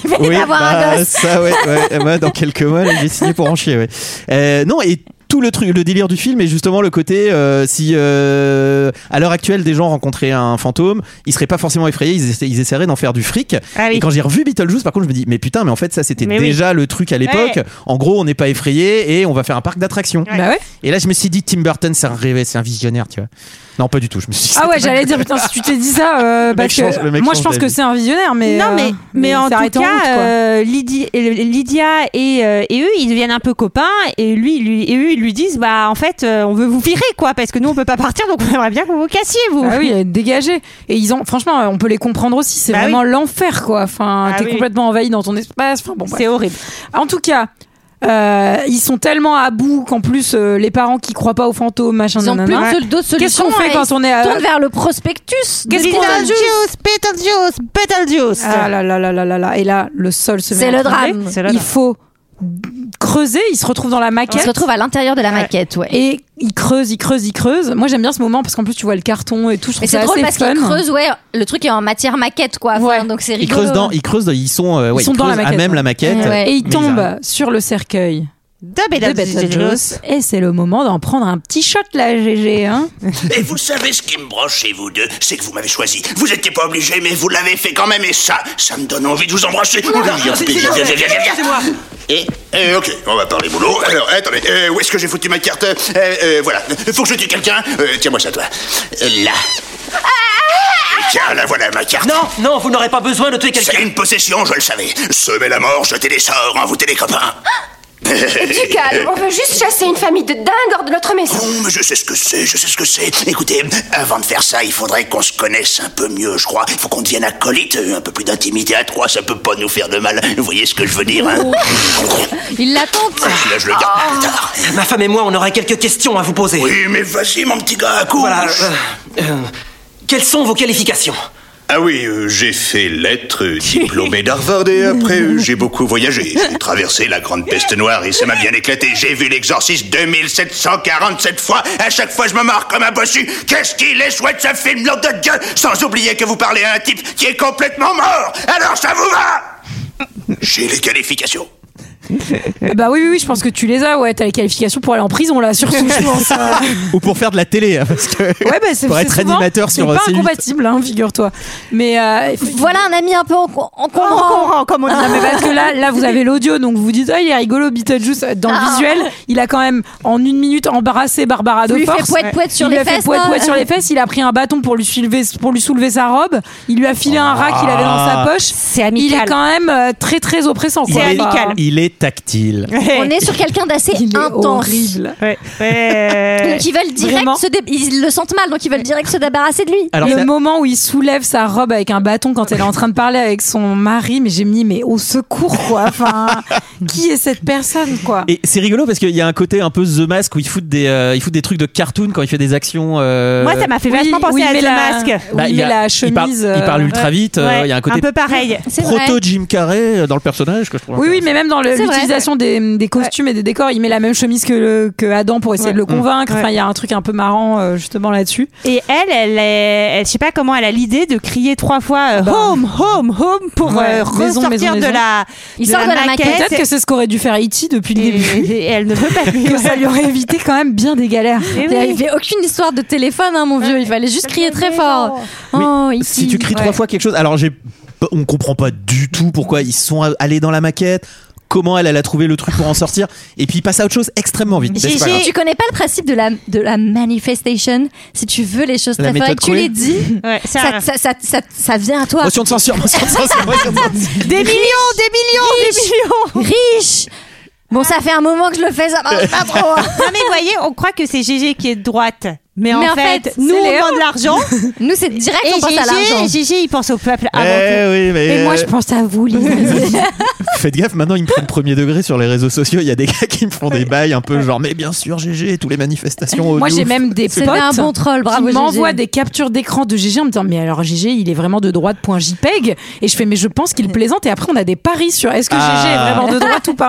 Speaker 7: bientôt t'arriver d'avoir
Speaker 11: bah,
Speaker 7: un gosse.
Speaker 11: Ça, ouais, ouais. Eh ben, dans quelques mois, là, j'ai signé pour en chier, ouais. Euh, non, et tout le truc, le délire du film est justement le côté euh, si euh, à l'heure actuelle des gens rencontraient un fantôme, ils seraient pas forcément effrayés, ils, essa- ils essaieraient d'en faire du fric.
Speaker 13: Ah oui.
Speaker 11: Et quand j'ai revu Beetlejuice, par contre, je me dis mais putain, mais en fait ça c'était
Speaker 13: Mais oui.
Speaker 11: déjà le truc à l'époque.
Speaker 13: Ouais.
Speaker 11: En gros, on n'est pas effrayé et on va faire un parc d'attractions.
Speaker 1: Bah ouais.
Speaker 11: Et là, je me suis dit Tim Burton, c'est un rêve, c'est un visionnaire, tu vois. Non, pas du tout. Je me suis dit,
Speaker 1: Ah ouais, j'allais dire putain, si tu t'es dit ça, euh,
Speaker 11: Le mec
Speaker 1: parce que
Speaker 11: change- le mec
Speaker 1: moi
Speaker 11: change
Speaker 1: je pense que
Speaker 11: d'avis.
Speaker 1: c'est un visionnaire, mais
Speaker 13: non, mais,
Speaker 1: euh,
Speaker 13: mais, en
Speaker 1: ça
Speaker 13: tout
Speaker 1: arrête
Speaker 13: cas,
Speaker 1: route, quoi.
Speaker 13: euh, Lydie- euh, Lydia et, euh, et eux, ils deviennent un peu copains. Et lui, lui et eux, ils lui disent, bah en fait, euh, on veut vous virer, quoi, parce que nous, on peut pas partir, donc on aimerait bien que vous vous cassiez, vous.
Speaker 1: Ah oui, dégagé. Et ils ont, franchement, euh, on peut les comprendre aussi. C'est
Speaker 13: Bah oui.
Speaker 1: vraiment l'enfer, quoi. Enfin,
Speaker 13: Ah
Speaker 1: t'es
Speaker 13: oui.
Speaker 1: complètement envahi dans ton espace. Enfin, bon, bref.
Speaker 13: C'est horrible.
Speaker 1: En tout cas, euh, ils sont tellement à bout qu'en plus euh, les parents qui croient pas aux fantômes, machin,
Speaker 7: Ils ont
Speaker 1: nanana.
Speaker 7: plus de- d'autres solutions.
Speaker 1: Qu'est-ce qu'on fait
Speaker 7: hein,
Speaker 1: quand
Speaker 7: ils
Speaker 1: on est à-
Speaker 7: tournent vers le prospectus.
Speaker 1: Qu'est-ce qu'on a
Speaker 7: Beetlejuice.
Speaker 13: Beetlejuice, Beetlejuice, Beetlejuice.
Speaker 1: Ah là là là là là là. Et là, le sol se met.
Speaker 7: C'est
Speaker 1: à
Speaker 7: le
Speaker 1: trembler.
Speaker 7: drame.
Speaker 13: C'est le
Speaker 1: Il
Speaker 13: drame.
Speaker 1: faut creuser. Ils se retrouvent dans la
Speaker 7: On se
Speaker 1: maquette.
Speaker 7: retrouve à l'intérieur de la maquette, ouais.
Speaker 1: Et ils creusent, ils creusent, ils creusent. Moi, j'aime bien ce moment parce qu'en plus, tu vois le carton et tout. Je trouve
Speaker 7: Et
Speaker 1: ça
Speaker 7: c'est drôle
Speaker 1: assez
Speaker 7: parce
Speaker 1: fun. hein.
Speaker 7: qu'ils creusent, ouais, le truc est en matière maquette, quoi. Enfin,
Speaker 1: Ouais.
Speaker 7: Donc c'est
Speaker 11: Ils
Speaker 1: Ah
Speaker 7: rigolo. hein.
Speaker 11: creusent dans, ils creusent, dans- ils sont, euh, ouais,
Speaker 1: Ils sont dans la
Speaker 11: creusent à
Speaker 1: maquette, hein.
Speaker 11: même
Speaker 1: ouais.
Speaker 11: la maquette.
Speaker 7: Ouais.
Speaker 1: Et ils
Speaker 11: Mais
Speaker 1: tombent sur le cercueil
Speaker 13: De
Speaker 1: de
Speaker 13: Beetlejuice.
Speaker 1: Beetlejuice. Et c'est le moment d'en prendre un petit shot là, GG. Hein
Speaker 2: Et vous savez ce qui me branche chez vous deux C'est que vous m'avez choisi. Vous n'étiez pas obligés, mais vous l'avez fait quand même. Et ça, ça me donne envie de vous embrasser. Viens, viens, viens, viens, viens, viens. Et, euh, ok, on va parler boulot. Alors, attendez, euh, où est-ce que j'ai foutu ma carte Euh, euh, Voilà, faut que je tue quelqu'un. Euh, Tiens-moi ça, toi. Euh, Là. Tiens, là, voilà ma carte.
Speaker 6: Non, non, vous n'aurez pas besoin de tuer
Speaker 2: C'est
Speaker 6: quelqu'un.
Speaker 2: une possession, je le savais. Semez la mort, jetez des sorts, envoûtez les copains.
Speaker 9: Tu calmes, on veut juste chasser une famille de dingue hors de notre maison.
Speaker 2: Non, mais je sais ce que c'est, je sais ce que c'est. Écoutez, avant de faire ça, il faudrait qu'on se connaisse un peu mieux, je crois. Il faut qu'on devienne acolyte, euh, un peu plus d'intimité à trois, ça peut pas nous faire de mal. Vous voyez ce que je veux dire, hein
Speaker 7: Ils l'attendent.
Speaker 2: Là, je le garde
Speaker 6: Ah.
Speaker 2: pour plus tard.
Speaker 6: Ma femme et moi, on aurait quelques questions à vous poser.
Speaker 2: Oui, mais vas-y, mon petit gars, cours.
Speaker 6: Voilà. euh, euh, quelles sont vos qualifications
Speaker 2: Ah oui, euh, j'ai fait lettres, euh, diplômé d'Harvard et après euh, j'ai beaucoup voyagé. J'ai traversé la grande peste noire et ça m'a bien éclaté. J'ai vu l'exorciste 2747 fois. À chaque fois, je me marre comme un bossu. Qu'est-ce qu'il est chouette ce film, nom de Dieu Sans oublier que vous parlez à un type qui est complètement mort. Alors ça vous va J'ai les qualifications.
Speaker 1: Bah oui, oui, oui, je pense que tu les as, ouais. T'as les qualifications pour aller en prison, là, surtout, je pense.
Speaker 11: ils- Ou pour faire de la télé, hein, parce que.
Speaker 1: Ouais, bah c'est
Speaker 11: Pour
Speaker 1: c'est
Speaker 11: être
Speaker 1: souvent-
Speaker 11: animateur sur,
Speaker 1: C'est
Speaker 11: euh,
Speaker 1: pas
Speaker 11: C8.
Speaker 1: incompatible, hein, figure-toi. Mais euh,
Speaker 7: Voilà un ami un peu en, en courant.
Speaker 13: Encore, comme on
Speaker 1: Non, mais parce que là, là, vous avez l'audio, donc vous vous dites, ah, il est rigolo, Beetlejuice. Dans le
Speaker 7: Ah.
Speaker 1: visuel, il a quand même, en une minute, embarrassé Barbara de
Speaker 7: lui fait
Speaker 1: force.
Speaker 7: poète-poète sur
Speaker 1: il
Speaker 7: les
Speaker 1: lui a fait
Speaker 7: fesses,
Speaker 1: poète,
Speaker 7: hein.
Speaker 1: poète sur les fesses. Il a pris un bâton pour lui, soulever, pour lui soulever sa robe. Il lui a filé un rat qu'il avait dans
Speaker 11: Ah.
Speaker 1: sa poche.
Speaker 13: C'est
Speaker 1: Il est
Speaker 13: amical.
Speaker 1: quand même euh, très, très oppressant. quoi.
Speaker 13: C'est
Speaker 1: Enfin,
Speaker 13: amical.
Speaker 11: Il est tactile.
Speaker 7: On est sur quelqu'un d'assez
Speaker 1: Il est
Speaker 7: intense.
Speaker 1: horrible.
Speaker 13: Ouais. Ouais.
Speaker 7: Donc ils veulent direct
Speaker 1: Vraiment.
Speaker 7: se dé- ils le sentent mal, donc ils veulent direct se débarrasser de lui.
Speaker 11: Alors,
Speaker 1: le
Speaker 11: ça-
Speaker 1: moment où il soulève sa robe avec un bâton quand elle est en train de parler avec son mari, mais j'ai mis mais au secours quoi. Enfin, qui est cette personne quoi
Speaker 11: Et c'est rigolo parce qu'il y a un côté un peu The Mask où il fout des, euh, il fout des trucs de cartoon quand il fait des actions. euh,
Speaker 13: Moi, ça m'a fait vachement penser
Speaker 1: oui,
Speaker 13: à
Speaker 1: mais
Speaker 13: The
Speaker 1: la-
Speaker 13: Mask.
Speaker 1: où il met
Speaker 11: a-
Speaker 1: la
Speaker 11: il parle,
Speaker 1: chemise,
Speaker 11: il parle
Speaker 1: euh,
Speaker 11: ultra vite. euh, Il
Speaker 13: Ouais,
Speaker 11: y a un côté
Speaker 13: peu pareil.
Speaker 7: C'est vrai.
Speaker 11: proto Jim Carrey euh, dans le personnage que je trouve.
Speaker 1: Oui, oui, mais même dans le,
Speaker 7: C'est
Speaker 10: c'est vrai.
Speaker 1: l'utilisation des, des costumes et des décors, il met la même chemise que, le- que Adam pour essayer
Speaker 10: Ouais.
Speaker 1: de le convaincre.
Speaker 10: Ouais.
Speaker 1: Enfin, il y a un truc un peu marrant euh, justement là-dessus.
Speaker 10: Et elle, elle, est- elle- je sais pas comment elle a l'idée de crier trois fois euh, home, home, home pour
Speaker 1: Ouais,
Speaker 10: euh,
Speaker 1: maison,
Speaker 10: ressortir
Speaker 1: maison,
Speaker 10: de
Speaker 1: maison.
Speaker 10: la.
Speaker 1: Il sort de la maquette. Peut-être que c'est ce qu'aurait dû faire Haïti depuis le début.
Speaker 10: Et elle ne veut pas
Speaker 1: que ça lui aurait évité quand même bien des galères.
Speaker 7: Il n'y avait aucune histoire de téléphone, hein, mon vieux. Il fallait juste crier très fort. Oh,
Speaker 11: Si tu cries trois fois quelque chose, alors j'ai, on comprend pas du tout pourquoi ils sont allés dans la maquette, comment elle, elle a trouvé le truc pour en sortir, et puis il passe à autre chose extrêmement vite. Mais c'est pas grave.
Speaker 7: Tu connais pas le principe de la, de la manifestation Si tu veux les choses
Speaker 11: La
Speaker 7: très fortes et
Speaker 11: méthode
Speaker 7: que tu les
Speaker 11: Coué.
Speaker 7: dis, ça, ça, ça, ça, ça vient à toi.
Speaker 11: Motion de censure, motion de censure, motion de censure.
Speaker 10: Des millions, des millions,
Speaker 7: des millions Riche Bon, ça fait un moment que je le fais, ça marche pas trop. hein.
Speaker 10: non mais voyez, on croit que c'est Gégé qui est de droite. Mais,
Speaker 7: Mais
Speaker 10: en,
Speaker 7: en
Speaker 10: fait,
Speaker 7: fait,
Speaker 10: nous
Speaker 7: c'est
Speaker 10: on
Speaker 7: Léo.
Speaker 10: demande de l'argent.
Speaker 7: Nous, c'est direct,
Speaker 10: Et
Speaker 7: on pense à
Speaker 10: Gégé,
Speaker 7: l'argent.
Speaker 10: Gégé, il pense au peuple avant
Speaker 11: Eh
Speaker 10: tout.
Speaker 11: oui, mais
Speaker 10: Et moi, je
Speaker 11: euh,
Speaker 10: pense à vous, Lisa.
Speaker 11: Faites gaffe, maintenant ils me prennent premier degré sur les réseaux sociaux. Il y a des gars qui me font des bails un peu genre, mais bien sûr, GG, tous les manifestations. oh, au
Speaker 1: Moi,
Speaker 11: Louvre.
Speaker 1: j'ai même des
Speaker 11: C'est
Speaker 1: potes
Speaker 11: un bon troll, bravo,
Speaker 1: qui
Speaker 11: Gégé.
Speaker 1: m'envoient des captures d'écran de GG en me disant mais alors GG il est vraiment de droite point JPEG et je fais mais je pense qu'il plaisante et après on a des paris sur est-ce que
Speaker 11: Ah.
Speaker 1: GG est vraiment de droite ou pas.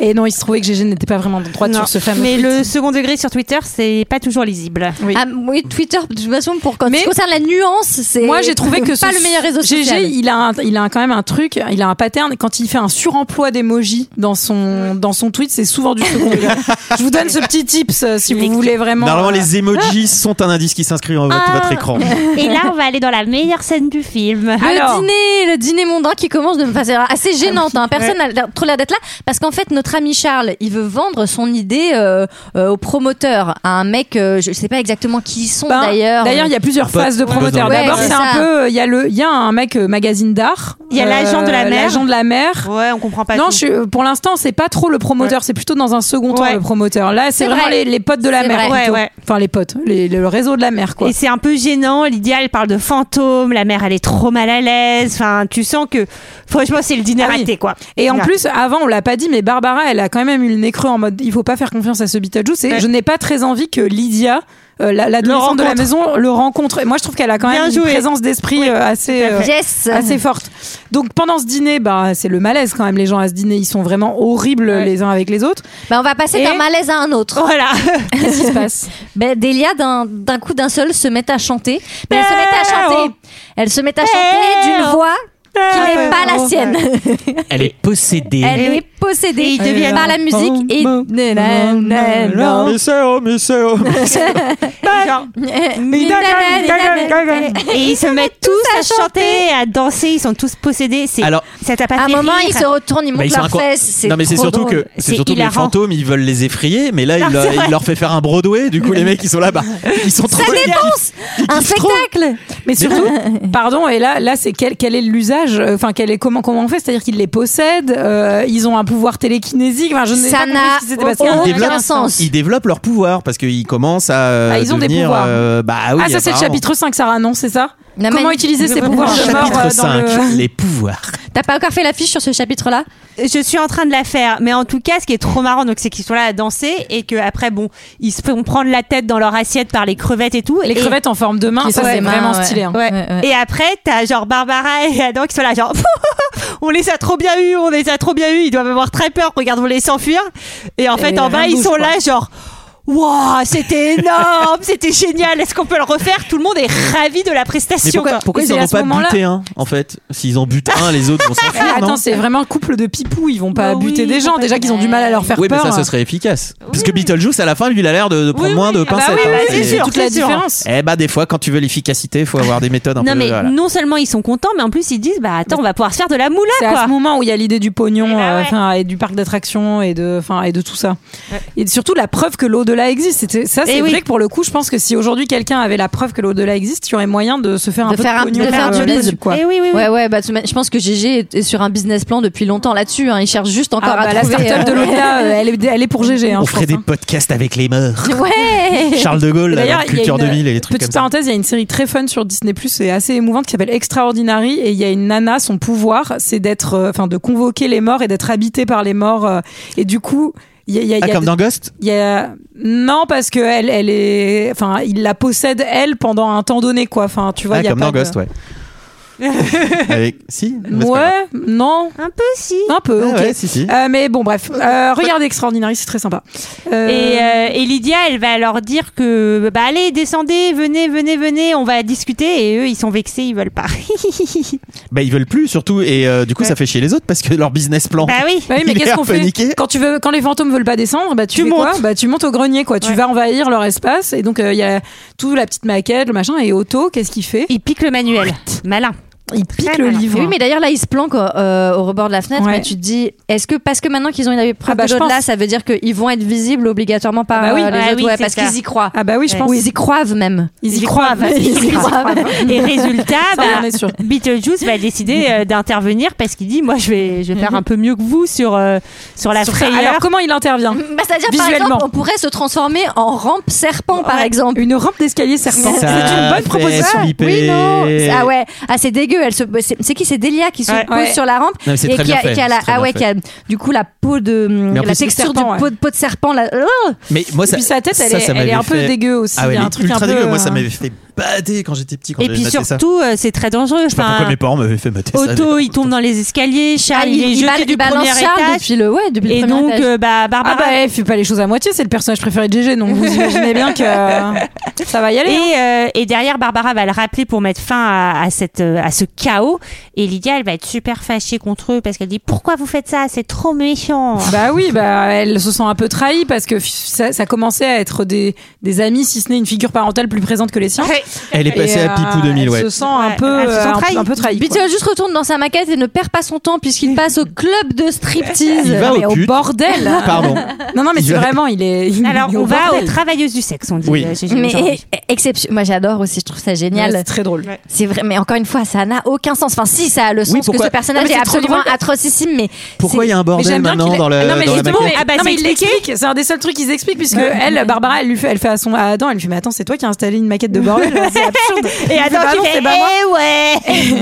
Speaker 1: et non, il se trouvait que GG n'était pas vraiment de droite
Speaker 10: Non,
Speaker 1: sur ce fameux.
Speaker 10: mais
Speaker 1: tweet.
Speaker 10: le second degré sur Twitter, c'est pas toujours lisible.
Speaker 1: Oui.
Speaker 7: Ah, oui, Twitter, de toute façon, pour quand ça concerne la nuance, c'est
Speaker 1: Moi, j'ai trouvé que
Speaker 7: pas
Speaker 1: ce-
Speaker 7: le meilleur réseau
Speaker 1: GG,
Speaker 7: social.
Speaker 1: il a, un- il a quand même un truc, il a un pattern. Quand il fait un suremploi d'emojis dans son dans son tweet, c'est souvent du second degré. Je vous donne ce petit tips euh, si vous voulez vraiment.
Speaker 11: Normalement,
Speaker 1: euh,
Speaker 11: les emojis sont un indice qui s'inscrit en votre, votre écran.
Speaker 10: Et là, on va aller dans la meilleure scène du film.
Speaker 7: Le dîner, le dîner mondain qui commence de me faire
Speaker 1: Ah,
Speaker 7: assez gênante. hein. Personne n'a l'air- trop l'air d'être là parce qu'en fait notre ami Charles, il veut vendre son idée euh, euh, au promoteur, à un mec, euh, je sais pas exactement qui ils sont
Speaker 1: Ben,
Speaker 7: d'ailleurs.
Speaker 1: D'ailleurs, il y a plusieurs
Speaker 7: Pas-
Speaker 1: phases de
Speaker 7: pas
Speaker 1: promoteur.
Speaker 7: dans le
Speaker 1: D'abord,
Speaker 7: Ouais,
Speaker 1: c'est
Speaker 7: c'est
Speaker 1: un
Speaker 7: ça.
Speaker 1: peu, il y a le, il y a un mec euh, magazine d'art. Euh,
Speaker 10: Il y a l'agent de la mer.
Speaker 1: L'agent de la mer.
Speaker 10: Ouais, on comprend pas.
Speaker 1: non,
Speaker 10: tout.
Speaker 1: je suis- pour l'instant, c'est pas trop le promoteur. C'est plutôt dans un second temps
Speaker 10: Ouais.
Speaker 1: le promoteur. Là, c'est
Speaker 10: C'est
Speaker 1: vraiment les,
Speaker 10: vrai.
Speaker 1: les potes de la
Speaker 10: C'est
Speaker 1: mer.
Speaker 10: vrai.
Speaker 1: plutôt.
Speaker 10: Ouais, ouais.
Speaker 1: Enfin, les potes, les- le réseau de la mer, quoi.
Speaker 10: Et c'est un peu gênant. Lydia, elle parle de fantômes. La mère, elle est trop mal à l'aise. Enfin, tu sens que, franchement, c'est le dîner
Speaker 1: Ah oui.
Speaker 10: raté, quoi.
Speaker 1: Et en
Speaker 10: Ouais.
Speaker 1: plus, avant, on l'a pas dit, mais Barbara, elle a quand même eu le nez creux en mode il faut pas faire confiance à ce Beetlejuice. Et
Speaker 10: Ouais.
Speaker 1: je n'ai pas très envie que Lydia, euh, la l'adolescente de la
Speaker 10: rencontre.
Speaker 1: maison, le rencontre. Et moi, je trouve qu'elle a quand
Speaker 10: Bien
Speaker 1: même
Speaker 10: joué.
Speaker 1: une présence d'esprit euh, assez,
Speaker 7: tout à fait.
Speaker 1: euh,
Speaker 7: Yes.
Speaker 1: assez forte. Donc pendant ce dîner, bah, c'est le malaise quand même. Les gens à ce dîner, ils sont vraiment horribles les uns avec les autres.
Speaker 7: Ben, on va passer
Speaker 1: Et-
Speaker 7: d'un malaise à un autre.
Speaker 10: Voilà.
Speaker 1: Qu'est-ce qui se passe
Speaker 7: Ben, Delia, d'un d'un coup d'un seul, se met à chanter. Mais elle
Speaker 1: Ben,
Speaker 7: se met à chanter.
Speaker 1: oh.
Speaker 7: Elle se met à chanter d'une voix qui n'est pas la sienne.
Speaker 6: Elle est possédée.
Speaker 7: Elle est possédée.
Speaker 10: Et ils deviennent-
Speaker 7: par la musique et
Speaker 11: Ah, oh. Misseo, Misseo, Misseo.
Speaker 10: Genre- Et ils se mettent tous à chanter, à danser. Ils sont tous possédés. C'est,
Speaker 11: Alors-
Speaker 10: ça t'a pas
Speaker 7: À un
Speaker 10: fait
Speaker 7: moment,
Speaker 10: rire
Speaker 7: ils se retournent, ils
Speaker 11: Bah,
Speaker 7: montent
Speaker 11: ils sont
Speaker 7: leurs
Speaker 11: encore-
Speaker 7: fesses. C'est
Speaker 11: non mais c'est
Speaker 7: trop
Speaker 11: surtout
Speaker 7: drôle.
Speaker 11: que c'est surtout que les fantômes ils veulent les effrayer mais là
Speaker 7: Non,
Speaker 11: il,
Speaker 7: c'est vrai.
Speaker 11: il leur fait faire un Broadway du coup les mecs ils sont là bas ils sont
Speaker 7: Ça
Speaker 11: trop
Speaker 7: dépense Un spectacle
Speaker 1: Mais surtout, pardon, et là, là c'est quel, quel est l'usage euh, Enfin, quel est comment comment on fait C'est-à-dire qu'ils les possèdent, euh, ils ont un pouvoir télékinésique. Enfin, je n'ai
Speaker 7: Ça
Speaker 1: pas compris
Speaker 7: n'a
Speaker 1: ce qui s'était passé.
Speaker 11: ils développent, ils développent leur pouvoir parce qu'ils commencent à euh,
Speaker 1: Ah, ils ont des
Speaker 11: devenir,
Speaker 1: pouvoirs.
Speaker 11: euh, bah oui,
Speaker 1: ah, ça, c'est le
Speaker 11: apparemment.
Speaker 1: chapitre 5, Sarah, non, c'est ça
Speaker 7: Non,
Speaker 1: Comment
Speaker 7: mais-
Speaker 1: utiliser ses pouvoirs de mort
Speaker 11: chapitre
Speaker 1: euh, dans
Speaker 11: 5
Speaker 1: le-
Speaker 11: les pouvoirs
Speaker 7: T'as pas encore fait l'affiche sur ce chapitre-là
Speaker 10: Je suis en train de la faire, mais en tout cas, ce qui est trop marrant, donc, c'est qu'ils sont là à danser et que après, bon, ils se font prendre la tête dans leur assiette par les crevettes et tout.
Speaker 1: Les
Speaker 10: Et-
Speaker 1: crevettes en forme de main,
Speaker 10: Qui
Speaker 1: ça,
Speaker 10: sont
Speaker 1: c'est
Speaker 10: des mains,
Speaker 1: vraiment
Speaker 10: ouais.
Speaker 1: stylé. hein.
Speaker 10: Ouais. Et après, t'as genre Barbara et Adam qui sont là, genre, on les a trop bien eu, on les a trop bien eu, ils doivent avoir très peur, regarde, on les s'enfuir. Et en
Speaker 1: Et
Speaker 10: fait,
Speaker 1: les
Speaker 10: en bas,
Speaker 1: reins
Speaker 10: ils
Speaker 1: bougent,
Speaker 10: sont
Speaker 1: quoi.
Speaker 10: là, genre, waouh, c'était énorme, c'était génial, est-ce qu'on peut le refaire Tout le monde est ravi de la
Speaker 11: mais
Speaker 10: prestation.
Speaker 11: pourquoi,
Speaker 10: quoi.
Speaker 11: pourquoi ils en ont pas buté un en fait s'ils en butent un les autres vont s'enfuir Ah, non
Speaker 1: Ah, Attends, c'est vraiment un couple de pipous, ils vont pas buter des gens. Déjà qu'ils ont du mal à leur faire
Speaker 11: oui,
Speaker 1: peur.
Speaker 11: mais ça, ce serait efficace. Parce que Beetlejuice, à la fin, lui, il a l'air de, de prendre moins de
Speaker 1: bah
Speaker 11: pincettes. hein.
Speaker 1: oui, oui, c'est
Speaker 11: C'est-
Speaker 1: sûr, Toute la c'est sûr. différence.
Speaker 11: Eh bah, des fois, quand tu veux l'efficacité, il faut avoir des méthodes un
Speaker 10: Non
Speaker 11: peu.
Speaker 10: mais
Speaker 11: voilà.
Speaker 10: non seulement ils sont contents, mais en plus ils disent bah attends on va pouvoir se faire de la moula
Speaker 1: C'est
Speaker 10: quoi.
Speaker 1: à ce moment où il y a l'idée du pognon euh, enfin, et du parc d'attractions et de, enfin, et de tout ça. Et surtout la preuve que l'au-delà existe. C'était- Ça, c'est
Speaker 10: Eh
Speaker 1: vrai
Speaker 10: oui.
Speaker 1: que pour le coup, je pense que si aujourd'hui quelqu'un avait la preuve que l'au-delà existe, il y aurait moyen de se faire un
Speaker 7: de
Speaker 1: peu
Speaker 7: faire,
Speaker 1: de
Speaker 7: un,
Speaker 1: pognon.
Speaker 7: de faire
Speaker 1: euh,
Speaker 7: du
Speaker 11: Ah,
Speaker 1: là-dessus,
Speaker 7: bise.
Speaker 1: quoi.
Speaker 10: Eh oui, oui.
Speaker 7: Ouais, ouais, bah, de toute manière, je pense que GG est- est sur un business plan depuis longtemps là-dessus. hein. Il cherche juste encore
Speaker 1: Ah, bah,
Speaker 7: à
Speaker 1: la
Speaker 7: trouver.
Speaker 1: start-up de l'au-delà, euh, elle, est, elle est pour GG. hein,
Speaker 11: On
Speaker 1: je
Speaker 11: ferait
Speaker 1: pense,
Speaker 11: des podcasts avec les morts.
Speaker 1: hein.
Speaker 7: Ouais
Speaker 11: Charles de Gaulle,
Speaker 1: Et
Speaker 11: la
Speaker 1: d'ailleurs, il y a
Speaker 11: Culture
Speaker 1: une euh,
Speaker 11: 2000 et les trucs
Speaker 1: Petite
Speaker 11: comme ça.
Speaker 1: parenthèse, il y a une série très fun sur Disney Plus et assez émouvante qui s'appelle Extraordinary et il y a une nana, son pouvoir, c'est d'être, euh, enfin, de convoquer les morts et d'être habitée par les morts euh, et du coup. il y a- il y a-
Speaker 11: Ah,
Speaker 1: il y a
Speaker 11: comme dans Ghost
Speaker 1: il y a- Non, parce que elle, elle est, enfin, il la possède elle pendant un temps donné, quoi. Enfin, tu vois,
Speaker 11: Ah,
Speaker 1: il y a
Speaker 11: comme
Speaker 1: pas
Speaker 11: dans
Speaker 1: de-
Speaker 11: Ghost, ouais. Avec- Si mais c'est pas grave.
Speaker 1: Ouais, non. Un peu si. Un peu,
Speaker 11: Ah
Speaker 1: ok.
Speaker 11: ouais, si, si.
Speaker 1: Euh, mais bon, bref. Euh, regardez Extraordinary, c'est très sympa. Euh,
Speaker 10: Et, euh, et Lydia, elle va leur dire que bah allez, descendez, venez, venez, venez, on va discuter. Et eux, ils sont vexés, ils veulent pas.
Speaker 11: Bah, ils veulent plus, surtout. Et euh, du coup, ça fait chier les autres parce que leur business plan.
Speaker 1: Bah oui, mais
Speaker 11: il est
Speaker 1: qu'est-ce
Speaker 11: un
Speaker 1: qu'on
Speaker 11: peu
Speaker 1: fait
Speaker 11: niqué.
Speaker 1: quand tu veux, quand les fantômes veulent pas descendre, bah tu,
Speaker 11: Tu
Speaker 1: fais quoi
Speaker 11: montes.
Speaker 1: Bah tu montes au grenier, quoi. Tu vas envahir leur espace, et donc euh, il y a tout la petite maquette, le machin, et Otto, qu'est-ce qu'il fait
Speaker 10: Il pique le manuel, malin.
Speaker 1: Il pique le livre.
Speaker 7: Oui, mais d'ailleurs, là, ils se planquent euh, au rebord de la fenêtre. Mais tu te dis, est-ce que parce que maintenant qu'ils ont une preuve
Speaker 1: Ah bah,
Speaker 7: de
Speaker 1: je
Speaker 7: là,
Speaker 1: pense.
Speaker 7: ça veut dire qu'ils vont être visibles obligatoirement par
Speaker 1: Ah bah oui.
Speaker 7: euh, les
Speaker 1: Ah
Speaker 7: autres
Speaker 1: oui,
Speaker 7: ouais,
Speaker 1: c'est
Speaker 7: Parce
Speaker 1: ça.
Speaker 7: qu'ils y croient.
Speaker 1: Ah bah oui, je
Speaker 7: Ouais.
Speaker 1: pense.
Speaker 7: Ou ils y croivent même.
Speaker 1: Ils y croivent.
Speaker 7: Ils y croivent.
Speaker 10: Et résultat,
Speaker 7: Ça,
Speaker 10: bah,
Speaker 7: on en est sûr.
Speaker 10: Beetlejuice va décider euh, d'intervenir parce qu'il dit, moi, je vais, je vais
Speaker 7: Mhm.
Speaker 10: faire un peu mieux que vous sur euh, sur la
Speaker 1: Sur-
Speaker 10: frayeur.
Speaker 1: Alors comment il intervient
Speaker 7: Bah, C'est-à-dire, par
Speaker 1: Visuellement.
Speaker 7: exemple, on pourrait se transformer en rampe serpent, par exemple.
Speaker 1: Une rampe d'escalier serpent.
Speaker 11: Ça C'est une bonne fait proposition. flipper.
Speaker 7: Oui, non. Ah ouais, ah, c'est dégueu. Elle se... c'est, c'est qui C'est Delia qui se
Speaker 11: Ouais.
Speaker 7: pose
Speaker 11: Ouais.
Speaker 7: sur la rampe.
Speaker 11: Non, mais c'est
Speaker 7: et
Speaker 11: très
Speaker 7: qui a,
Speaker 11: bien fait.
Speaker 7: qui a la...
Speaker 11: C'est très
Speaker 7: Ah
Speaker 11: bien
Speaker 7: ouais,
Speaker 11: fait.
Speaker 7: qui a du coup la peau de.
Speaker 11: Mais
Speaker 7: La
Speaker 11: en plus,
Speaker 7: texture
Speaker 11: serpent,
Speaker 7: de, peau, de peau de serpent. Là. Oh
Speaker 11: Mais moi, ça,
Speaker 1: puis sa tête, elle
Speaker 11: ça,
Speaker 1: est-
Speaker 11: ça
Speaker 1: elle est
Speaker 11: m'avait
Speaker 1: un peu
Speaker 11: fait-
Speaker 1: dégueu aussi,
Speaker 11: Ah
Speaker 1: il
Speaker 11: ouais,
Speaker 1: y a
Speaker 11: elle
Speaker 1: un
Speaker 11: est
Speaker 1: truc
Speaker 11: ultra
Speaker 1: un peu,
Speaker 11: dégueu. Moi,
Speaker 1: euh,
Speaker 11: ça m'avait fait bader quand j'étais petit. Quand
Speaker 10: Et
Speaker 11: j'avais
Speaker 10: puis
Speaker 11: maté ça.
Speaker 10: surtout, euh, c'est très dangereux.
Speaker 11: Je sais pas
Speaker 10: Enfin,
Speaker 11: pourquoi mes parents m'avaient fait mater ça.
Speaker 10: Otto, il tombe dans les escaliers, Charles,
Speaker 7: Ah,
Speaker 10: il,
Speaker 7: il-
Speaker 10: est
Speaker 7: il
Speaker 10: jeté
Speaker 7: balance-
Speaker 10: du
Speaker 7: il balance
Speaker 10: premier
Speaker 7: Charles
Speaker 10: étage.
Speaker 7: depuis le- ouais, depuis le
Speaker 10: Et
Speaker 7: premier
Speaker 10: donc,
Speaker 7: étage.
Speaker 10: euh, bah, Barbara.
Speaker 1: Ah bah, elle fait pas les choses à moitié, c'est le personnage préféré de GG, donc vous imaginez bien que euh, ça va y aller.
Speaker 10: Et, euh, et derrière, Barbara va le rappeler pour mettre fin à, à cette, euh, à ce chaos. Et Lydia, elle va être super fâchée contre eux parce qu'elle dit Pourquoi vous faites ça C'est trop méchant.
Speaker 1: Bah oui, bah elle se sent un peu trahie parce que fi- ça, ça commençait à être des, des amis, si ce n'est une figure parentale plus présente que les siens.
Speaker 11: Elle est passée
Speaker 1: Et,
Speaker 11: à Pipou
Speaker 1: euh,
Speaker 11: 2000, ouais.
Speaker 1: Elle se sent un
Speaker 10: Ouais,
Speaker 1: peu,
Speaker 10: elle se sent
Speaker 1: euh, un-
Speaker 10: trahie.
Speaker 1: un peu trahie. quoi.
Speaker 7: Beetlejuice retourne dans sa maquette et ne perd pas son temps puisqu'il passe au club de striptease.
Speaker 11: Il va
Speaker 7: Mais
Speaker 11: au pute.
Speaker 7: bordel.
Speaker 11: Pardon.
Speaker 1: Non, non, mais
Speaker 11: Il
Speaker 1: c'est
Speaker 11: va-
Speaker 1: vraiment, il est. il
Speaker 10: Alors,
Speaker 1: est au
Speaker 10: on va
Speaker 1: bordel.
Speaker 10: aux travailleuses du sexe, on dit.
Speaker 11: Oui.
Speaker 10: euh, chez-
Speaker 7: Mais
Speaker 10: aujourd'hui.
Speaker 7: eh, exception. Moi, j'adore aussi. Je trouve ça génial.
Speaker 1: Ouais, c'est très drôle.
Speaker 7: C'est vrai, mais encore une fois, ça n'a aucun sens. Enfin, si, ça a le sens
Speaker 11: Oui,
Speaker 7: que
Speaker 11: pourquoi- Ah,
Speaker 7: ce personnage
Speaker 1: Non, mais
Speaker 7: est,
Speaker 1: c'est trop
Speaker 7: absolument
Speaker 1: drôle.
Speaker 7: atrocissime, mais
Speaker 11: Pourquoi il y a un
Speaker 1: Mais
Speaker 11: bordel
Speaker 1: j'aime bien
Speaker 11: maintenant
Speaker 1: qu'il
Speaker 11: dans
Speaker 1: ait-
Speaker 11: le
Speaker 1: non, mais
Speaker 11: dans la
Speaker 1: justement,
Speaker 11: maquette
Speaker 1: mais-
Speaker 10: Ah bah,
Speaker 1: non, mais
Speaker 10: c'est
Speaker 1: il
Speaker 10: expliqué.
Speaker 1: l'explique. C'est un des seuls trucs qu'ils expliquent puisque elle, Barbara, elle lui fait, elle fait à son à Adam, elle lui fait mais attends, c'est toi qui as installé une maquette de bordel. C'est absurde.
Speaker 10: Et
Speaker 1: Il
Speaker 10: Adam
Speaker 1: bah
Speaker 10: qui
Speaker 1: non,
Speaker 10: fait
Speaker 1: c'est pas moi.
Speaker 10: Eh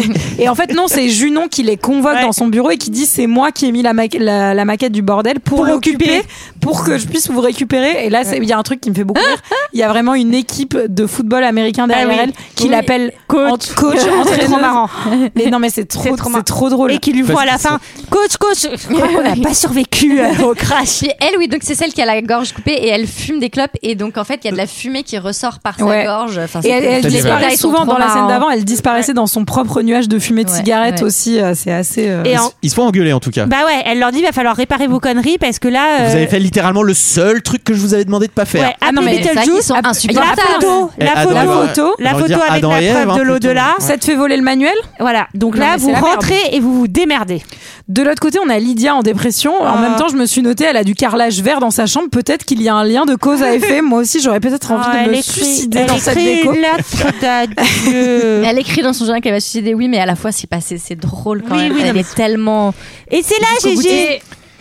Speaker 10: ouais
Speaker 1: Et en fait non, c'est Junon qui les convoque dans son bureau et qui dit c'est moi qui ai mis la, maquette la, la maquette du bordel pour, l'occuper, pour que je puisse vous récupérer. Et là, c'est- il y a un truc qui me fait beaucoup rire. Il y a vraiment une équipe de football américain derrière
Speaker 10: Ah oui.
Speaker 1: elle qui
Speaker 10: Oui.
Speaker 1: l'appelle
Speaker 10: Coach.
Speaker 1: en- coach
Speaker 10: C'est trop
Speaker 1: entraîneuse.
Speaker 10: marrant.
Speaker 1: Mais non, mais c'est trop,
Speaker 10: trop marrant.
Speaker 1: c'est trop drôle.
Speaker 10: Et qui lui voit à la fin Coach, coach On n'a pas survécu euh, au crash.
Speaker 7: Puis elle, oui, donc c'est celle qui a la gorge coupée et elle fume des clopes et donc en fait il y a de la fumée qui ressort par sa
Speaker 1: Ouais.
Speaker 7: gorge. Enfin,
Speaker 1: Et
Speaker 7: c'est-
Speaker 1: elle, elle
Speaker 7: les détails
Speaker 1: disparaît
Speaker 7: sont
Speaker 1: souvent
Speaker 7: trop
Speaker 1: dans la scène
Speaker 7: marrants.
Speaker 1: d'avant, elle disparaissait dans son propre nuage de fumée de
Speaker 7: Ouais,
Speaker 1: cigarette
Speaker 7: ouais.
Speaker 1: aussi. euh, c'est assez. euh,
Speaker 10: Et
Speaker 11: Ils
Speaker 10: en-
Speaker 11: se- Ils se font engueuler en tout cas.
Speaker 10: Bah ouais, elle leur dit va falloir réparer vos conneries parce que là. euh,
Speaker 11: Vous avez fait littéralement le seul truc que je vous avais demandé de pas faire.
Speaker 10: Ouais, ah non,
Speaker 1: non, mais
Speaker 10: mais
Speaker 1: c'est
Speaker 7: vrai qu'ils sont
Speaker 10: la
Speaker 7: insupportables.
Speaker 10: photo,
Speaker 11: Et
Speaker 10: la
Speaker 11: Adam
Speaker 10: photo,
Speaker 11: et Ève,
Speaker 10: la
Speaker 11: j'ai envie de
Speaker 10: photo
Speaker 11: dire
Speaker 10: avec
Speaker 11: Adam et
Speaker 10: la
Speaker 11: Ève,
Speaker 10: preuve
Speaker 11: hein,
Speaker 10: de
Speaker 11: plutôt.
Speaker 10: l'au-delà.
Speaker 1: Ça te fait voler le manuel
Speaker 10: Voilà, donc
Speaker 1: Non,
Speaker 10: là
Speaker 1: mais c'est
Speaker 10: vous
Speaker 1: la merde.
Speaker 10: rentrez et vous vous démerdez.
Speaker 1: De l'autre côté, on a Lydia en dépression. En
Speaker 10: Ah.
Speaker 1: même temps, je me suis notée, elle a du carrelage vert dans sa chambre. Peut-être qu'il y a un lien de cause à effet. Moi aussi, j'aurais peut-être envie
Speaker 10: Ah,
Speaker 1: de
Speaker 10: elle
Speaker 1: me
Speaker 10: écrit-
Speaker 1: suicider
Speaker 10: elle
Speaker 1: dans cette
Speaker 10: écrit
Speaker 1: déco.
Speaker 10: une lettre d'adieu.
Speaker 7: Elle écrit dans son journal qu'elle va se suicider, oui, mais à la fois c'est passé, c'est drôle quand
Speaker 10: Oui,
Speaker 7: même.
Speaker 10: oui, non,
Speaker 7: elle
Speaker 10: mais
Speaker 7: est tellement.
Speaker 10: Et c'est là,
Speaker 1: Jusqu'au bout.
Speaker 10: GG,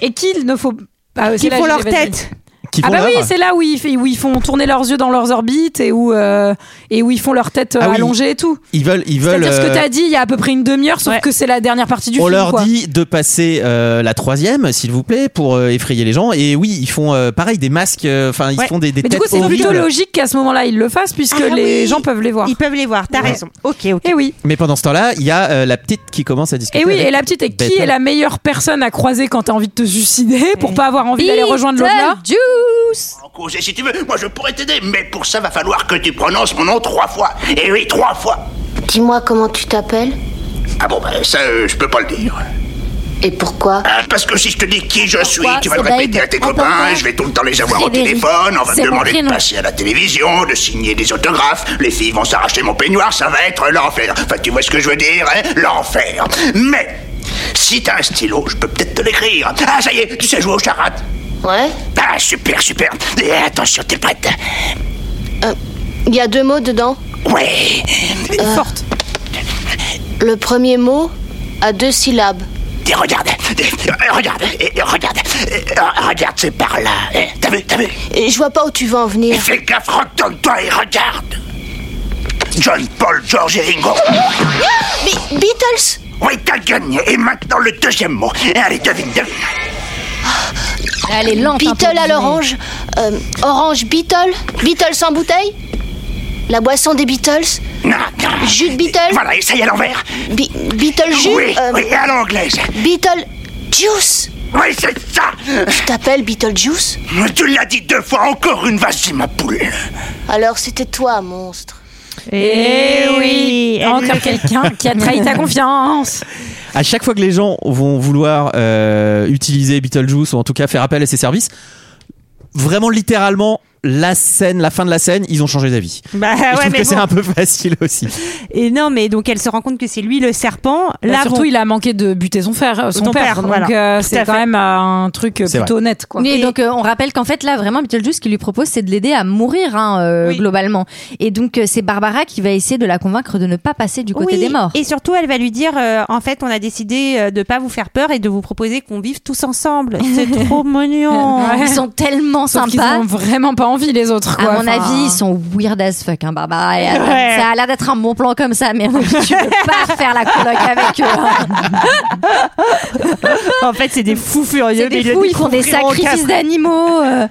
Speaker 1: Et- Et qu'il ne faut pas.
Speaker 10: qui font leur tête.
Speaker 11: Qui
Speaker 1: Ah
Speaker 11: font
Speaker 1: bah oui,
Speaker 11: leur-
Speaker 1: c'est là où ils, fait- où ils font tourner leurs yeux dans leurs orbites et où, euh, et où ils font leur tête euh,
Speaker 11: Ah oui.
Speaker 1: allongée et tout.
Speaker 11: Ils veulent, ils veulent.
Speaker 1: C'est-à-dire ce que
Speaker 11: euh,
Speaker 1: t'as dit il y a à peu près une demi-heure, sauf
Speaker 10: Ouais.
Speaker 1: que c'est la dernière partie du
Speaker 11: on
Speaker 1: film.
Speaker 11: leur
Speaker 1: quoi.
Speaker 11: dit de passer euh, la troisième, s'il vous plaît, pour euh, effrayer les gens. Et oui, ils font euh, pareil des masques. euh, Enfin, ils
Speaker 10: Ouais.
Speaker 11: font des, des
Speaker 1: Mais du
Speaker 11: têtes
Speaker 1: coup, c'est plutôt
Speaker 11: horribles.
Speaker 1: logique qu'à ce moment-là, ils le fassent puisque
Speaker 10: Ah
Speaker 1: les
Speaker 10: oui.
Speaker 1: gens peuvent les voir.
Speaker 10: ils peuvent les voir, t'as
Speaker 11: Ouais.
Speaker 10: raison. Ok, ok.
Speaker 1: Et oui.
Speaker 11: Mais pendant ce temps-là, il y a euh, la petite qui commence à discuter.
Speaker 1: Et Eh oui,
Speaker 11: avec
Speaker 1: et la petite, et qui
Speaker 11: Bethel.
Speaker 1: est la meilleure personne à croiser quand t'as envie de te suicider pour pas avoir envie d'aller rejoindre l'au-delà
Speaker 7: Beetlejuice
Speaker 2: En cause, et si tu veux, moi je pourrais t'aider, mais pour ça va falloir que tu prononces mon nom trois fois. Et oui, trois fois.
Speaker 14: Dis-moi comment tu t'appelles
Speaker 2: Ah bon, ben ça, euh, je peux pas le dire.
Speaker 14: et pourquoi
Speaker 2: Ah, parce que si je te dis qui je suis,
Speaker 7: Pourquoi
Speaker 2: tu vas le
Speaker 7: C'est
Speaker 2: répéter
Speaker 7: Babe.
Speaker 2: à tes
Speaker 7: Ah,
Speaker 2: copains,
Speaker 7: pourquoi
Speaker 2: je vais tout le temps les avoir au
Speaker 7: Frédéric.
Speaker 2: téléphone, on va
Speaker 7: C'est
Speaker 2: me
Speaker 7: mon
Speaker 2: demander de
Speaker 7: prénom.
Speaker 2: passer à la télévision, de signer des autographes, les filles vont s'arracher mon peignoir, ça va être l'enfer. Enfin, tu vois ce que je veux dire, hein L'enfer. Mais, si t'as un stylo, je peux peut-être te l'écrire. Ah, ça y est, tu sais jouer au charade.
Speaker 14: Ouais.
Speaker 2: Ah, super, super. Et attention, t'es prête
Speaker 14: Il y a deux mots dedans.
Speaker 2: Ouais.
Speaker 1: Forte.
Speaker 14: Le premier mot a deux syllabes.
Speaker 2: Et regarde, et regarde, et regarde, et regarde, c'est par là. hein. T'as vu, t'as vu
Speaker 14: Et je vois pas où tu veux en
Speaker 2: Et
Speaker 14: venir.
Speaker 2: fais gaffe, retourne-toi et regarde. John, Paul, George et Ringo.
Speaker 14: Be- Beatles
Speaker 2: Oui, t'as gagné. Et maintenant le deuxième mot. Allez, devine, devine.
Speaker 7: Elle est lente. hein, un peu,
Speaker 14: Beatle à
Speaker 7: mais-
Speaker 14: l'orange. Euh, orange Beatle Beatles en bouteille
Speaker 15: La boisson des Beatles
Speaker 2: Non,
Speaker 15: Jus de Beatles
Speaker 2: Voilà, essaye à l'envers.
Speaker 15: Bi- Beatles jus
Speaker 2: Oui,
Speaker 14: Euh,
Speaker 2: oui, à l'anglaise.
Speaker 15: Beatles juice
Speaker 2: Oui, c'est ça
Speaker 15: Je t'appelle Beetlejuice
Speaker 2: Tu l'as dit deux fois, encore une vache, c'est ma poule.
Speaker 15: Alors c'était toi, monstre.
Speaker 1: Eh oui Bah, Encore quelqu'un qui a trahi ta confiance
Speaker 11: À chaque fois que les gens vont vouloir euh, utiliser Beetlejuice ou en tout cas faire appel à ses services, vraiment littéralement la scène, la fin de la scène, ils ont changé d'avis.
Speaker 10: Bah
Speaker 11: Et je
Speaker 10: ouais,
Speaker 11: trouve
Speaker 10: mais
Speaker 11: que c'est
Speaker 10: bon.
Speaker 11: un peu facile aussi.
Speaker 10: Et non, mais donc elle se rend compte que c'est lui le serpent.
Speaker 1: Bah,
Speaker 10: Là,
Speaker 1: surtout,
Speaker 10: bon-
Speaker 1: il a manqué de buter son frère, son
Speaker 10: Ton
Speaker 1: père,
Speaker 10: père,
Speaker 1: donc
Speaker 10: voilà.
Speaker 1: euh,
Speaker 10: Tout à
Speaker 1: c'est quand
Speaker 10: fait.
Speaker 1: même euh, un truc euh,
Speaker 7: C'est
Speaker 1: plutôt
Speaker 7: vrai.
Speaker 1: honnête. Quoi.
Speaker 7: Mais donc euh, on rappelle qu'en fait là vraiment Beetlejuice ce qu'il lui propose c'est de l'aider à mourir hein, euh, globalement et donc euh, c'est Barbara qui va essayer de la convaincre de ne pas passer du côté
Speaker 10: Oui,
Speaker 7: des morts.
Speaker 10: Et surtout, elle va lui dire euh, en fait, on a décidé euh, de pas vous faire peur et de vous proposer qu'on vive tous ensemble. C'est trop mignon.
Speaker 7: Ils sont tellement
Speaker 10: Sauf qu'ils
Speaker 7: sympas.
Speaker 10: ont
Speaker 1: vraiment pas envie les autres.
Speaker 7: à
Speaker 10: quoi.
Speaker 7: mon
Speaker 10: Enfin,
Speaker 7: avis ils sont weird as fuck hein, Barbara. Et, euh,
Speaker 10: Ouais.
Speaker 7: Ça a l'air d'être un bon plan comme ça mais à mon avis, tu peux pas faire la coloc avec eux. hein.
Speaker 10: en fait, c'est des fous furieux.
Speaker 7: C'est des fous, ils font des sacrifices d'animaux. euh.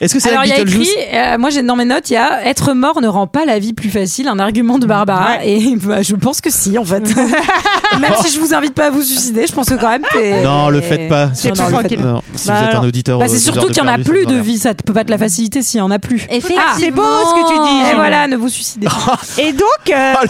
Speaker 11: Est-ce que c'est la
Speaker 1: Alors il y a écrit,
Speaker 11: Beetlejuice
Speaker 1: euh, moi j'ai dans mes notes, il y a être mort ne rend pas la vie plus facile, un argument de Barbara. Et bah, je pense que si en fait. même si je vous invite pas à vous suicider, je pense que quand même. c'est-
Speaker 11: Oh. Non, le faites pas.
Speaker 1: C'est
Speaker 11: Surtout
Speaker 1: plus
Speaker 11: le faites
Speaker 1: tranquille.
Speaker 11: pas. Non, si vous êtes un auditeur
Speaker 1: bah,
Speaker 11: aux
Speaker 1: c'est
Speaker 11: heures
Speaker 1: surtout
Speaker 11: de
Speaker 1: qu'il y en a
Speaker 11: perdu, ça
Speaker 1: plus
Speaker 11: sert à
Speaker 1: de
Speaker 11: rien.
Speaker 1: vie, ça te peut pas te la faciliter s'il y en a plus.
Speaker 7: Effectivement.
Speaker 1: Ah, c'est beau ce que tu dis. Et
Speaker 10: Gilles.
Speaker 1: voilà, ne vous suicidez pas.
Speaker 10: Et donc, euh,
Speaker 11: Ah,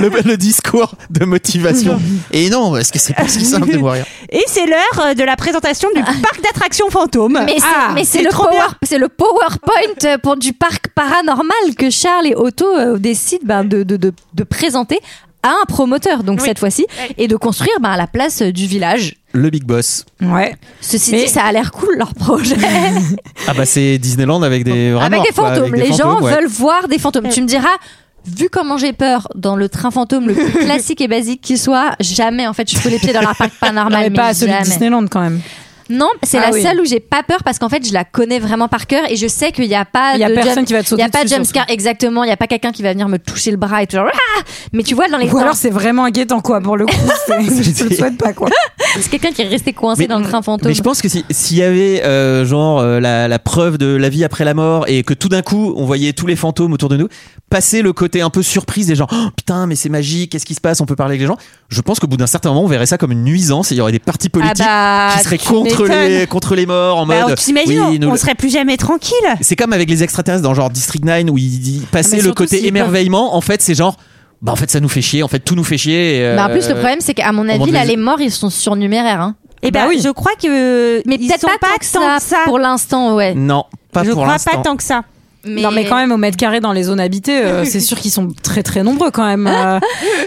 Speaker 11: le, le- le discours de motivation. Et non, parce que c'est pas si simple de voir rien.
Speaker 10: et c'est l'heure euh, de la présentation du parc d'attractions fantômes.
Speaker 7: Mais c'est-
Speaker 10: Ah,
Speaker 7: mais c'est le
Speaker 10: trop
Speaker 7: power,
Speaker 10: bien.
Speaker 7: c'est le PowerPoint euh, pour du parc paranormal que Charles et Otto euh, décident ben, de, de, de, de présenter à un promoteur, donc cette fois-ci, et de construire ben, à la place euh, du village.
Speaker 11: Le Big Boss.
Speaker 1: Ouais.
Speaker 7: Ceci
Speaker 1: Mais-
Speaker 7: dit, ça a l'air cool leur projet.
Speaker 11: Ah bah c'est Disneyland avec des vraiment,
Speaker 7: Avec des
Speaker 11: quoi,
Speaker 7: fantômes.
Speaker 11: avec des
Speaker 7: Les gens
Speaker 11: fantômes, ouais.
Speaker 7: veulent voir des fantômes. Tu me diras. Vu comment j'ai peur dans le train fantôme le plus classique et basique qui soit, jamais en fait je fous les pieds dans un parc
Speaker 1: Non,
Speaker 7: paranormal.
Speaker 1: mais
Speaker 7: mais
Speaker 1: pas à celui de
Speaker 7: jamais.
Speaker 1: Disneyland quand même.
Speaker 7: Non, c'est
Speaker 1: Ah
Speaker 7: la
Speaker 1: oui.
Speaker 7: seule où j'ai pas peur parce qu'en fait, je la connais vraiment par cœur et je sais qu'il n'y a pas
Speaker 1: Il y a
Speaker 7: de
Speaker 1: personne
Speaker 7: jump-
Speaker 1: qui va te sauter
Speaker 7: Il y a pas de
Speaker 1: dessus,
Speaker 7: jumpscare, exactement. Il n'y a pas quelqu'un qui va venir me toucher le bras et tout genre, Ah Mais tu vois, dans les.
Speaker 1: Ou alors c'est vraiment inquiétant quoi pour le coup. c'est- je te le souhaite pas quoi.
Speaker 7: C'est quelqu'un qui est resté coincé
Speaker 11: Mais-
Speaker 7: dans le train fantôme.
Speaker 11: Mais je pense que si- s'il y avait euh, genre euh, la, la preuve de la vie après la mort et que tout d'un coup on voyait tous les fantômes autour de nous passer le côté un peu surprise des gens Oh, putain mais c'est magique qu'est-ce qui se passe on peut parler avec les gens je pense qu'au bout d'un certain moment on verrait ça comme une nuisance et il y aurait des partis politiques
Speaker 10: Ah bah,
Speaker 11: qui seraient
Speaker 10: tu
Speaker 11: contre les
Speaker 10: m'étonnes.
Speaker 11: contre les morts en
Speaker 10: Bah, on
Speaker 11: mode
Speaker 10: t'imagine,
Speaker 11: oui,
Speaker 10: on,
Speaker 11: nous-
Speaker 10: on serait plus jamais tranquille.
Speaker 11: c'est comme avec les extraterrestres dans genre District 9 où ils ils
Speaker 10: Ah, mais
Speaker 11: passaient le
Speaker 10: surtout
Speaker 11: côté
Speaker 10: s'ils
Speaker 11: émerveillement en fait c'est genre bah en fait ça nous fait chier en fait tout nous fait chier et,
Speaker 7: Bah, en plus,
Speaker 11: euh,
Speaker 7: le problème, c'est qu'à mon
Speaker 11: on monte
Speaker 7: avis, là,
Speaker 11: les-
Speaker 7: les morts, ils sont surnuméraires. Hein.
Speaker 10: Et
Speaker 11: Bah
Speaker 10: ben, je crois que.
Speaker 7: Mais
Speaker 10: ils
Speaker 7: peut-être
Speaker 10: sont
Speaker 7: pas, tant que ça, pour l'instant, ouais.
Speaker 11: non pas pour l'instant
Speaker 10: que ça.
Speaker 7: Mais-
Speaker 1: Non mais quand même au mètre carré dans les zones habitées, euh, c'est sûr qu'ils sont très très nombreux quand même. euh.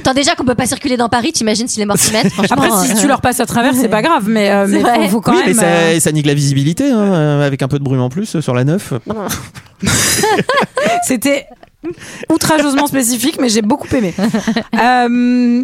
Speaker 7: Tant déjà qu'on peut pas circuler dans Paris, t'imagines si les morts s'y mettent, franchement.
Speaker 1: Après si
Speaker 7: euh,
Speaker 1: tu leur passes à travers, c'est pas grave, mais, euh,
Speaker 7: C'est
Speaker 1: mais
Speaker 7: vrai.
Speaker 1: faut, faut quand
Speaker 11: oui,
Speaker 1: même.
Speaker 11: mais ça,
Speaker 1: euh,
Speaker 11: ça nique la visibilité, hein, euh, avec un peu de brume en plus euh, sur la 9.
Speaker 1: C'était outrageusement spécifique, mais j'ai beaucoup aimé. Euh,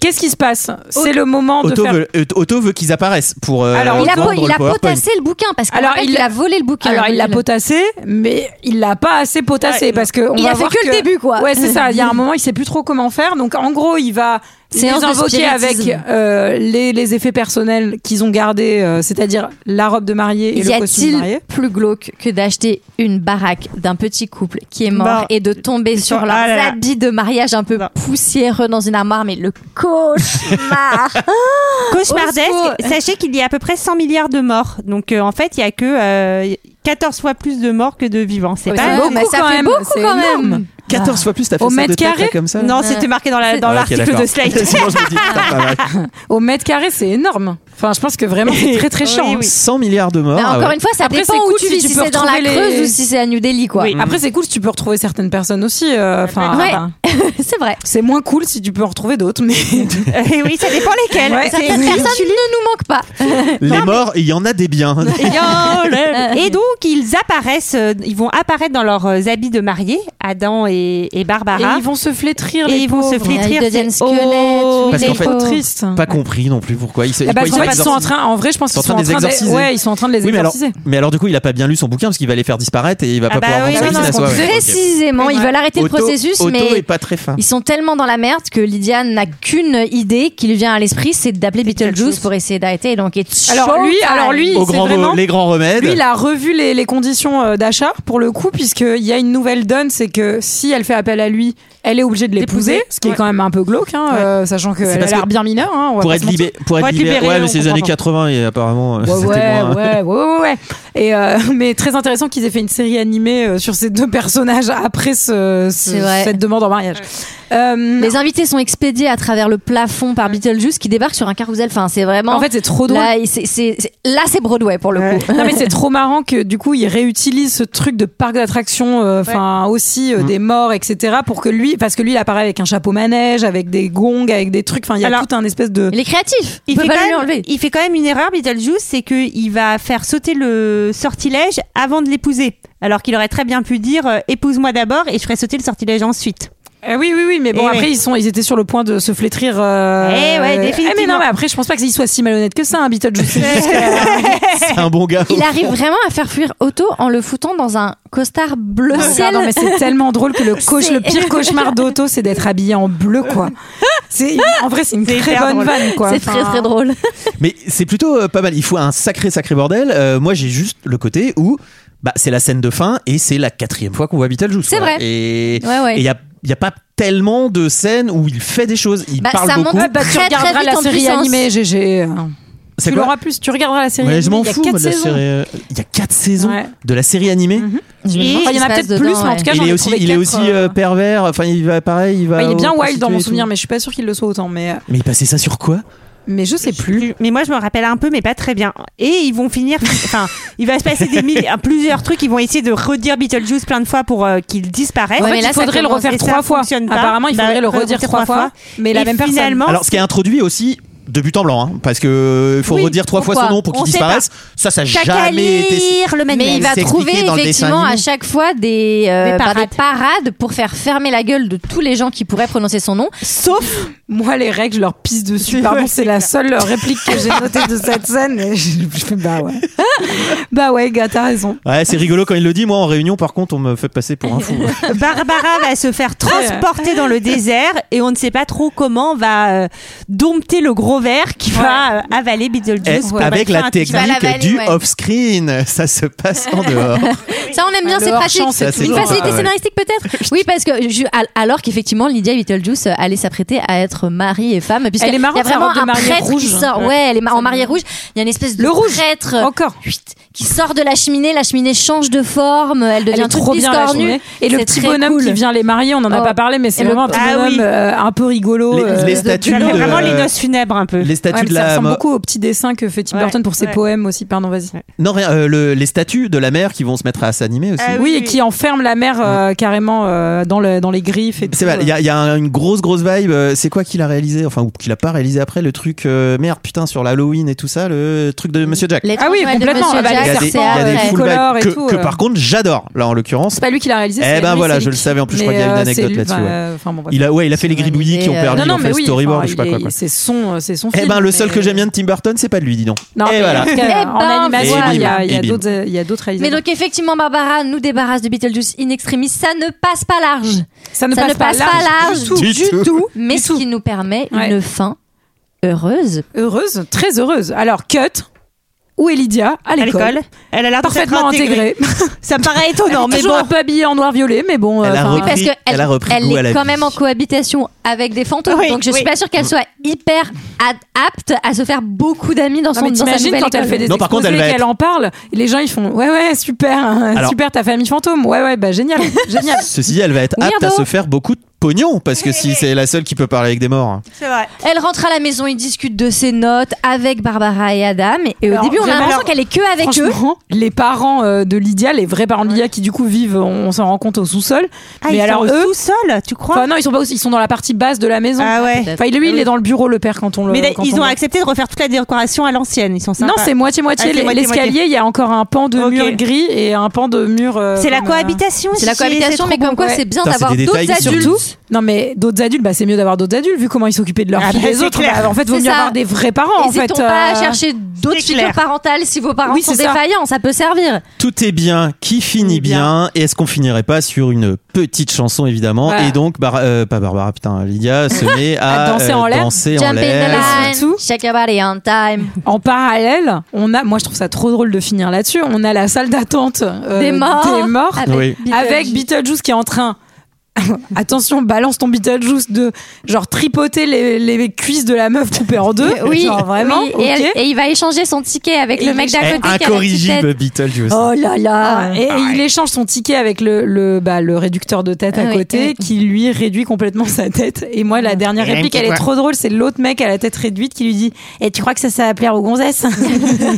Speaker 1: Qu'est-ce qui se passe C'est le moment de
Speaker 11: Otto,
Speaker 1: faire.
Speaker 11: veut, euh, Otto veut qu'ils apparaissent pour. euh,
Speaker 1: Alors,
Speaker 7: il a,
Speaker 11: vendre
Speaker 7: po- il
Speaker 11: le
Speaker 7: a
Speaker 11: PowerPoint.
Speaker 7: potassé le bouquin parce qu'on
Speaker 1: Alors,
Speaker 7: rappelle
Speaker 1: il
Speaker 7: qu'il
Speaker 1: a-
Speaker 7: a volé le bouquin.
Speaker 1: Alors il l'a
Speaker 7: Will.
Speaker 1: potassé, mais il l'a pas assez potassé
Speaker 7: Ouais,
Speaker 1: parce que on
Speaker 7: il
Speaker 1: va
Speaker 7: a fait
Speaker 1: voir
Speaker 7: que le début, quoi.
Speaker 1: Ouais, c'est ça. Il y a un moment, il sait plus trop comment faire. Donc en gros, il va les
Speaker 7: Séance de
Speaker 1: invoquer avec
Speaker 7: spiritisme.
Speaker 1: euh, les, les effets personnels qu'ils ont gardés, euh, c'est-à-dire la robe de mariée et
Speaker 7: Y
Speaker 1: le costume de
Speaker 7: a-t-il
Speaker 1: mariée.
Speaker 7: plus glauque que d'acheter une baraque d'un petit couple qui est mort
Speaker 1: Bah,
Speaker 7: et de tomber sur
Speaker 1: ah
Speaker 7: leurs
Speaker 1: là là.
Speaker 7: habits de mariage un peu poussiéreux dans une armoire Mais le
Speaker 11: Ah,
Speaker 7: cauchemar
Speaker 10: Cauchemardesque.
Speaker 7: Oh, Au secours.
Speaker 10: Sachez qu'il y a à peu près 100 milliards de morts. Donc, euh, en fait, il y a que euh, 14 fois plus de morts que de vivants. C'est
Speaker 7: Ouais,
Speaker 10: pas
Speaker 7: c'est beaucoup, mais ça fait beaucoup
Speaker 10: c'est
Speaker 7: quand même.
Speaker 10: énorme.
Speaker 11: 14 fois plus, t'as fait
Speaker 1: Au
Speaker 11: ça
Speaker 1: mètre
Speaker 11: de tête,
Speaker 1: carré
Speaker 11: là, comme ça
Speaker 10: Non, c'était marqué dans la- dans
Speaker 11: Ah, ok,
Speaker 10: l'article
Speaker 11: d'accord.
Speaker 10: de Slate.
Speaker 11: Sinon, je me dis, putain, pas mal.
Speaker 1: Au mètre carré, c'est énorme. Enfin, je pense que vraiment, c'est très très chiant.
Speaker 11: 100 milliards de morts.
Speaker 7: Mais
Speaker 11: ah
Speaker 7: Encore
Speaker 11: ouais.
Speaker 7: une fois, ça
Speaker 1: Après,
Speaker 7: dépend
Speaker 1: c'est
Speaker 7: où
Speaker 1: cool
Speaker 7: tu
Speaker 1: si
Speaker 7: vis,
Speaker 1: tu
Speaker 7: si
Speaker 1: peux
Speaker 7: c'est dans la
Speaker 1: retrouver les-
Speaker 7: Creuse ou si c'est à New Delhi, quoi.
Speaker 1: Oui. Après, c'est cool si tu peux retrouver certaines personnes aussi. euh, Enfin,
Speaker 7: Ouais.
Speaker 1: enfin,
Speaker 7: c'est vrai.
Speaker 1: c'est moins cool si tu peux en retrouver d'autres, mais.
Speaker 10: Eh oui, ça dépend lesquels.
Speaker 1: Ouais.
Speaker 10: C'est-
Speaker 7: Certaines personnes ne nous manquent pas.
Speaker 11: Les morts, il y en a des biens.
Speaker 10: Et donc, ils apparaissent, euh, ils vont apparaître dans leurs euh, habits de mariés, Adam et, et
Speaker 1: Et
Speaker 10: Barbara.
Speaker 1: ils ah. vont se flétrir.
Speaker 10: Et
Speaker 1: les
Speaker 10: ils vont se
Speaker 1: pauvres.
Speaker 10: flétrir.
Speaker 7: Ils deviennent
Speaker 10: c'est-
Speaker 7: squelettes,
Speaker 10: oh,
Speaker 11: Parce qu'en
Speaker 1: trop
Speaker 11: fait,
Speaker 1: triste.
Speaker 11: pas compris non plus pourquoi. Ils se-
Speaker 1: Eh ben,
Speaker 11: ils
Speaker 1: c'est vrai Ils sont en train, en vrai, je pense
Speaker 11: Ils sont
Speaker 1: qu'ils sont
Speaker 11: en train de les
Speaker 1: de-
Speaker 11: exorciser.
Speaker 1: Ouais, ils sont en train de les
Speaker 11: Oui, mais alors,
Speaker 1: exorciser. Ah bah
Speaker 11: mais alors, du coup, il a pas bien lu son bouquin parce qu'il va les faire disparaître et il va pas pouvoir vendre sa business, ah ouais, ouais, ok.
Speaker 7: Précisément, ils veulent arrêter
Speaker 11: Otto-
Speaker 7: le processus,
Speaker 11: Otto
Speaker 7: mais
Speaker 11: est pas très fin.
Speaker 7: ils sont tellement dans la merde que Lydia n'a qu'une idée qui lui vient à l'esprit, c'est d'appeler Beetlejuice pour essayer d'arrêter et d'enquêter.
Speaker 1: Alors lui, alors lui,
Speaker 11: Au
Speaker 1: c'est
Speaker 11: grand-
Speaker 1: vraiment-
Speaker 11: les grands remèdes.
Speaker 1: Lui, il a revu les, les conditions euh, d'achat pour le coup, puisqu'il y a une nouvelle donne, c'est que si elle fait appel à lui, elle est obligée de l'épouser, ce qui est quand même un peu glauque, hein, euh, sachant
Speaker 11: C'est
Speaker 1: qu'elle a
Speaker 11: parce
Speaker 1: l'air
Speaker 11: que-
Speaker 1: bien mineure. hein, on va
Speaker 11: Pour
Speaker 1: pas
Speaker 11: être,
Speaker 1: se mentir.
Speaker 11: libé- pour être libéré. Ouais, mais c'est les années 80 et apparemment.
Speaker 1: Ouais,
Speaker 11: euh, c'était
Speaker 1: ouais,
Speaker 11: moins-
Speaker 1: ouais, ouais, ouais, ouais. Et euh, mais très intéressant qu'ils aient fait une série animée euh, sur ces deux personnages après ce, ce-
Speaker 7: C'est vrai.
Speaker 1: cette demande en mariage. Euh,
Speaker 7: Les invités sont expédiés à travers le plafond par Beetlejuice qui débarque sur un carrousel. Enfin, c'est vraiment.
Speaker 1: Mm. En fait, c'est trop drôle.
Speaker 7: Là, c'est- c'est c'est- là, c'est Broadway pour le coup.
Speaker 1: Non mais c'est trop marrant que du coup il réutilise ce truc de parc d'attractions, enfin aussi euh, des morts, etc. Pour que lui, parce que lui il apparaît avec un chapeau manège, avec des gongs, avec des trucs. Enfin il y a tout un espèce de.
Speaker 7: Il est créatif.
Speaker 10: Il fait, quand même, il fait quand même une erreur, Beetlejuice, c'est qu'il va faire sauter le sortilège avant de l'épouser. Alors qu'il aurait très bien pu dire euh, épouse-moi d'abord et je ferai sauter le sortilège ensuite.
Speaker 1: Ah oui, oui, oui, mais bon,
Speaker 10: Eh
Speaker 1: après,
Speaker 10: ouais.
Speaker 1: ils, sont, ils étaient sur le point de se flétrir. euh,
Speaker 10: Eh ouais,
Speaker 1: euh,
Speaker 10: définitivement.
Speaker 1: eh mais non, mais après, je pense pas qu'ils soient si malhonnêtes que ça, un Beetlejuice. C'est juste que-
Speaker 11: C'est un bon gars.
Speaker 7: Il arrive vraiment à faire fuir Otto en le foutant dans un costard bleu
Speaker 1: Non,
Speaker 7: ciel.
Speaker 1: Ah, pardon, mais c'est tellement drôle que le, coach,
Speaker 7: C'est-
Speaker 1: le pire cauchemar d'Otto, c'est d'être habillé en bleu, quoi. C'est, en vrai, c'est une très
Speaker 7: hyper
Speaker 1: bonne
Speaker 7: drôle.
Speaker 1: vanne, quoi.
Speaker 7: C'est très, très drôle.
Speaker 11: Mais c'est plutôt euh, pas mal. Il faut un sacré, sacré bordel. Euh, moi, j'ai juste le côté où bah, c'est la scène de fin et c'est la quatrième fois qu'on voit Beetlejuice.
Speaker 7: C'est
Speaker 11: quoi.
Speaker 7: vrai.
Speaker 11: Et il
Speaker 7: Ouais, ouais.
Speaker 11: n'y a, y a pas tellement de scènes où il fait des choses. Il
Speaker 7: Bah,
Speaker 11: parle
Speaker 7: ça monte
Speaker 11: beaucoup.
Speaker 7: Ah bah,
Speaker 1: tu
Speaker 7: Très,
Speaker 1: regarderas
Speaker 7: très vite
Speaker 1: la
Speaker 7: en
Speaker 1: série
Speaker 7: puissance.
Speaker 1: animée, GG.
Speaker 11: C'est
Speaker 1: tu
Speaker 11: quoi
Speaker 1: l'auras plus, tu regarderas la série
Speaker 11: Ouais, je
Speaker 1: animée.
Speaker 11: m'en
Speaker 1: il y a
Speaker 11: fous.
Speaker 1: quatre
Speaker 11: moi, de la
Speaker 1: saisons.
Speaker 11: série, euh, Il y a quatre saisons
Speaker 1: Ouais.
Speaker 11: de la série animée.
Speaker 7: Je me demande
Speaker 1: Enfin,
Speaker 7: ce
Speaker 1: il y en a peut-être
Speaker 7: qui se passe
Speaker 1: plus,
Speaker 7: dedans,
Speaker 1: mais en tout cas,
Speaker 11: il
Speaker 1: j'en ai
Speaker 11: est aussi,
Speaker 1: trouvé
Speaker 11: il est
Speaker 1: quatre,
Speaker 11: aussi
Speaker 1: euh,
Speaker 11: euh, pervers. Enfin, il va pareil. Il va.
Speaker 1: bah, il est bien
Speaker 11: aux
Speaker 1: wild dans mon
Speaker 11: prostituées et
Speaker 1: souvenir,
Speaker 11: tout.
Speaker 1: mais je suis pas sûre qu'il le soit autant. Mais euh,
Speaker 11: Mais il passait ça sur quoi
Speaker 1: mais je sais plus.
Speaker 10: Mais moi, je me rappelle un peu, mais pas très bien. Et ils vont finir. Enfin, il va se passer des mille- à plusieurs trucs. Ils vont essayer de redire Beetlejuice plein de fois pour euh, qu'il disparaisse.
Speaker 1: En fait, il faudrait le refaire
Speaker 10: Et ça
Speaker 1: trois fois.
Speaker 10: fonctionne pas.
Speaker 1: Apparemment, il
Speaker 10: Bah,
Speaker 1: faudrait le redire trois fois. Mais la
Speaker 10: Et
Speaker 1: même personne.
Speaker 10: finalement,
Speaker 11: Alors, ce qui est introduit aussi de but en blanc, hein, parce que il faut
Speaker 10: Oui,
Speaker 11: redire trois fois
Speaker 10: pourquoi
Speaker 11: son nom pour qu'il
Speaker 10: On sait
Speaker 11: disparaisse.
Speaker 10: pas.
Speaker 11: Ça, ça a
Speaker 10: T'as qu'à
Speaker 11: jamais été.
Speaker 10: lire le
Speaker 7: Mais il va
Speaker 11: C'est
Speaker 7: trouver
Speaker 11: expliqué dans le dessin
Speaker 7: effectivement
Speaker 11: animé.
Speaker 7: à chaque fois des, euh,
Speaker 10: Des
Speaker 7: bah,
Speaker 10: parades.
Speaker 7: des parades pour faire fermer la gueule de tous les gens qui pourraient prononcer son nom.
Speaker 1: Sauf moi, les règles, je leur pisse dessus. Pardon, c'est la seule euh, réplique que j'ai notée de cette scène. Et je, je fais, bah ouais. Bah ouais, gars, t'as raison.
Speaker 11: Ouais, c'est rigolo quand il le dit. Moi, en réunion, par contre, on me fait passer pour un fou.
Speaker 10: Barbara va se faire transporter dans le désert et on ne sait pas trop comment va euh, dompter le gros verre qui va euh, avaler
Speaker 11: Eh,
Speaker 10: Beetlejuice. pour
Speaker 11: avec
Speaker 10: mettre fin
Speaker 11: la
Speaker 10: à tout ça.
Speaker 11: technique du
Speaker 7: ouais.
Speaker 11: off-screen, ça se passe en dehors.
Speaker 7: Ça, on aime bien,
Speaker 1: Le
Speaker 7: c'est pratique.
Speaker 1: hors-champ, c'est Ah
Speaker 11: Ça, c'est
Speaker 7: Une
Speaker 11: toujours
Speaker 7: facilité
Speaker 11: ça, ouais.
Speaker 7: scénaristique peut-être Oui, parce que je- al- alors qu'effectivement, Lydia Beetlejuice euh, allait s'apprêter à être mariée et femme. Puisqu'il
Speaker 1: Elle est
Speaker 7: y a
Speaker 1: marrante, sa
Speaker 7: vraiment
Speaker 1: robe de
Speaker 7: un
Speaker 1: mariée
Speaker 7: prêtre
Speaker 1: rouge.
Speaker 7: qui sort. Ouais, elle est ma- en mariée rouge. Il y a une espèce de
Speaker 1: Le rouge. Oh.
Speaker 7: prêtre euh,
Speaker 1: Encore.
Speaker 7: qui sort de la cheminée. La cheminée change de forme. Elle
Speaker 1: Elle
Speaker 7: devient
Speaker 1: est
Speaker 7: toute
Speaker 1: trop bien la
Speaker 7: biscornue.
Speaker 1: journée. Et le
Speaker 7: C'est
Speaker 1: petit
Speaker 7: très
Speaker 1: bonhomme
Speaker 7: cool.
Speaker 1: qui vient les marier, on en a
Speaker 7: Oh.
Speaker 1: pas parlé, mais c'est
Speaker 7: Et le-
Speaker 1: vraiment un petit
Speaker 7: Ah
Speaker 1: bonhomme
Speaker 7: oui.
Speaker 1: euh, un peu rigolo.
Speaker 11: Les-
Speaker 1: euh,
Speaker 11: les
Speaker 1: de-
Speaker 11: statues
Speaker 1: de-
Speaker 10: Ça fait
Speaker 11: de-
Speaker 10: vraiment les noces funèbres un peu.
Speaker 11: Les
Speaker 1: Ouais,
Speaker 11: statues
Speaker 1: mais
Speaker 11: de
Speaker 1: ça
Speaker 11: la
Speaker 1: ressemble
Speaker 11: mo-
Speaker 1: beaucoup au petit dessin que fait Tim
Speaker 10: Ouais,
Speaker 1: Burton pour ses
Speaker 10: ouais.
Speaker 1: poèmes aussi. Pardon, vas-y.
Speaker 11: non rien, euh, le- les statues de la mère qui vont se mettre à s'animer
Speaker 10: Euh,
Speaker 11: aussi.
Speaker 1: oui, et qui enferme la mère euh, carrément euh, dans, le, dans les griffes. Et
Speaker 11: C'est
Speaker 1: tout,
Speaker 11: mal. Il y a, il y a un- une grosse grosse vibe. euh, C'est quoi qu'il a réalisé, enfin ou qu'il a pas réalisé après le truc euh, merde putain sur l'Halloween et tout ça, le truc de Monsieur Jack.
Speaker 7: L'étrange
Speaker 1: Ah oui,
Speaker 7: Noël de
Speaker 1: complètement.
Speaker 7: Monsieur
Speaker 1: Ah bah,
Speaker 11: Il y a
Speaker 7: Jack,
Speaker 11: des,
Speaker 7: c'est
Speaker 11: il y a des
Speaker 7: après.
Speaker 11: full
Speaker 1: tricolores
Speaker 11: vibes
Speaker 1: et
Speaker 11: que,
Speaker 1: tout,
Speaker 11: que
Speaker 1: euh.
Speaker 11: par contre j'adore. Là en l'occurrence.
Speaker 1: C'est pas lui qui l'a réalisé.
Speaker 11: Eh
Speaker 1: c'est
Speaker 11: ben
Speaker 1: Henry
Speaker 11: voilà, je le
Speaker 1: Selick.
Speaker 11: savais en plus. Je crois
Speaker 1: Mais,
Speaker 11: qu'il y a une
Speaker 1: euh,
Speaker 11: anecdote
Speaker 1: c'est lui,
Speaker 11: là-dessus.
Speaker 1: bah,
Speaker 11: ouais.
Speaker 1: euh, enfin, bon, bref.
Speaker 11: Il a ouais, il a fait les gribouillis qui ont
Speaker 7: euh,
Speaker 11: perdu
Speaker 1: Non, non,
Speaker 11: en
Speaker 1: mais
Speaker 11: fait
Speaker 1: oui,
Speaker 11: storyboard,
Speaker 1: enfin,
Speaker 11: je sais pas
Speaker 1: il
Speaker 11: quoi.
Speaker 1: est-
Speaker 11: quoi.
Speaker 1: C'est son, c'est son
Speaker 11: Eh
Speaker 1: film,
Speaker 11: ben le
Speaker 1: mais- euh,
Speaker 11: seul que j'aime bien de Tim Burton, c'est pas de lui, dis donc.
Speaker 1: Non,
Speaker 11: Et
Speaker 1: mais
Speaker 11: voilà.
Speaker 1: parce que,
Speaker 7: Eh
Speaker 1: euh, en
Speaker 7: ben,
Speaker 1: animation,
Speaker 11: voilà.
Speaker 1: il y a-
Speaker 11: Et
Speaker 1: il y a
Speaker 11: bim.
Speaker 1: d'autres- il y a d'autres
Speaker 7: Mais
Speaker 1: réalisateurs.
Speaker 7: donc effectivement, Barbara nous débarrasse de Beetlejuice in extremis. Ça ne passe pas large.
Speaker 1: Ça ne passe pas large.
Speaker 7: large.
Speaker 1: Du tout. Du Du tout. tout.
Speaker 7: Mais ce qui nous permet
Speaker 1: Ouais.
Speaker 7: une fin heureuse.
Speaker 1: Heureuse, très heureuse. Alors, Cut, où est Lydia À l'école.
Speaker 10: Elle a l'air de s'être
Speaker 1: Parfaitement intégrée.
Speaker 10: Ça me paraît étonnant,
Speaker 1: Elle est
Speaker 10: mais
Speaker 1: toujours
Speaker 10: bon.
Speaker 1: un peu habillée en noir violet, mais bon.
Speaker 11: Elle a
Speaker 1: enfin,
Speaker 11: repris-
Speaker 7: Parce que
Speaker 11: elle a repris
Speaker 7: elle
Speaker 11: goût à la
Speaker 7: est quand
Speaker 11: vie.
Speaker 7: même en cohabitation avec des fantômes,
Speaker 10: Oui,
Speaker 7: donc je
Speaker 10: oui.
Speaker 7: suis pas sûre qu'elle soit hyper ad- apte à se faire beaucoup d'amis dans
Speaker 1: Non,
Speaker 7: son
Speaker 1: mais
Speaker 7: dans sa
Speaker 1: t'imagines
Speaker 7: nouvelle
Speaker 1: quand elle
Speaker 7: école.
Speaker 1: fait des
Speaker 11: Non, par contre,
Speaker 1: exposés
Speaker 11: elle va
Speaker 1: qu'elle
Speaker 11: être-
Speaker 1: en parle, les gens ils font ouais ouais super hein,
Speaker 11: Alors-
Speaker 1: super ta famille fantôme ouais ouais bah génial génial
Speaker 11: Ceci dit, elle va être
Speaker 7: Oui,
Speaker 11: apte à
Speaker 7: Arnaud.
Speaker 11: se faire beaucoup de pognon parce que si c'est la seule qui peut parler avec des morts.
Speaker 10: C'est vrai.
Speaker 7: Elle rentre à la maison, ils discutent de ses notes avec Barbara et Adam, et, et au
Speaker 1: Alors,
Speaker 7: début on a
Speaker 1: j'aime-
Speaker 7: l'impression
Speaker 1: alors,
Speaker 7: qu'elle est que avec eux.
Speaker 1: Franchement, les parents euh, de Lydia, les vrais parents de Lydia qui du coup vivent, on s'en rend compte au sous-sol.
Speaker 10: Ah,
Speaker 1: mais
Speaker 10: ils
Speaker 1: alors
Speaker 10: sont
Speaker 1: eux,
Speaker 10: tout seuls, tu crois
Speaker 1: enfin, non, ils sont pas, au- ils sont dans la partie basse de la maison.
Speaker 10: Ah ouais.
Speaker 1: Enfin, lui, il est dans le bureau, le père, quand on le.
Speaker 10: Mais
Speaker 1: quand
Speaker 10: ils
Speaker 1: on
Speaker 10: ont
Speaker 1: le-
Speaker 10: accepté de refaire toute la décoration à l'ancienne. Ils sont
Speaker 1: Non,
Speaker 10: sympas.
Speaker 1: c'est moitié moitié.
Speaker 10: Ah, c'est moitié,
Speaker 1: L'escalier,
Speaker 10: moitié.
Speaker 1: il y a encore un pan de
Speaker 10: Ok.
Speaker 1: mur gris et un pan de mur. euh,
Speaker 10: C'est la
Speaker 1: comme, euh,
Speaker 10: cohabitation.
Speaker 7: C'est la
Speaker 10: Chichi,
Speaker 7: cohabitation,
Speaker 10: trop
Speaker 7: mais
Speaker 10: bon,
Speaker 7: comme quoi
Speaker 10: ouais.
Speaker 7: c'est bien
Speaker 11: Putain, c'est
Speaker 7: d'avoir
Speaker 11: des
Speaker 7: d'autres
Speaker 11: détails qui
Speaker 7: adultes
Speaker 11: surtout-
Speaker 1: adultes. euh, Non, mais d'autres adultes, bah, c'est mieux d'avoir d'autres adultes, vu comment ils s'occupaient de leurs
Speaker 7: Ah
Speaker 1: filles
Speaker 7: bah,
Speaker 1: et des
Speaker 7: c'est
Speaker 1: autres.
Speaker 7: clair.
Speaker 1: bah, en fait, vaut
Speaker 7: C'est
Speaker 1: mieux
Speaker 7: ça.
Speaker 1: avoir des vrais parents. en fait,
Speaker 7: N'hésitons pas à
Speaker 1: euh,
Speaker 7: chercher d'autres
Speaker 1: c'est clair.
Speaker 7: figures parentales si vos parents
Speaker 1: Oui,
Speaker 7: sont
Speaker 1: c'est ça.
Speaker 7: défaillants, ça peut servir.
Speaker 11: Tout est bien, qui finit bien, et est-ce qu'on finirait pas sur une petite chanson évidemment
Speaker 7: Voilà.
Speaker 11: Et donc, Bar- euh, pas Barbara, putain, Lydia se met à, euh, danser en
Speaker 7: Jump in
Speaker 11: l'air.
Speaker 7: the line, shake your body on time.
Speaker 1: En parallèle, on a, moi je trouve ça trop drôle de finir là-dessus. On a la salle d'attente euh,
Speaker 7: Des morts.
Speaker 1: des morts
Speaker 7: Avec Oui. Beetlejuice.
Speaker 1: avec Beetlejuice qui est en train. Attention, balance ton Beetlejuice de genre tripoter les, les cuisses de la meuf coupée en deux.
Speaker 7: Euh, Oui,
Speaker 1: Genre, vraiment.
Speaker 7: oui,
Speaker 1: ok.
Speaker 7: et, elle- et il va échanger son ticket avec le mec d'à
Speaker 11: Eh,
Speaker 7: côté. qui a la petite
Speaker 11: Incorrigible
Speaker 7: tête.
Speaker 11: Beetlejuice.
Speaker 1: Oh là
Speaker 7: Ah
Speaker 1: là Et il échange son ticket avec le, le, bah, le réducteur de tête à
Speaker 7: Ah Oui, Ah.
Speaker 1: côté qui lui réduit complètement sa tête. Et moi, la dernière
Speaker 7: Et un
Speaker 1: réplique,
Speaker 7: petit
Speaker 1: elle est
Speaker 7: coin.
Speaker 1: trop drôle. C'est l'autre mec à la tête réduite qui lui dit Et tu crois que ça, ça va plaire aux gonzesses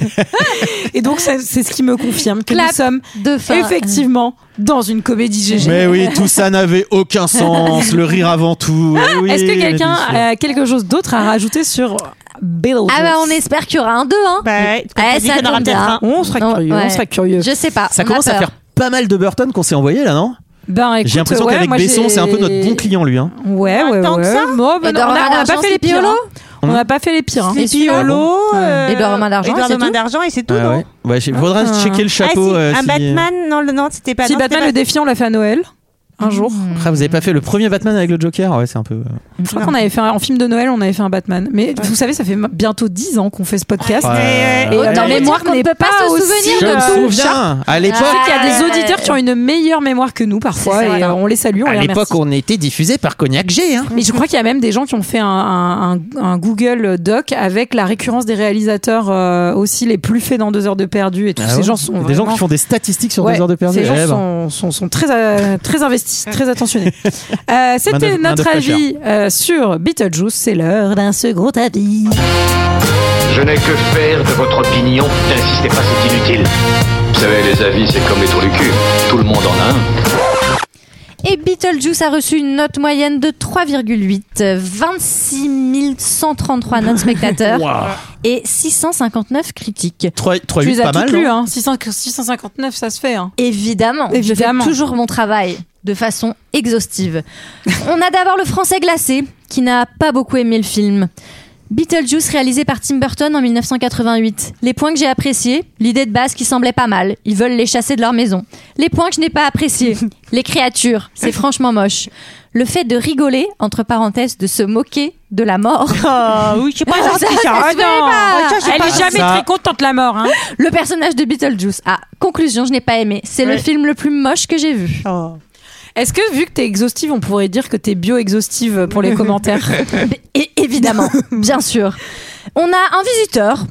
Speaker 1: Et donc, ça, c'est ce qui me confirme que nous
Speaker 7: Clap euh.
Speaker 1: sommes
Speaker 7: de fin.
Speaker 1: effectivement dans une comédie GG.
Speaker 11: Mais oui, tout ça n'avait aucun sens, le rire avant tout. Eh oui,
Speaker 1: Est-ce que quelqu'un
Speaker 11: bien sûr.
Speaker 1: a quelque chose d'autre à rajouter sur Beetlejuice
Speaker 7: Ah bah on espère qu'il y aura un 2 hein.
Speaker 1: Bah,
Speaker 10: Bah,
Speaker 1: t'as
Speaker 7: Eh,
Speaker 1: dit qu'il
Speaker 7: ça
Speaker 1: y en aura
Speaker 7: tombe
Speaker 1: peut-être
Speaker 7: bien.
Speaker 1: un. On sera
Speaker 7: Non,
Speaker 1: curieux, on sera curieux.
Speaker 7: Je sais pas. on
Speaker 11: Ça
Speaker 7: a
Speaker 11: commence à
Speaker 7: peur.
Speaker 11: faire pas mal de Burton qu'on s'est envoyé là, non
Speaker 1: Ben, écoute,
Speaker 11: J'ai l'impression
Speaker 1: ouais,
Speaker 11: qu'avec
Speaker 1: moi,
Speaker 11: Besson,
Speaker 1: j'ai-
Speaker 11: c'est un peu notre bon client lui. hein.
Speaker 1: Ouais, ouais, ouais.
Speaker 13: que ça
Speaker 1: Bon, ben,
Speaker 13: Et
Speaker 1: non,
Speaker 13: Dora
Speaker 1: on
Speaker 13: Main
Speaker 1: n'a pas
Speaker 13: d'Argent,
Speaker 1: fait les
Speaker 13: c'est
Speaker 1: pires.
Speaker 13: Piolo
Speaker 1: hein. On n'a pas fait les pires. hein.
Speaker 13: C'est Piolo, euh,
Speaker 1: Et Dora Main d'Argent,
Speaker 13: Edouard
Speaker 1: c'est
Speaker 13: Main
Speaker 1: tout
Speaker 13: d'Argent et c'est tout,
Speaker 11: Ouais,
Speaker 13: non
Speaker 11: Ah ouais. Ouais, j'ai- faudra
Speaker 13: Ah.
Speaker 11: checker le chapeau.
Speaker 13: Ah, si,
Speaker 11: euh,
Speaker 13: un
Speaker 11: si-
Speaker 13: Batman, non, le- non, c'était pas.
Speaker 1: Si
Speaker 13: non, c'était
Speaker 1: Batman
Speaker 13: pas-
Speaker 1: le défi, on l'a fait à Noël. Un jour.
Speaker 11: Ah, vous avez pas fait le premier Batman avec le Joker Ouais, c'est un peu. euh,
Speaker 1: Je crois qu'on avait fait un, en film de Noël, on avait fait un Batman. Mais vous savez, ça fait m- bientôt 10 ans qu'on fait ce podcast.
Speaker 11: Ouais.
Speaker 1: Et
Speaker 11: Autant
Speaker 1: la
Speaker 11: vous
Speaker 1: mémoire
Speaker 7: dire qu'on
Speaker 1: n'est
Speaker 7: peut
Speaker 1: pas,
Speaker 7: pas se
Speaker 1: aussi.
Speaker 7: souvenir
Speaker 11: Je me
Speaker 1: euh,
Speaker 11: souviens. À
Speaker 1: Je
Speaker 11: l'époque,
Speaker 1: sais qu'il y a des
Speaker 7: Ouais.
Speaker 1: auditeurs qui ont une meilleure mémoire que nous parfois
Speaker 7: C'est ça.
Speaker 1: et euh, on les salue, on
Speaker 11: à
Speaker 1: les remercie.
Speaker 11: l'époque, on était diffusé par Cognac G. Hein.
Speaker 1: Mais je crois qu'il y a même des gens qui ont fait un, un- un- un Google Doc avec la récurrence des réalisateurs euh, aussi les plus faits dans deux heures de perdu et tous
Speaker 11: Ah
Speaker 1: ces
Speaker 11: ouais.
Speaker 1: gens sont
Speaker 11: des gens
Speaker 1: vraiment-
Speaker 11: qui font des statistiques sur
Speaker 1: Ouais,
Speaker 11: deux heures de perdu.
Speaker 1: Ces gens
Speaker 11: Eh ben.
Speaker 1: sont, sont- sont très, euh, très investis, très attentionnés. Euh, C'était
Speaker 11: Main
Speaker 1: notre
Speaker 11: d'œuvre
Speaker 1: avis euh, sur Beetlejuice. C'est l'heure d'un second avis.
Speaker 11: Ah,
Speaker 2: Je n'ai que faire de votre opinion. N'insistez pas, c'est inutile.
Speaker 5: Vous savez, les avis, c'est comme les trous du cul. Tout le monde en a un.
Speaker 7: Et Beetlejuice a reçu une note moyenne de 3,8, euh, 26 133 notes spectateurs
Speaker 11: Waouh.
Speaker 7: et 659 critiques.
Speaker 11: 3,
Speaker 1: Tu
Speaker 11: 8,
Speaker 1: les as
Speaker 11: pas mal.
Speaker 1: toutes lues,
Speaker 11: non
Speaker 1: hein. 600 659, ça se fait. hein.
Speaker 7: Évidemment,
Speaker 1: Évidemment.
Speaker 7: je fais toujours mon travail de façon exhaustive. On a d'abord le français glacé, qui n'a pas beaucoup aimé le film. Beetlejuice réalisé par Tim Burton en 1988. Les points que j'ai appréciés, l'idée de base qui semblait pas mal, ils veulent les chasser de leur maison. Les points que je n'ai pas appréciés, les créatures, c'est franchement moche. Le fait de rigoler, entre parenthèses, de se moquer de la mort.
Speaker 13: Oh, oui, je sais pas
Speaker 7: Ah, ça,
Speaker 13: gentil, ça.
Speaker 7: ça se
Speaker 13: Ah,
Speaker 7: fait
Speaker 13: non.
Speaker 7: pas.
Speaker 13: Ah, ça, c'est
Speaker 7: Elle
Speaker 13: pas
Speaker 7: est
Speaker 13: gentil.
Speaker 1: Jamais
Speaker 13: Ça-
Speaker 1: très contente la mort. Hein.
Speaker 7: Le personnage de Beetlejuice. Ah, conclusion, je n'ai pas aimé. C'est le
Speaker 1: Ouais.
Speaker 7: film le plus moche que j'ai vu.
Speaker 1: Est-ce que, vu que t'es exhaustive, on pourrait dire que t'es bio-exhaustive pour les commentaires
Speaker 7: Et évidemment, bien sûr. On a un visiteur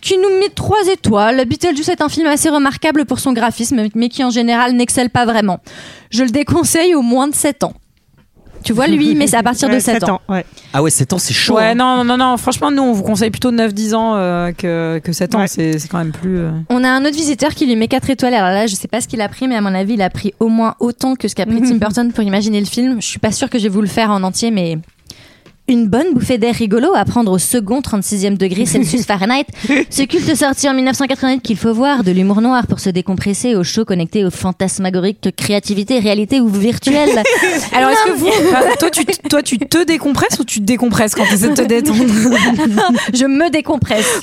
Speaker 7: qui nous met trois étoiles. Beetlejuice est un film assez remarquable pour son graphisme, mais qui en général n'excelle pas vraiment. Je le déconseille aux moins de 7 ans. Tu vois, lui, il met ça à partir de
Speaker 1: Ouais,
Speaker 7: 7,
Speaker 1: sept
Speaker 7: ans.
Speaker 1: ans, ouais.
Speaker 11: Ah ouais, 7 ans, c'est chaud.
Speaker 1: hein. Ouais,
Speaker 11: hein.
Speaker 1: non, non, non, franchement, nous, on vous conseille plutôt 9-10 ans euh, que, que 7 ans, c'est c'est quand même plus. euh.
Speaker 7: On a un autre visiteur qui lui met 4 étoiles. Alors là, je sais pas ce qu'il a pris, mais à mon avis, il a pris au moins autant que ce qu'a pris Tim Burton pour imaginer le film. Je suis pas sûre que je vais vous le faire en entier, mais Une bonne bouffée d'air rigolo à prendre au second 36e degré Celsius Fahrenheit. Ce culte sorti en 1988 qu'il faut voir, de l'humour noir pour se décompresser au show connecté aux fantasmagoriques créativité, réalité ou virtuelle.
Speaker 1: Alors, est-ce que
Speaker 7: Non,
Speaker 1: vous. enfin, toi, tu, toi, tu te décompresses ou tu te décompresses quand tu essaies de te détendre
Speaker 7: Je me décompresse.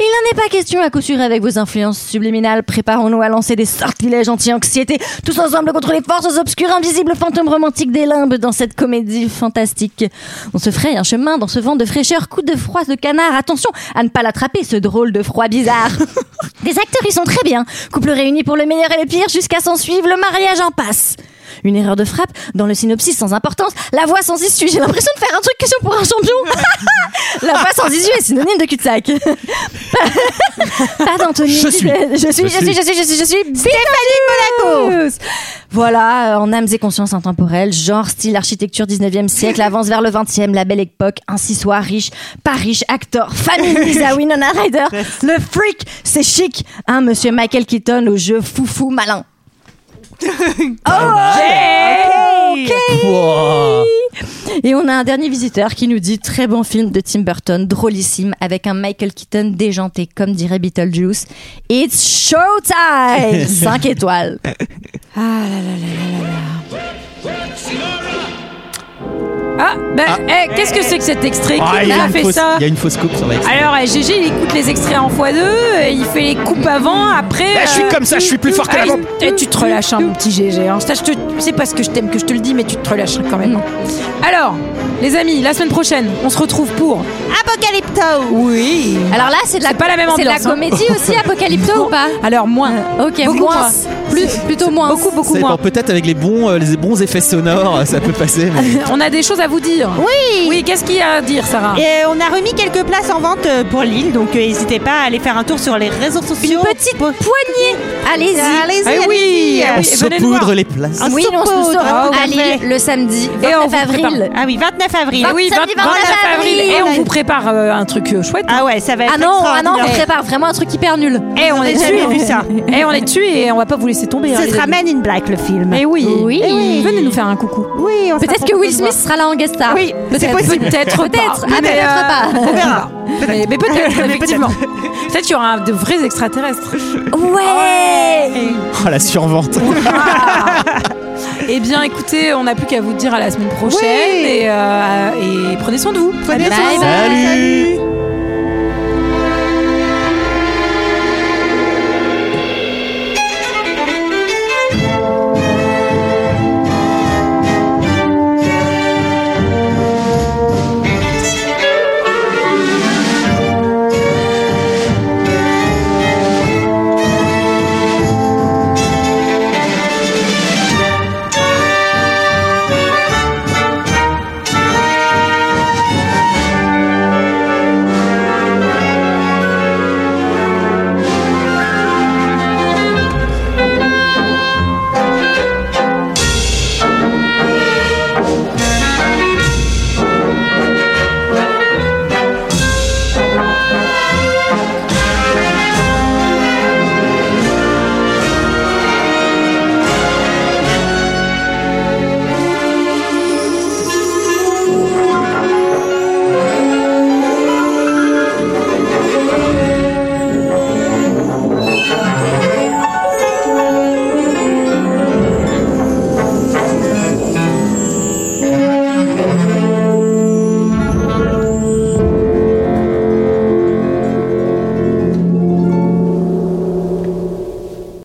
Speaker 7: Il n'en est pas question à coup sûr avec vos influences subliminales. Préparons-nous à lancer des sortilèges anti-anxiété, tous ensemble contre les forces obscures, invisibles, fantômes romantiques des limbes dans cette comédie fantastique. On se fraye un chemin dans ce vent de fraîcheur, coup de froid de canard. Attention à ne pas l'attraper, ce drôle de froid bizarre. Des acteurs, ils sont très bien. Couple réuni pour le meilleur et le pire, jusqu'à s'en suivre le mariage en passe. Une erreur de frappe dans le synopsis sans importance. La voix sans issue. J'ai l'impression de faire un truc question pour un champion. La voix sans issue est synonyme de cul-de-sac. Pas d'Anthony.
Speaker 16: Je suis.
Speaker 7: Je suis, je suis, je suis, je suis, je suis, je suis Stéphanie Monaco. Voilà, euh, en âmes et consciences intemporelles, genre, style, architecture 19e siècle, avance vers le 20e, la belle époque, ainsi soit riche, pas riche, acteur, famille, Lisa Winona Ryder, le freak, c'est chic, hein, monsieur Michael Keaton au jeu foufou malin. Ok.
Speaker 11: Pouah.
Speaker 7: Et on a un dernier visiteur qui nous dit très bon film de Tim Burton, drôlissime, avec un Michael Keaton déjanté, comme dirait Beetlejuice. It's showtime 5 étoiles. Ah là là là là là là.
Speaker 1: Bah, eh, Qu'est-ce que c'est que cet extrait
Speaker 11: Ah,
Speaker 1: Qui
Speaker 11: il y a
Speaker 1: a
Speaker 11: une
Speaker 1: fait
Speaker 11: fausse-
Speaker 1: ça
Speaker 11: Il y a une fausse coupe sur l'extrait.
Speaker 1: alors, eh, GG, il écoute les extraits en x2, et il fait les coupes avant, après. euh,
Speaker 17: Bah, je suis comme ça, je suis plus fort que la
Speaker 1: l'avant.
Speaker 17: bombe.
Speaker 1: Et tu te relâches, hein, mon petit GG. hein. Ça, je te- C'est parce que je t'aime que je te le dis, mais tu te relâches quand même.
Speaker 11: Mm.
Speaker 1: Alors, les amis, la semaine prochaine, on se retrouve pour Apocalypto. Oui.
Speaker 7: Alors là, c'est de la-
Speaker 1: pas la même
Speaker 7: c'est de la
Speaker 1: ambiance, hein.
Speaker 7: comédie aussi, Apocalypto,
Speaker 1: Non.
Speaker 7: ou pas Euh.
Speaker 1: Alors moins.
Speaker 7: Ok,
Speaker 1: Beaucoup
Speaker 7: moins.
Speaker 1: moins.
Speaker 7: Plus, plutôt moins.
Speaker 1: Beaucoup, beaucoup
Speaker 11: Ça
Speaker 1: moins.
Speaker 11: dépend, peut-être avec les bons, euh, les bons effets sonores, ça peut passer. mais-
Speaker 1: On a des choses à vous dire. Oui. Oui, qu'est-ce qu'il y a à dire, Sarah
Speaker 10: Et on a remis quelques places en vente euh, pour Lille, donc euh, n'hésitez pas à aller faire un tour sur les réseaux sociaux. Une petite
Speaker 7: poignée Allez-y.
Speaker 10: Allez-y,
Speaker 1: Eh oui,
Speaker 10: allez-y,
Speaker 1: eh
Speaker 10: ah
Speaker 11: On
Speaker 10: oui, venez nous
Speaker 11: saupoudre
Speaker 10: voir. Ah.
Speaker 11: les places.
Speaker 10: Un
Speaker 7: Oui, on se
Speaker 10: saupoudre,
Speaker 7: saura
Speaker 10: tout à
Speaker 7: à
Speaker 10: fait.
Speaker 7: Lille le samedi
Speaker 1: Et on
Speaker 7: 29
Speaker 1: vous
Speaker 7: avril.
Speaker 1: prépare.
Speaker 10: Ah oui, 29 avril.
Speaker 1: Ah oui, 20
Speaker 7: Samedi,
Speaker 1: 29 avril. Et on
Speaker 10: Allez.
Speaker 1: vous prépare euh, un truc euh, chouette.
Speaker 10: Ah ouais, ça va être
Speaker 7: Ah non, ah non, on
Speaker 10: extraordinaire. Eh,
Speaker 7: prépare vraiment un truc hyper nul.
Speaker 1: Et on est
Speaker 10: J'ai
Speaker 1: dessus.
Speaker 10: jamais vu ça.
Speaker 1: Et Eh, on est dessus et on va pas vous laisser tomber. hein,
Speaker 10: Ce
Speaker 1: les
Speaker 10: sera
Speaker 1: amis.
Speaker 10: Man in Black, le film.
Speaker 1: Eh oui.
Speaker 7: Oui.
Speaker 1: Eh Venez nous faire un coucou.
Speaker 10: Oui, on
Speaker 7: Peut-être que Will Smith sera là en guest star.
Speaker 10: Oui, c'est
Speaker 1: Peut-être,
Speaker 10: possible.
Speaker 1: Peut-être,
Speaker 7: Peut-être.
Speaker 1: pas.
Speaker 7: Ah,
Speaker 1: Mais,
Speaker 7: peut-être
Speaker 1: euh,
Speaker 7: pas.
Speaker 10: On verra.
Speaker 1: Mais, mais peut-être, effectivement. Peut-être qu'il y aura de vrais extraterrestres.
Speaker 7: Ouais
Speaker 11: Oh, la survente.
Speaker 1: Eh bien, écoutez, on n'a plus qu'à vous dire à la semaine prochaine et, euh, et prenez soin de vous.
Speaker 10: Prenez
Speaker 1: Bye
Speaker 10: soin de vous.
Speaker 1: bye.
Speaker 11: Salut.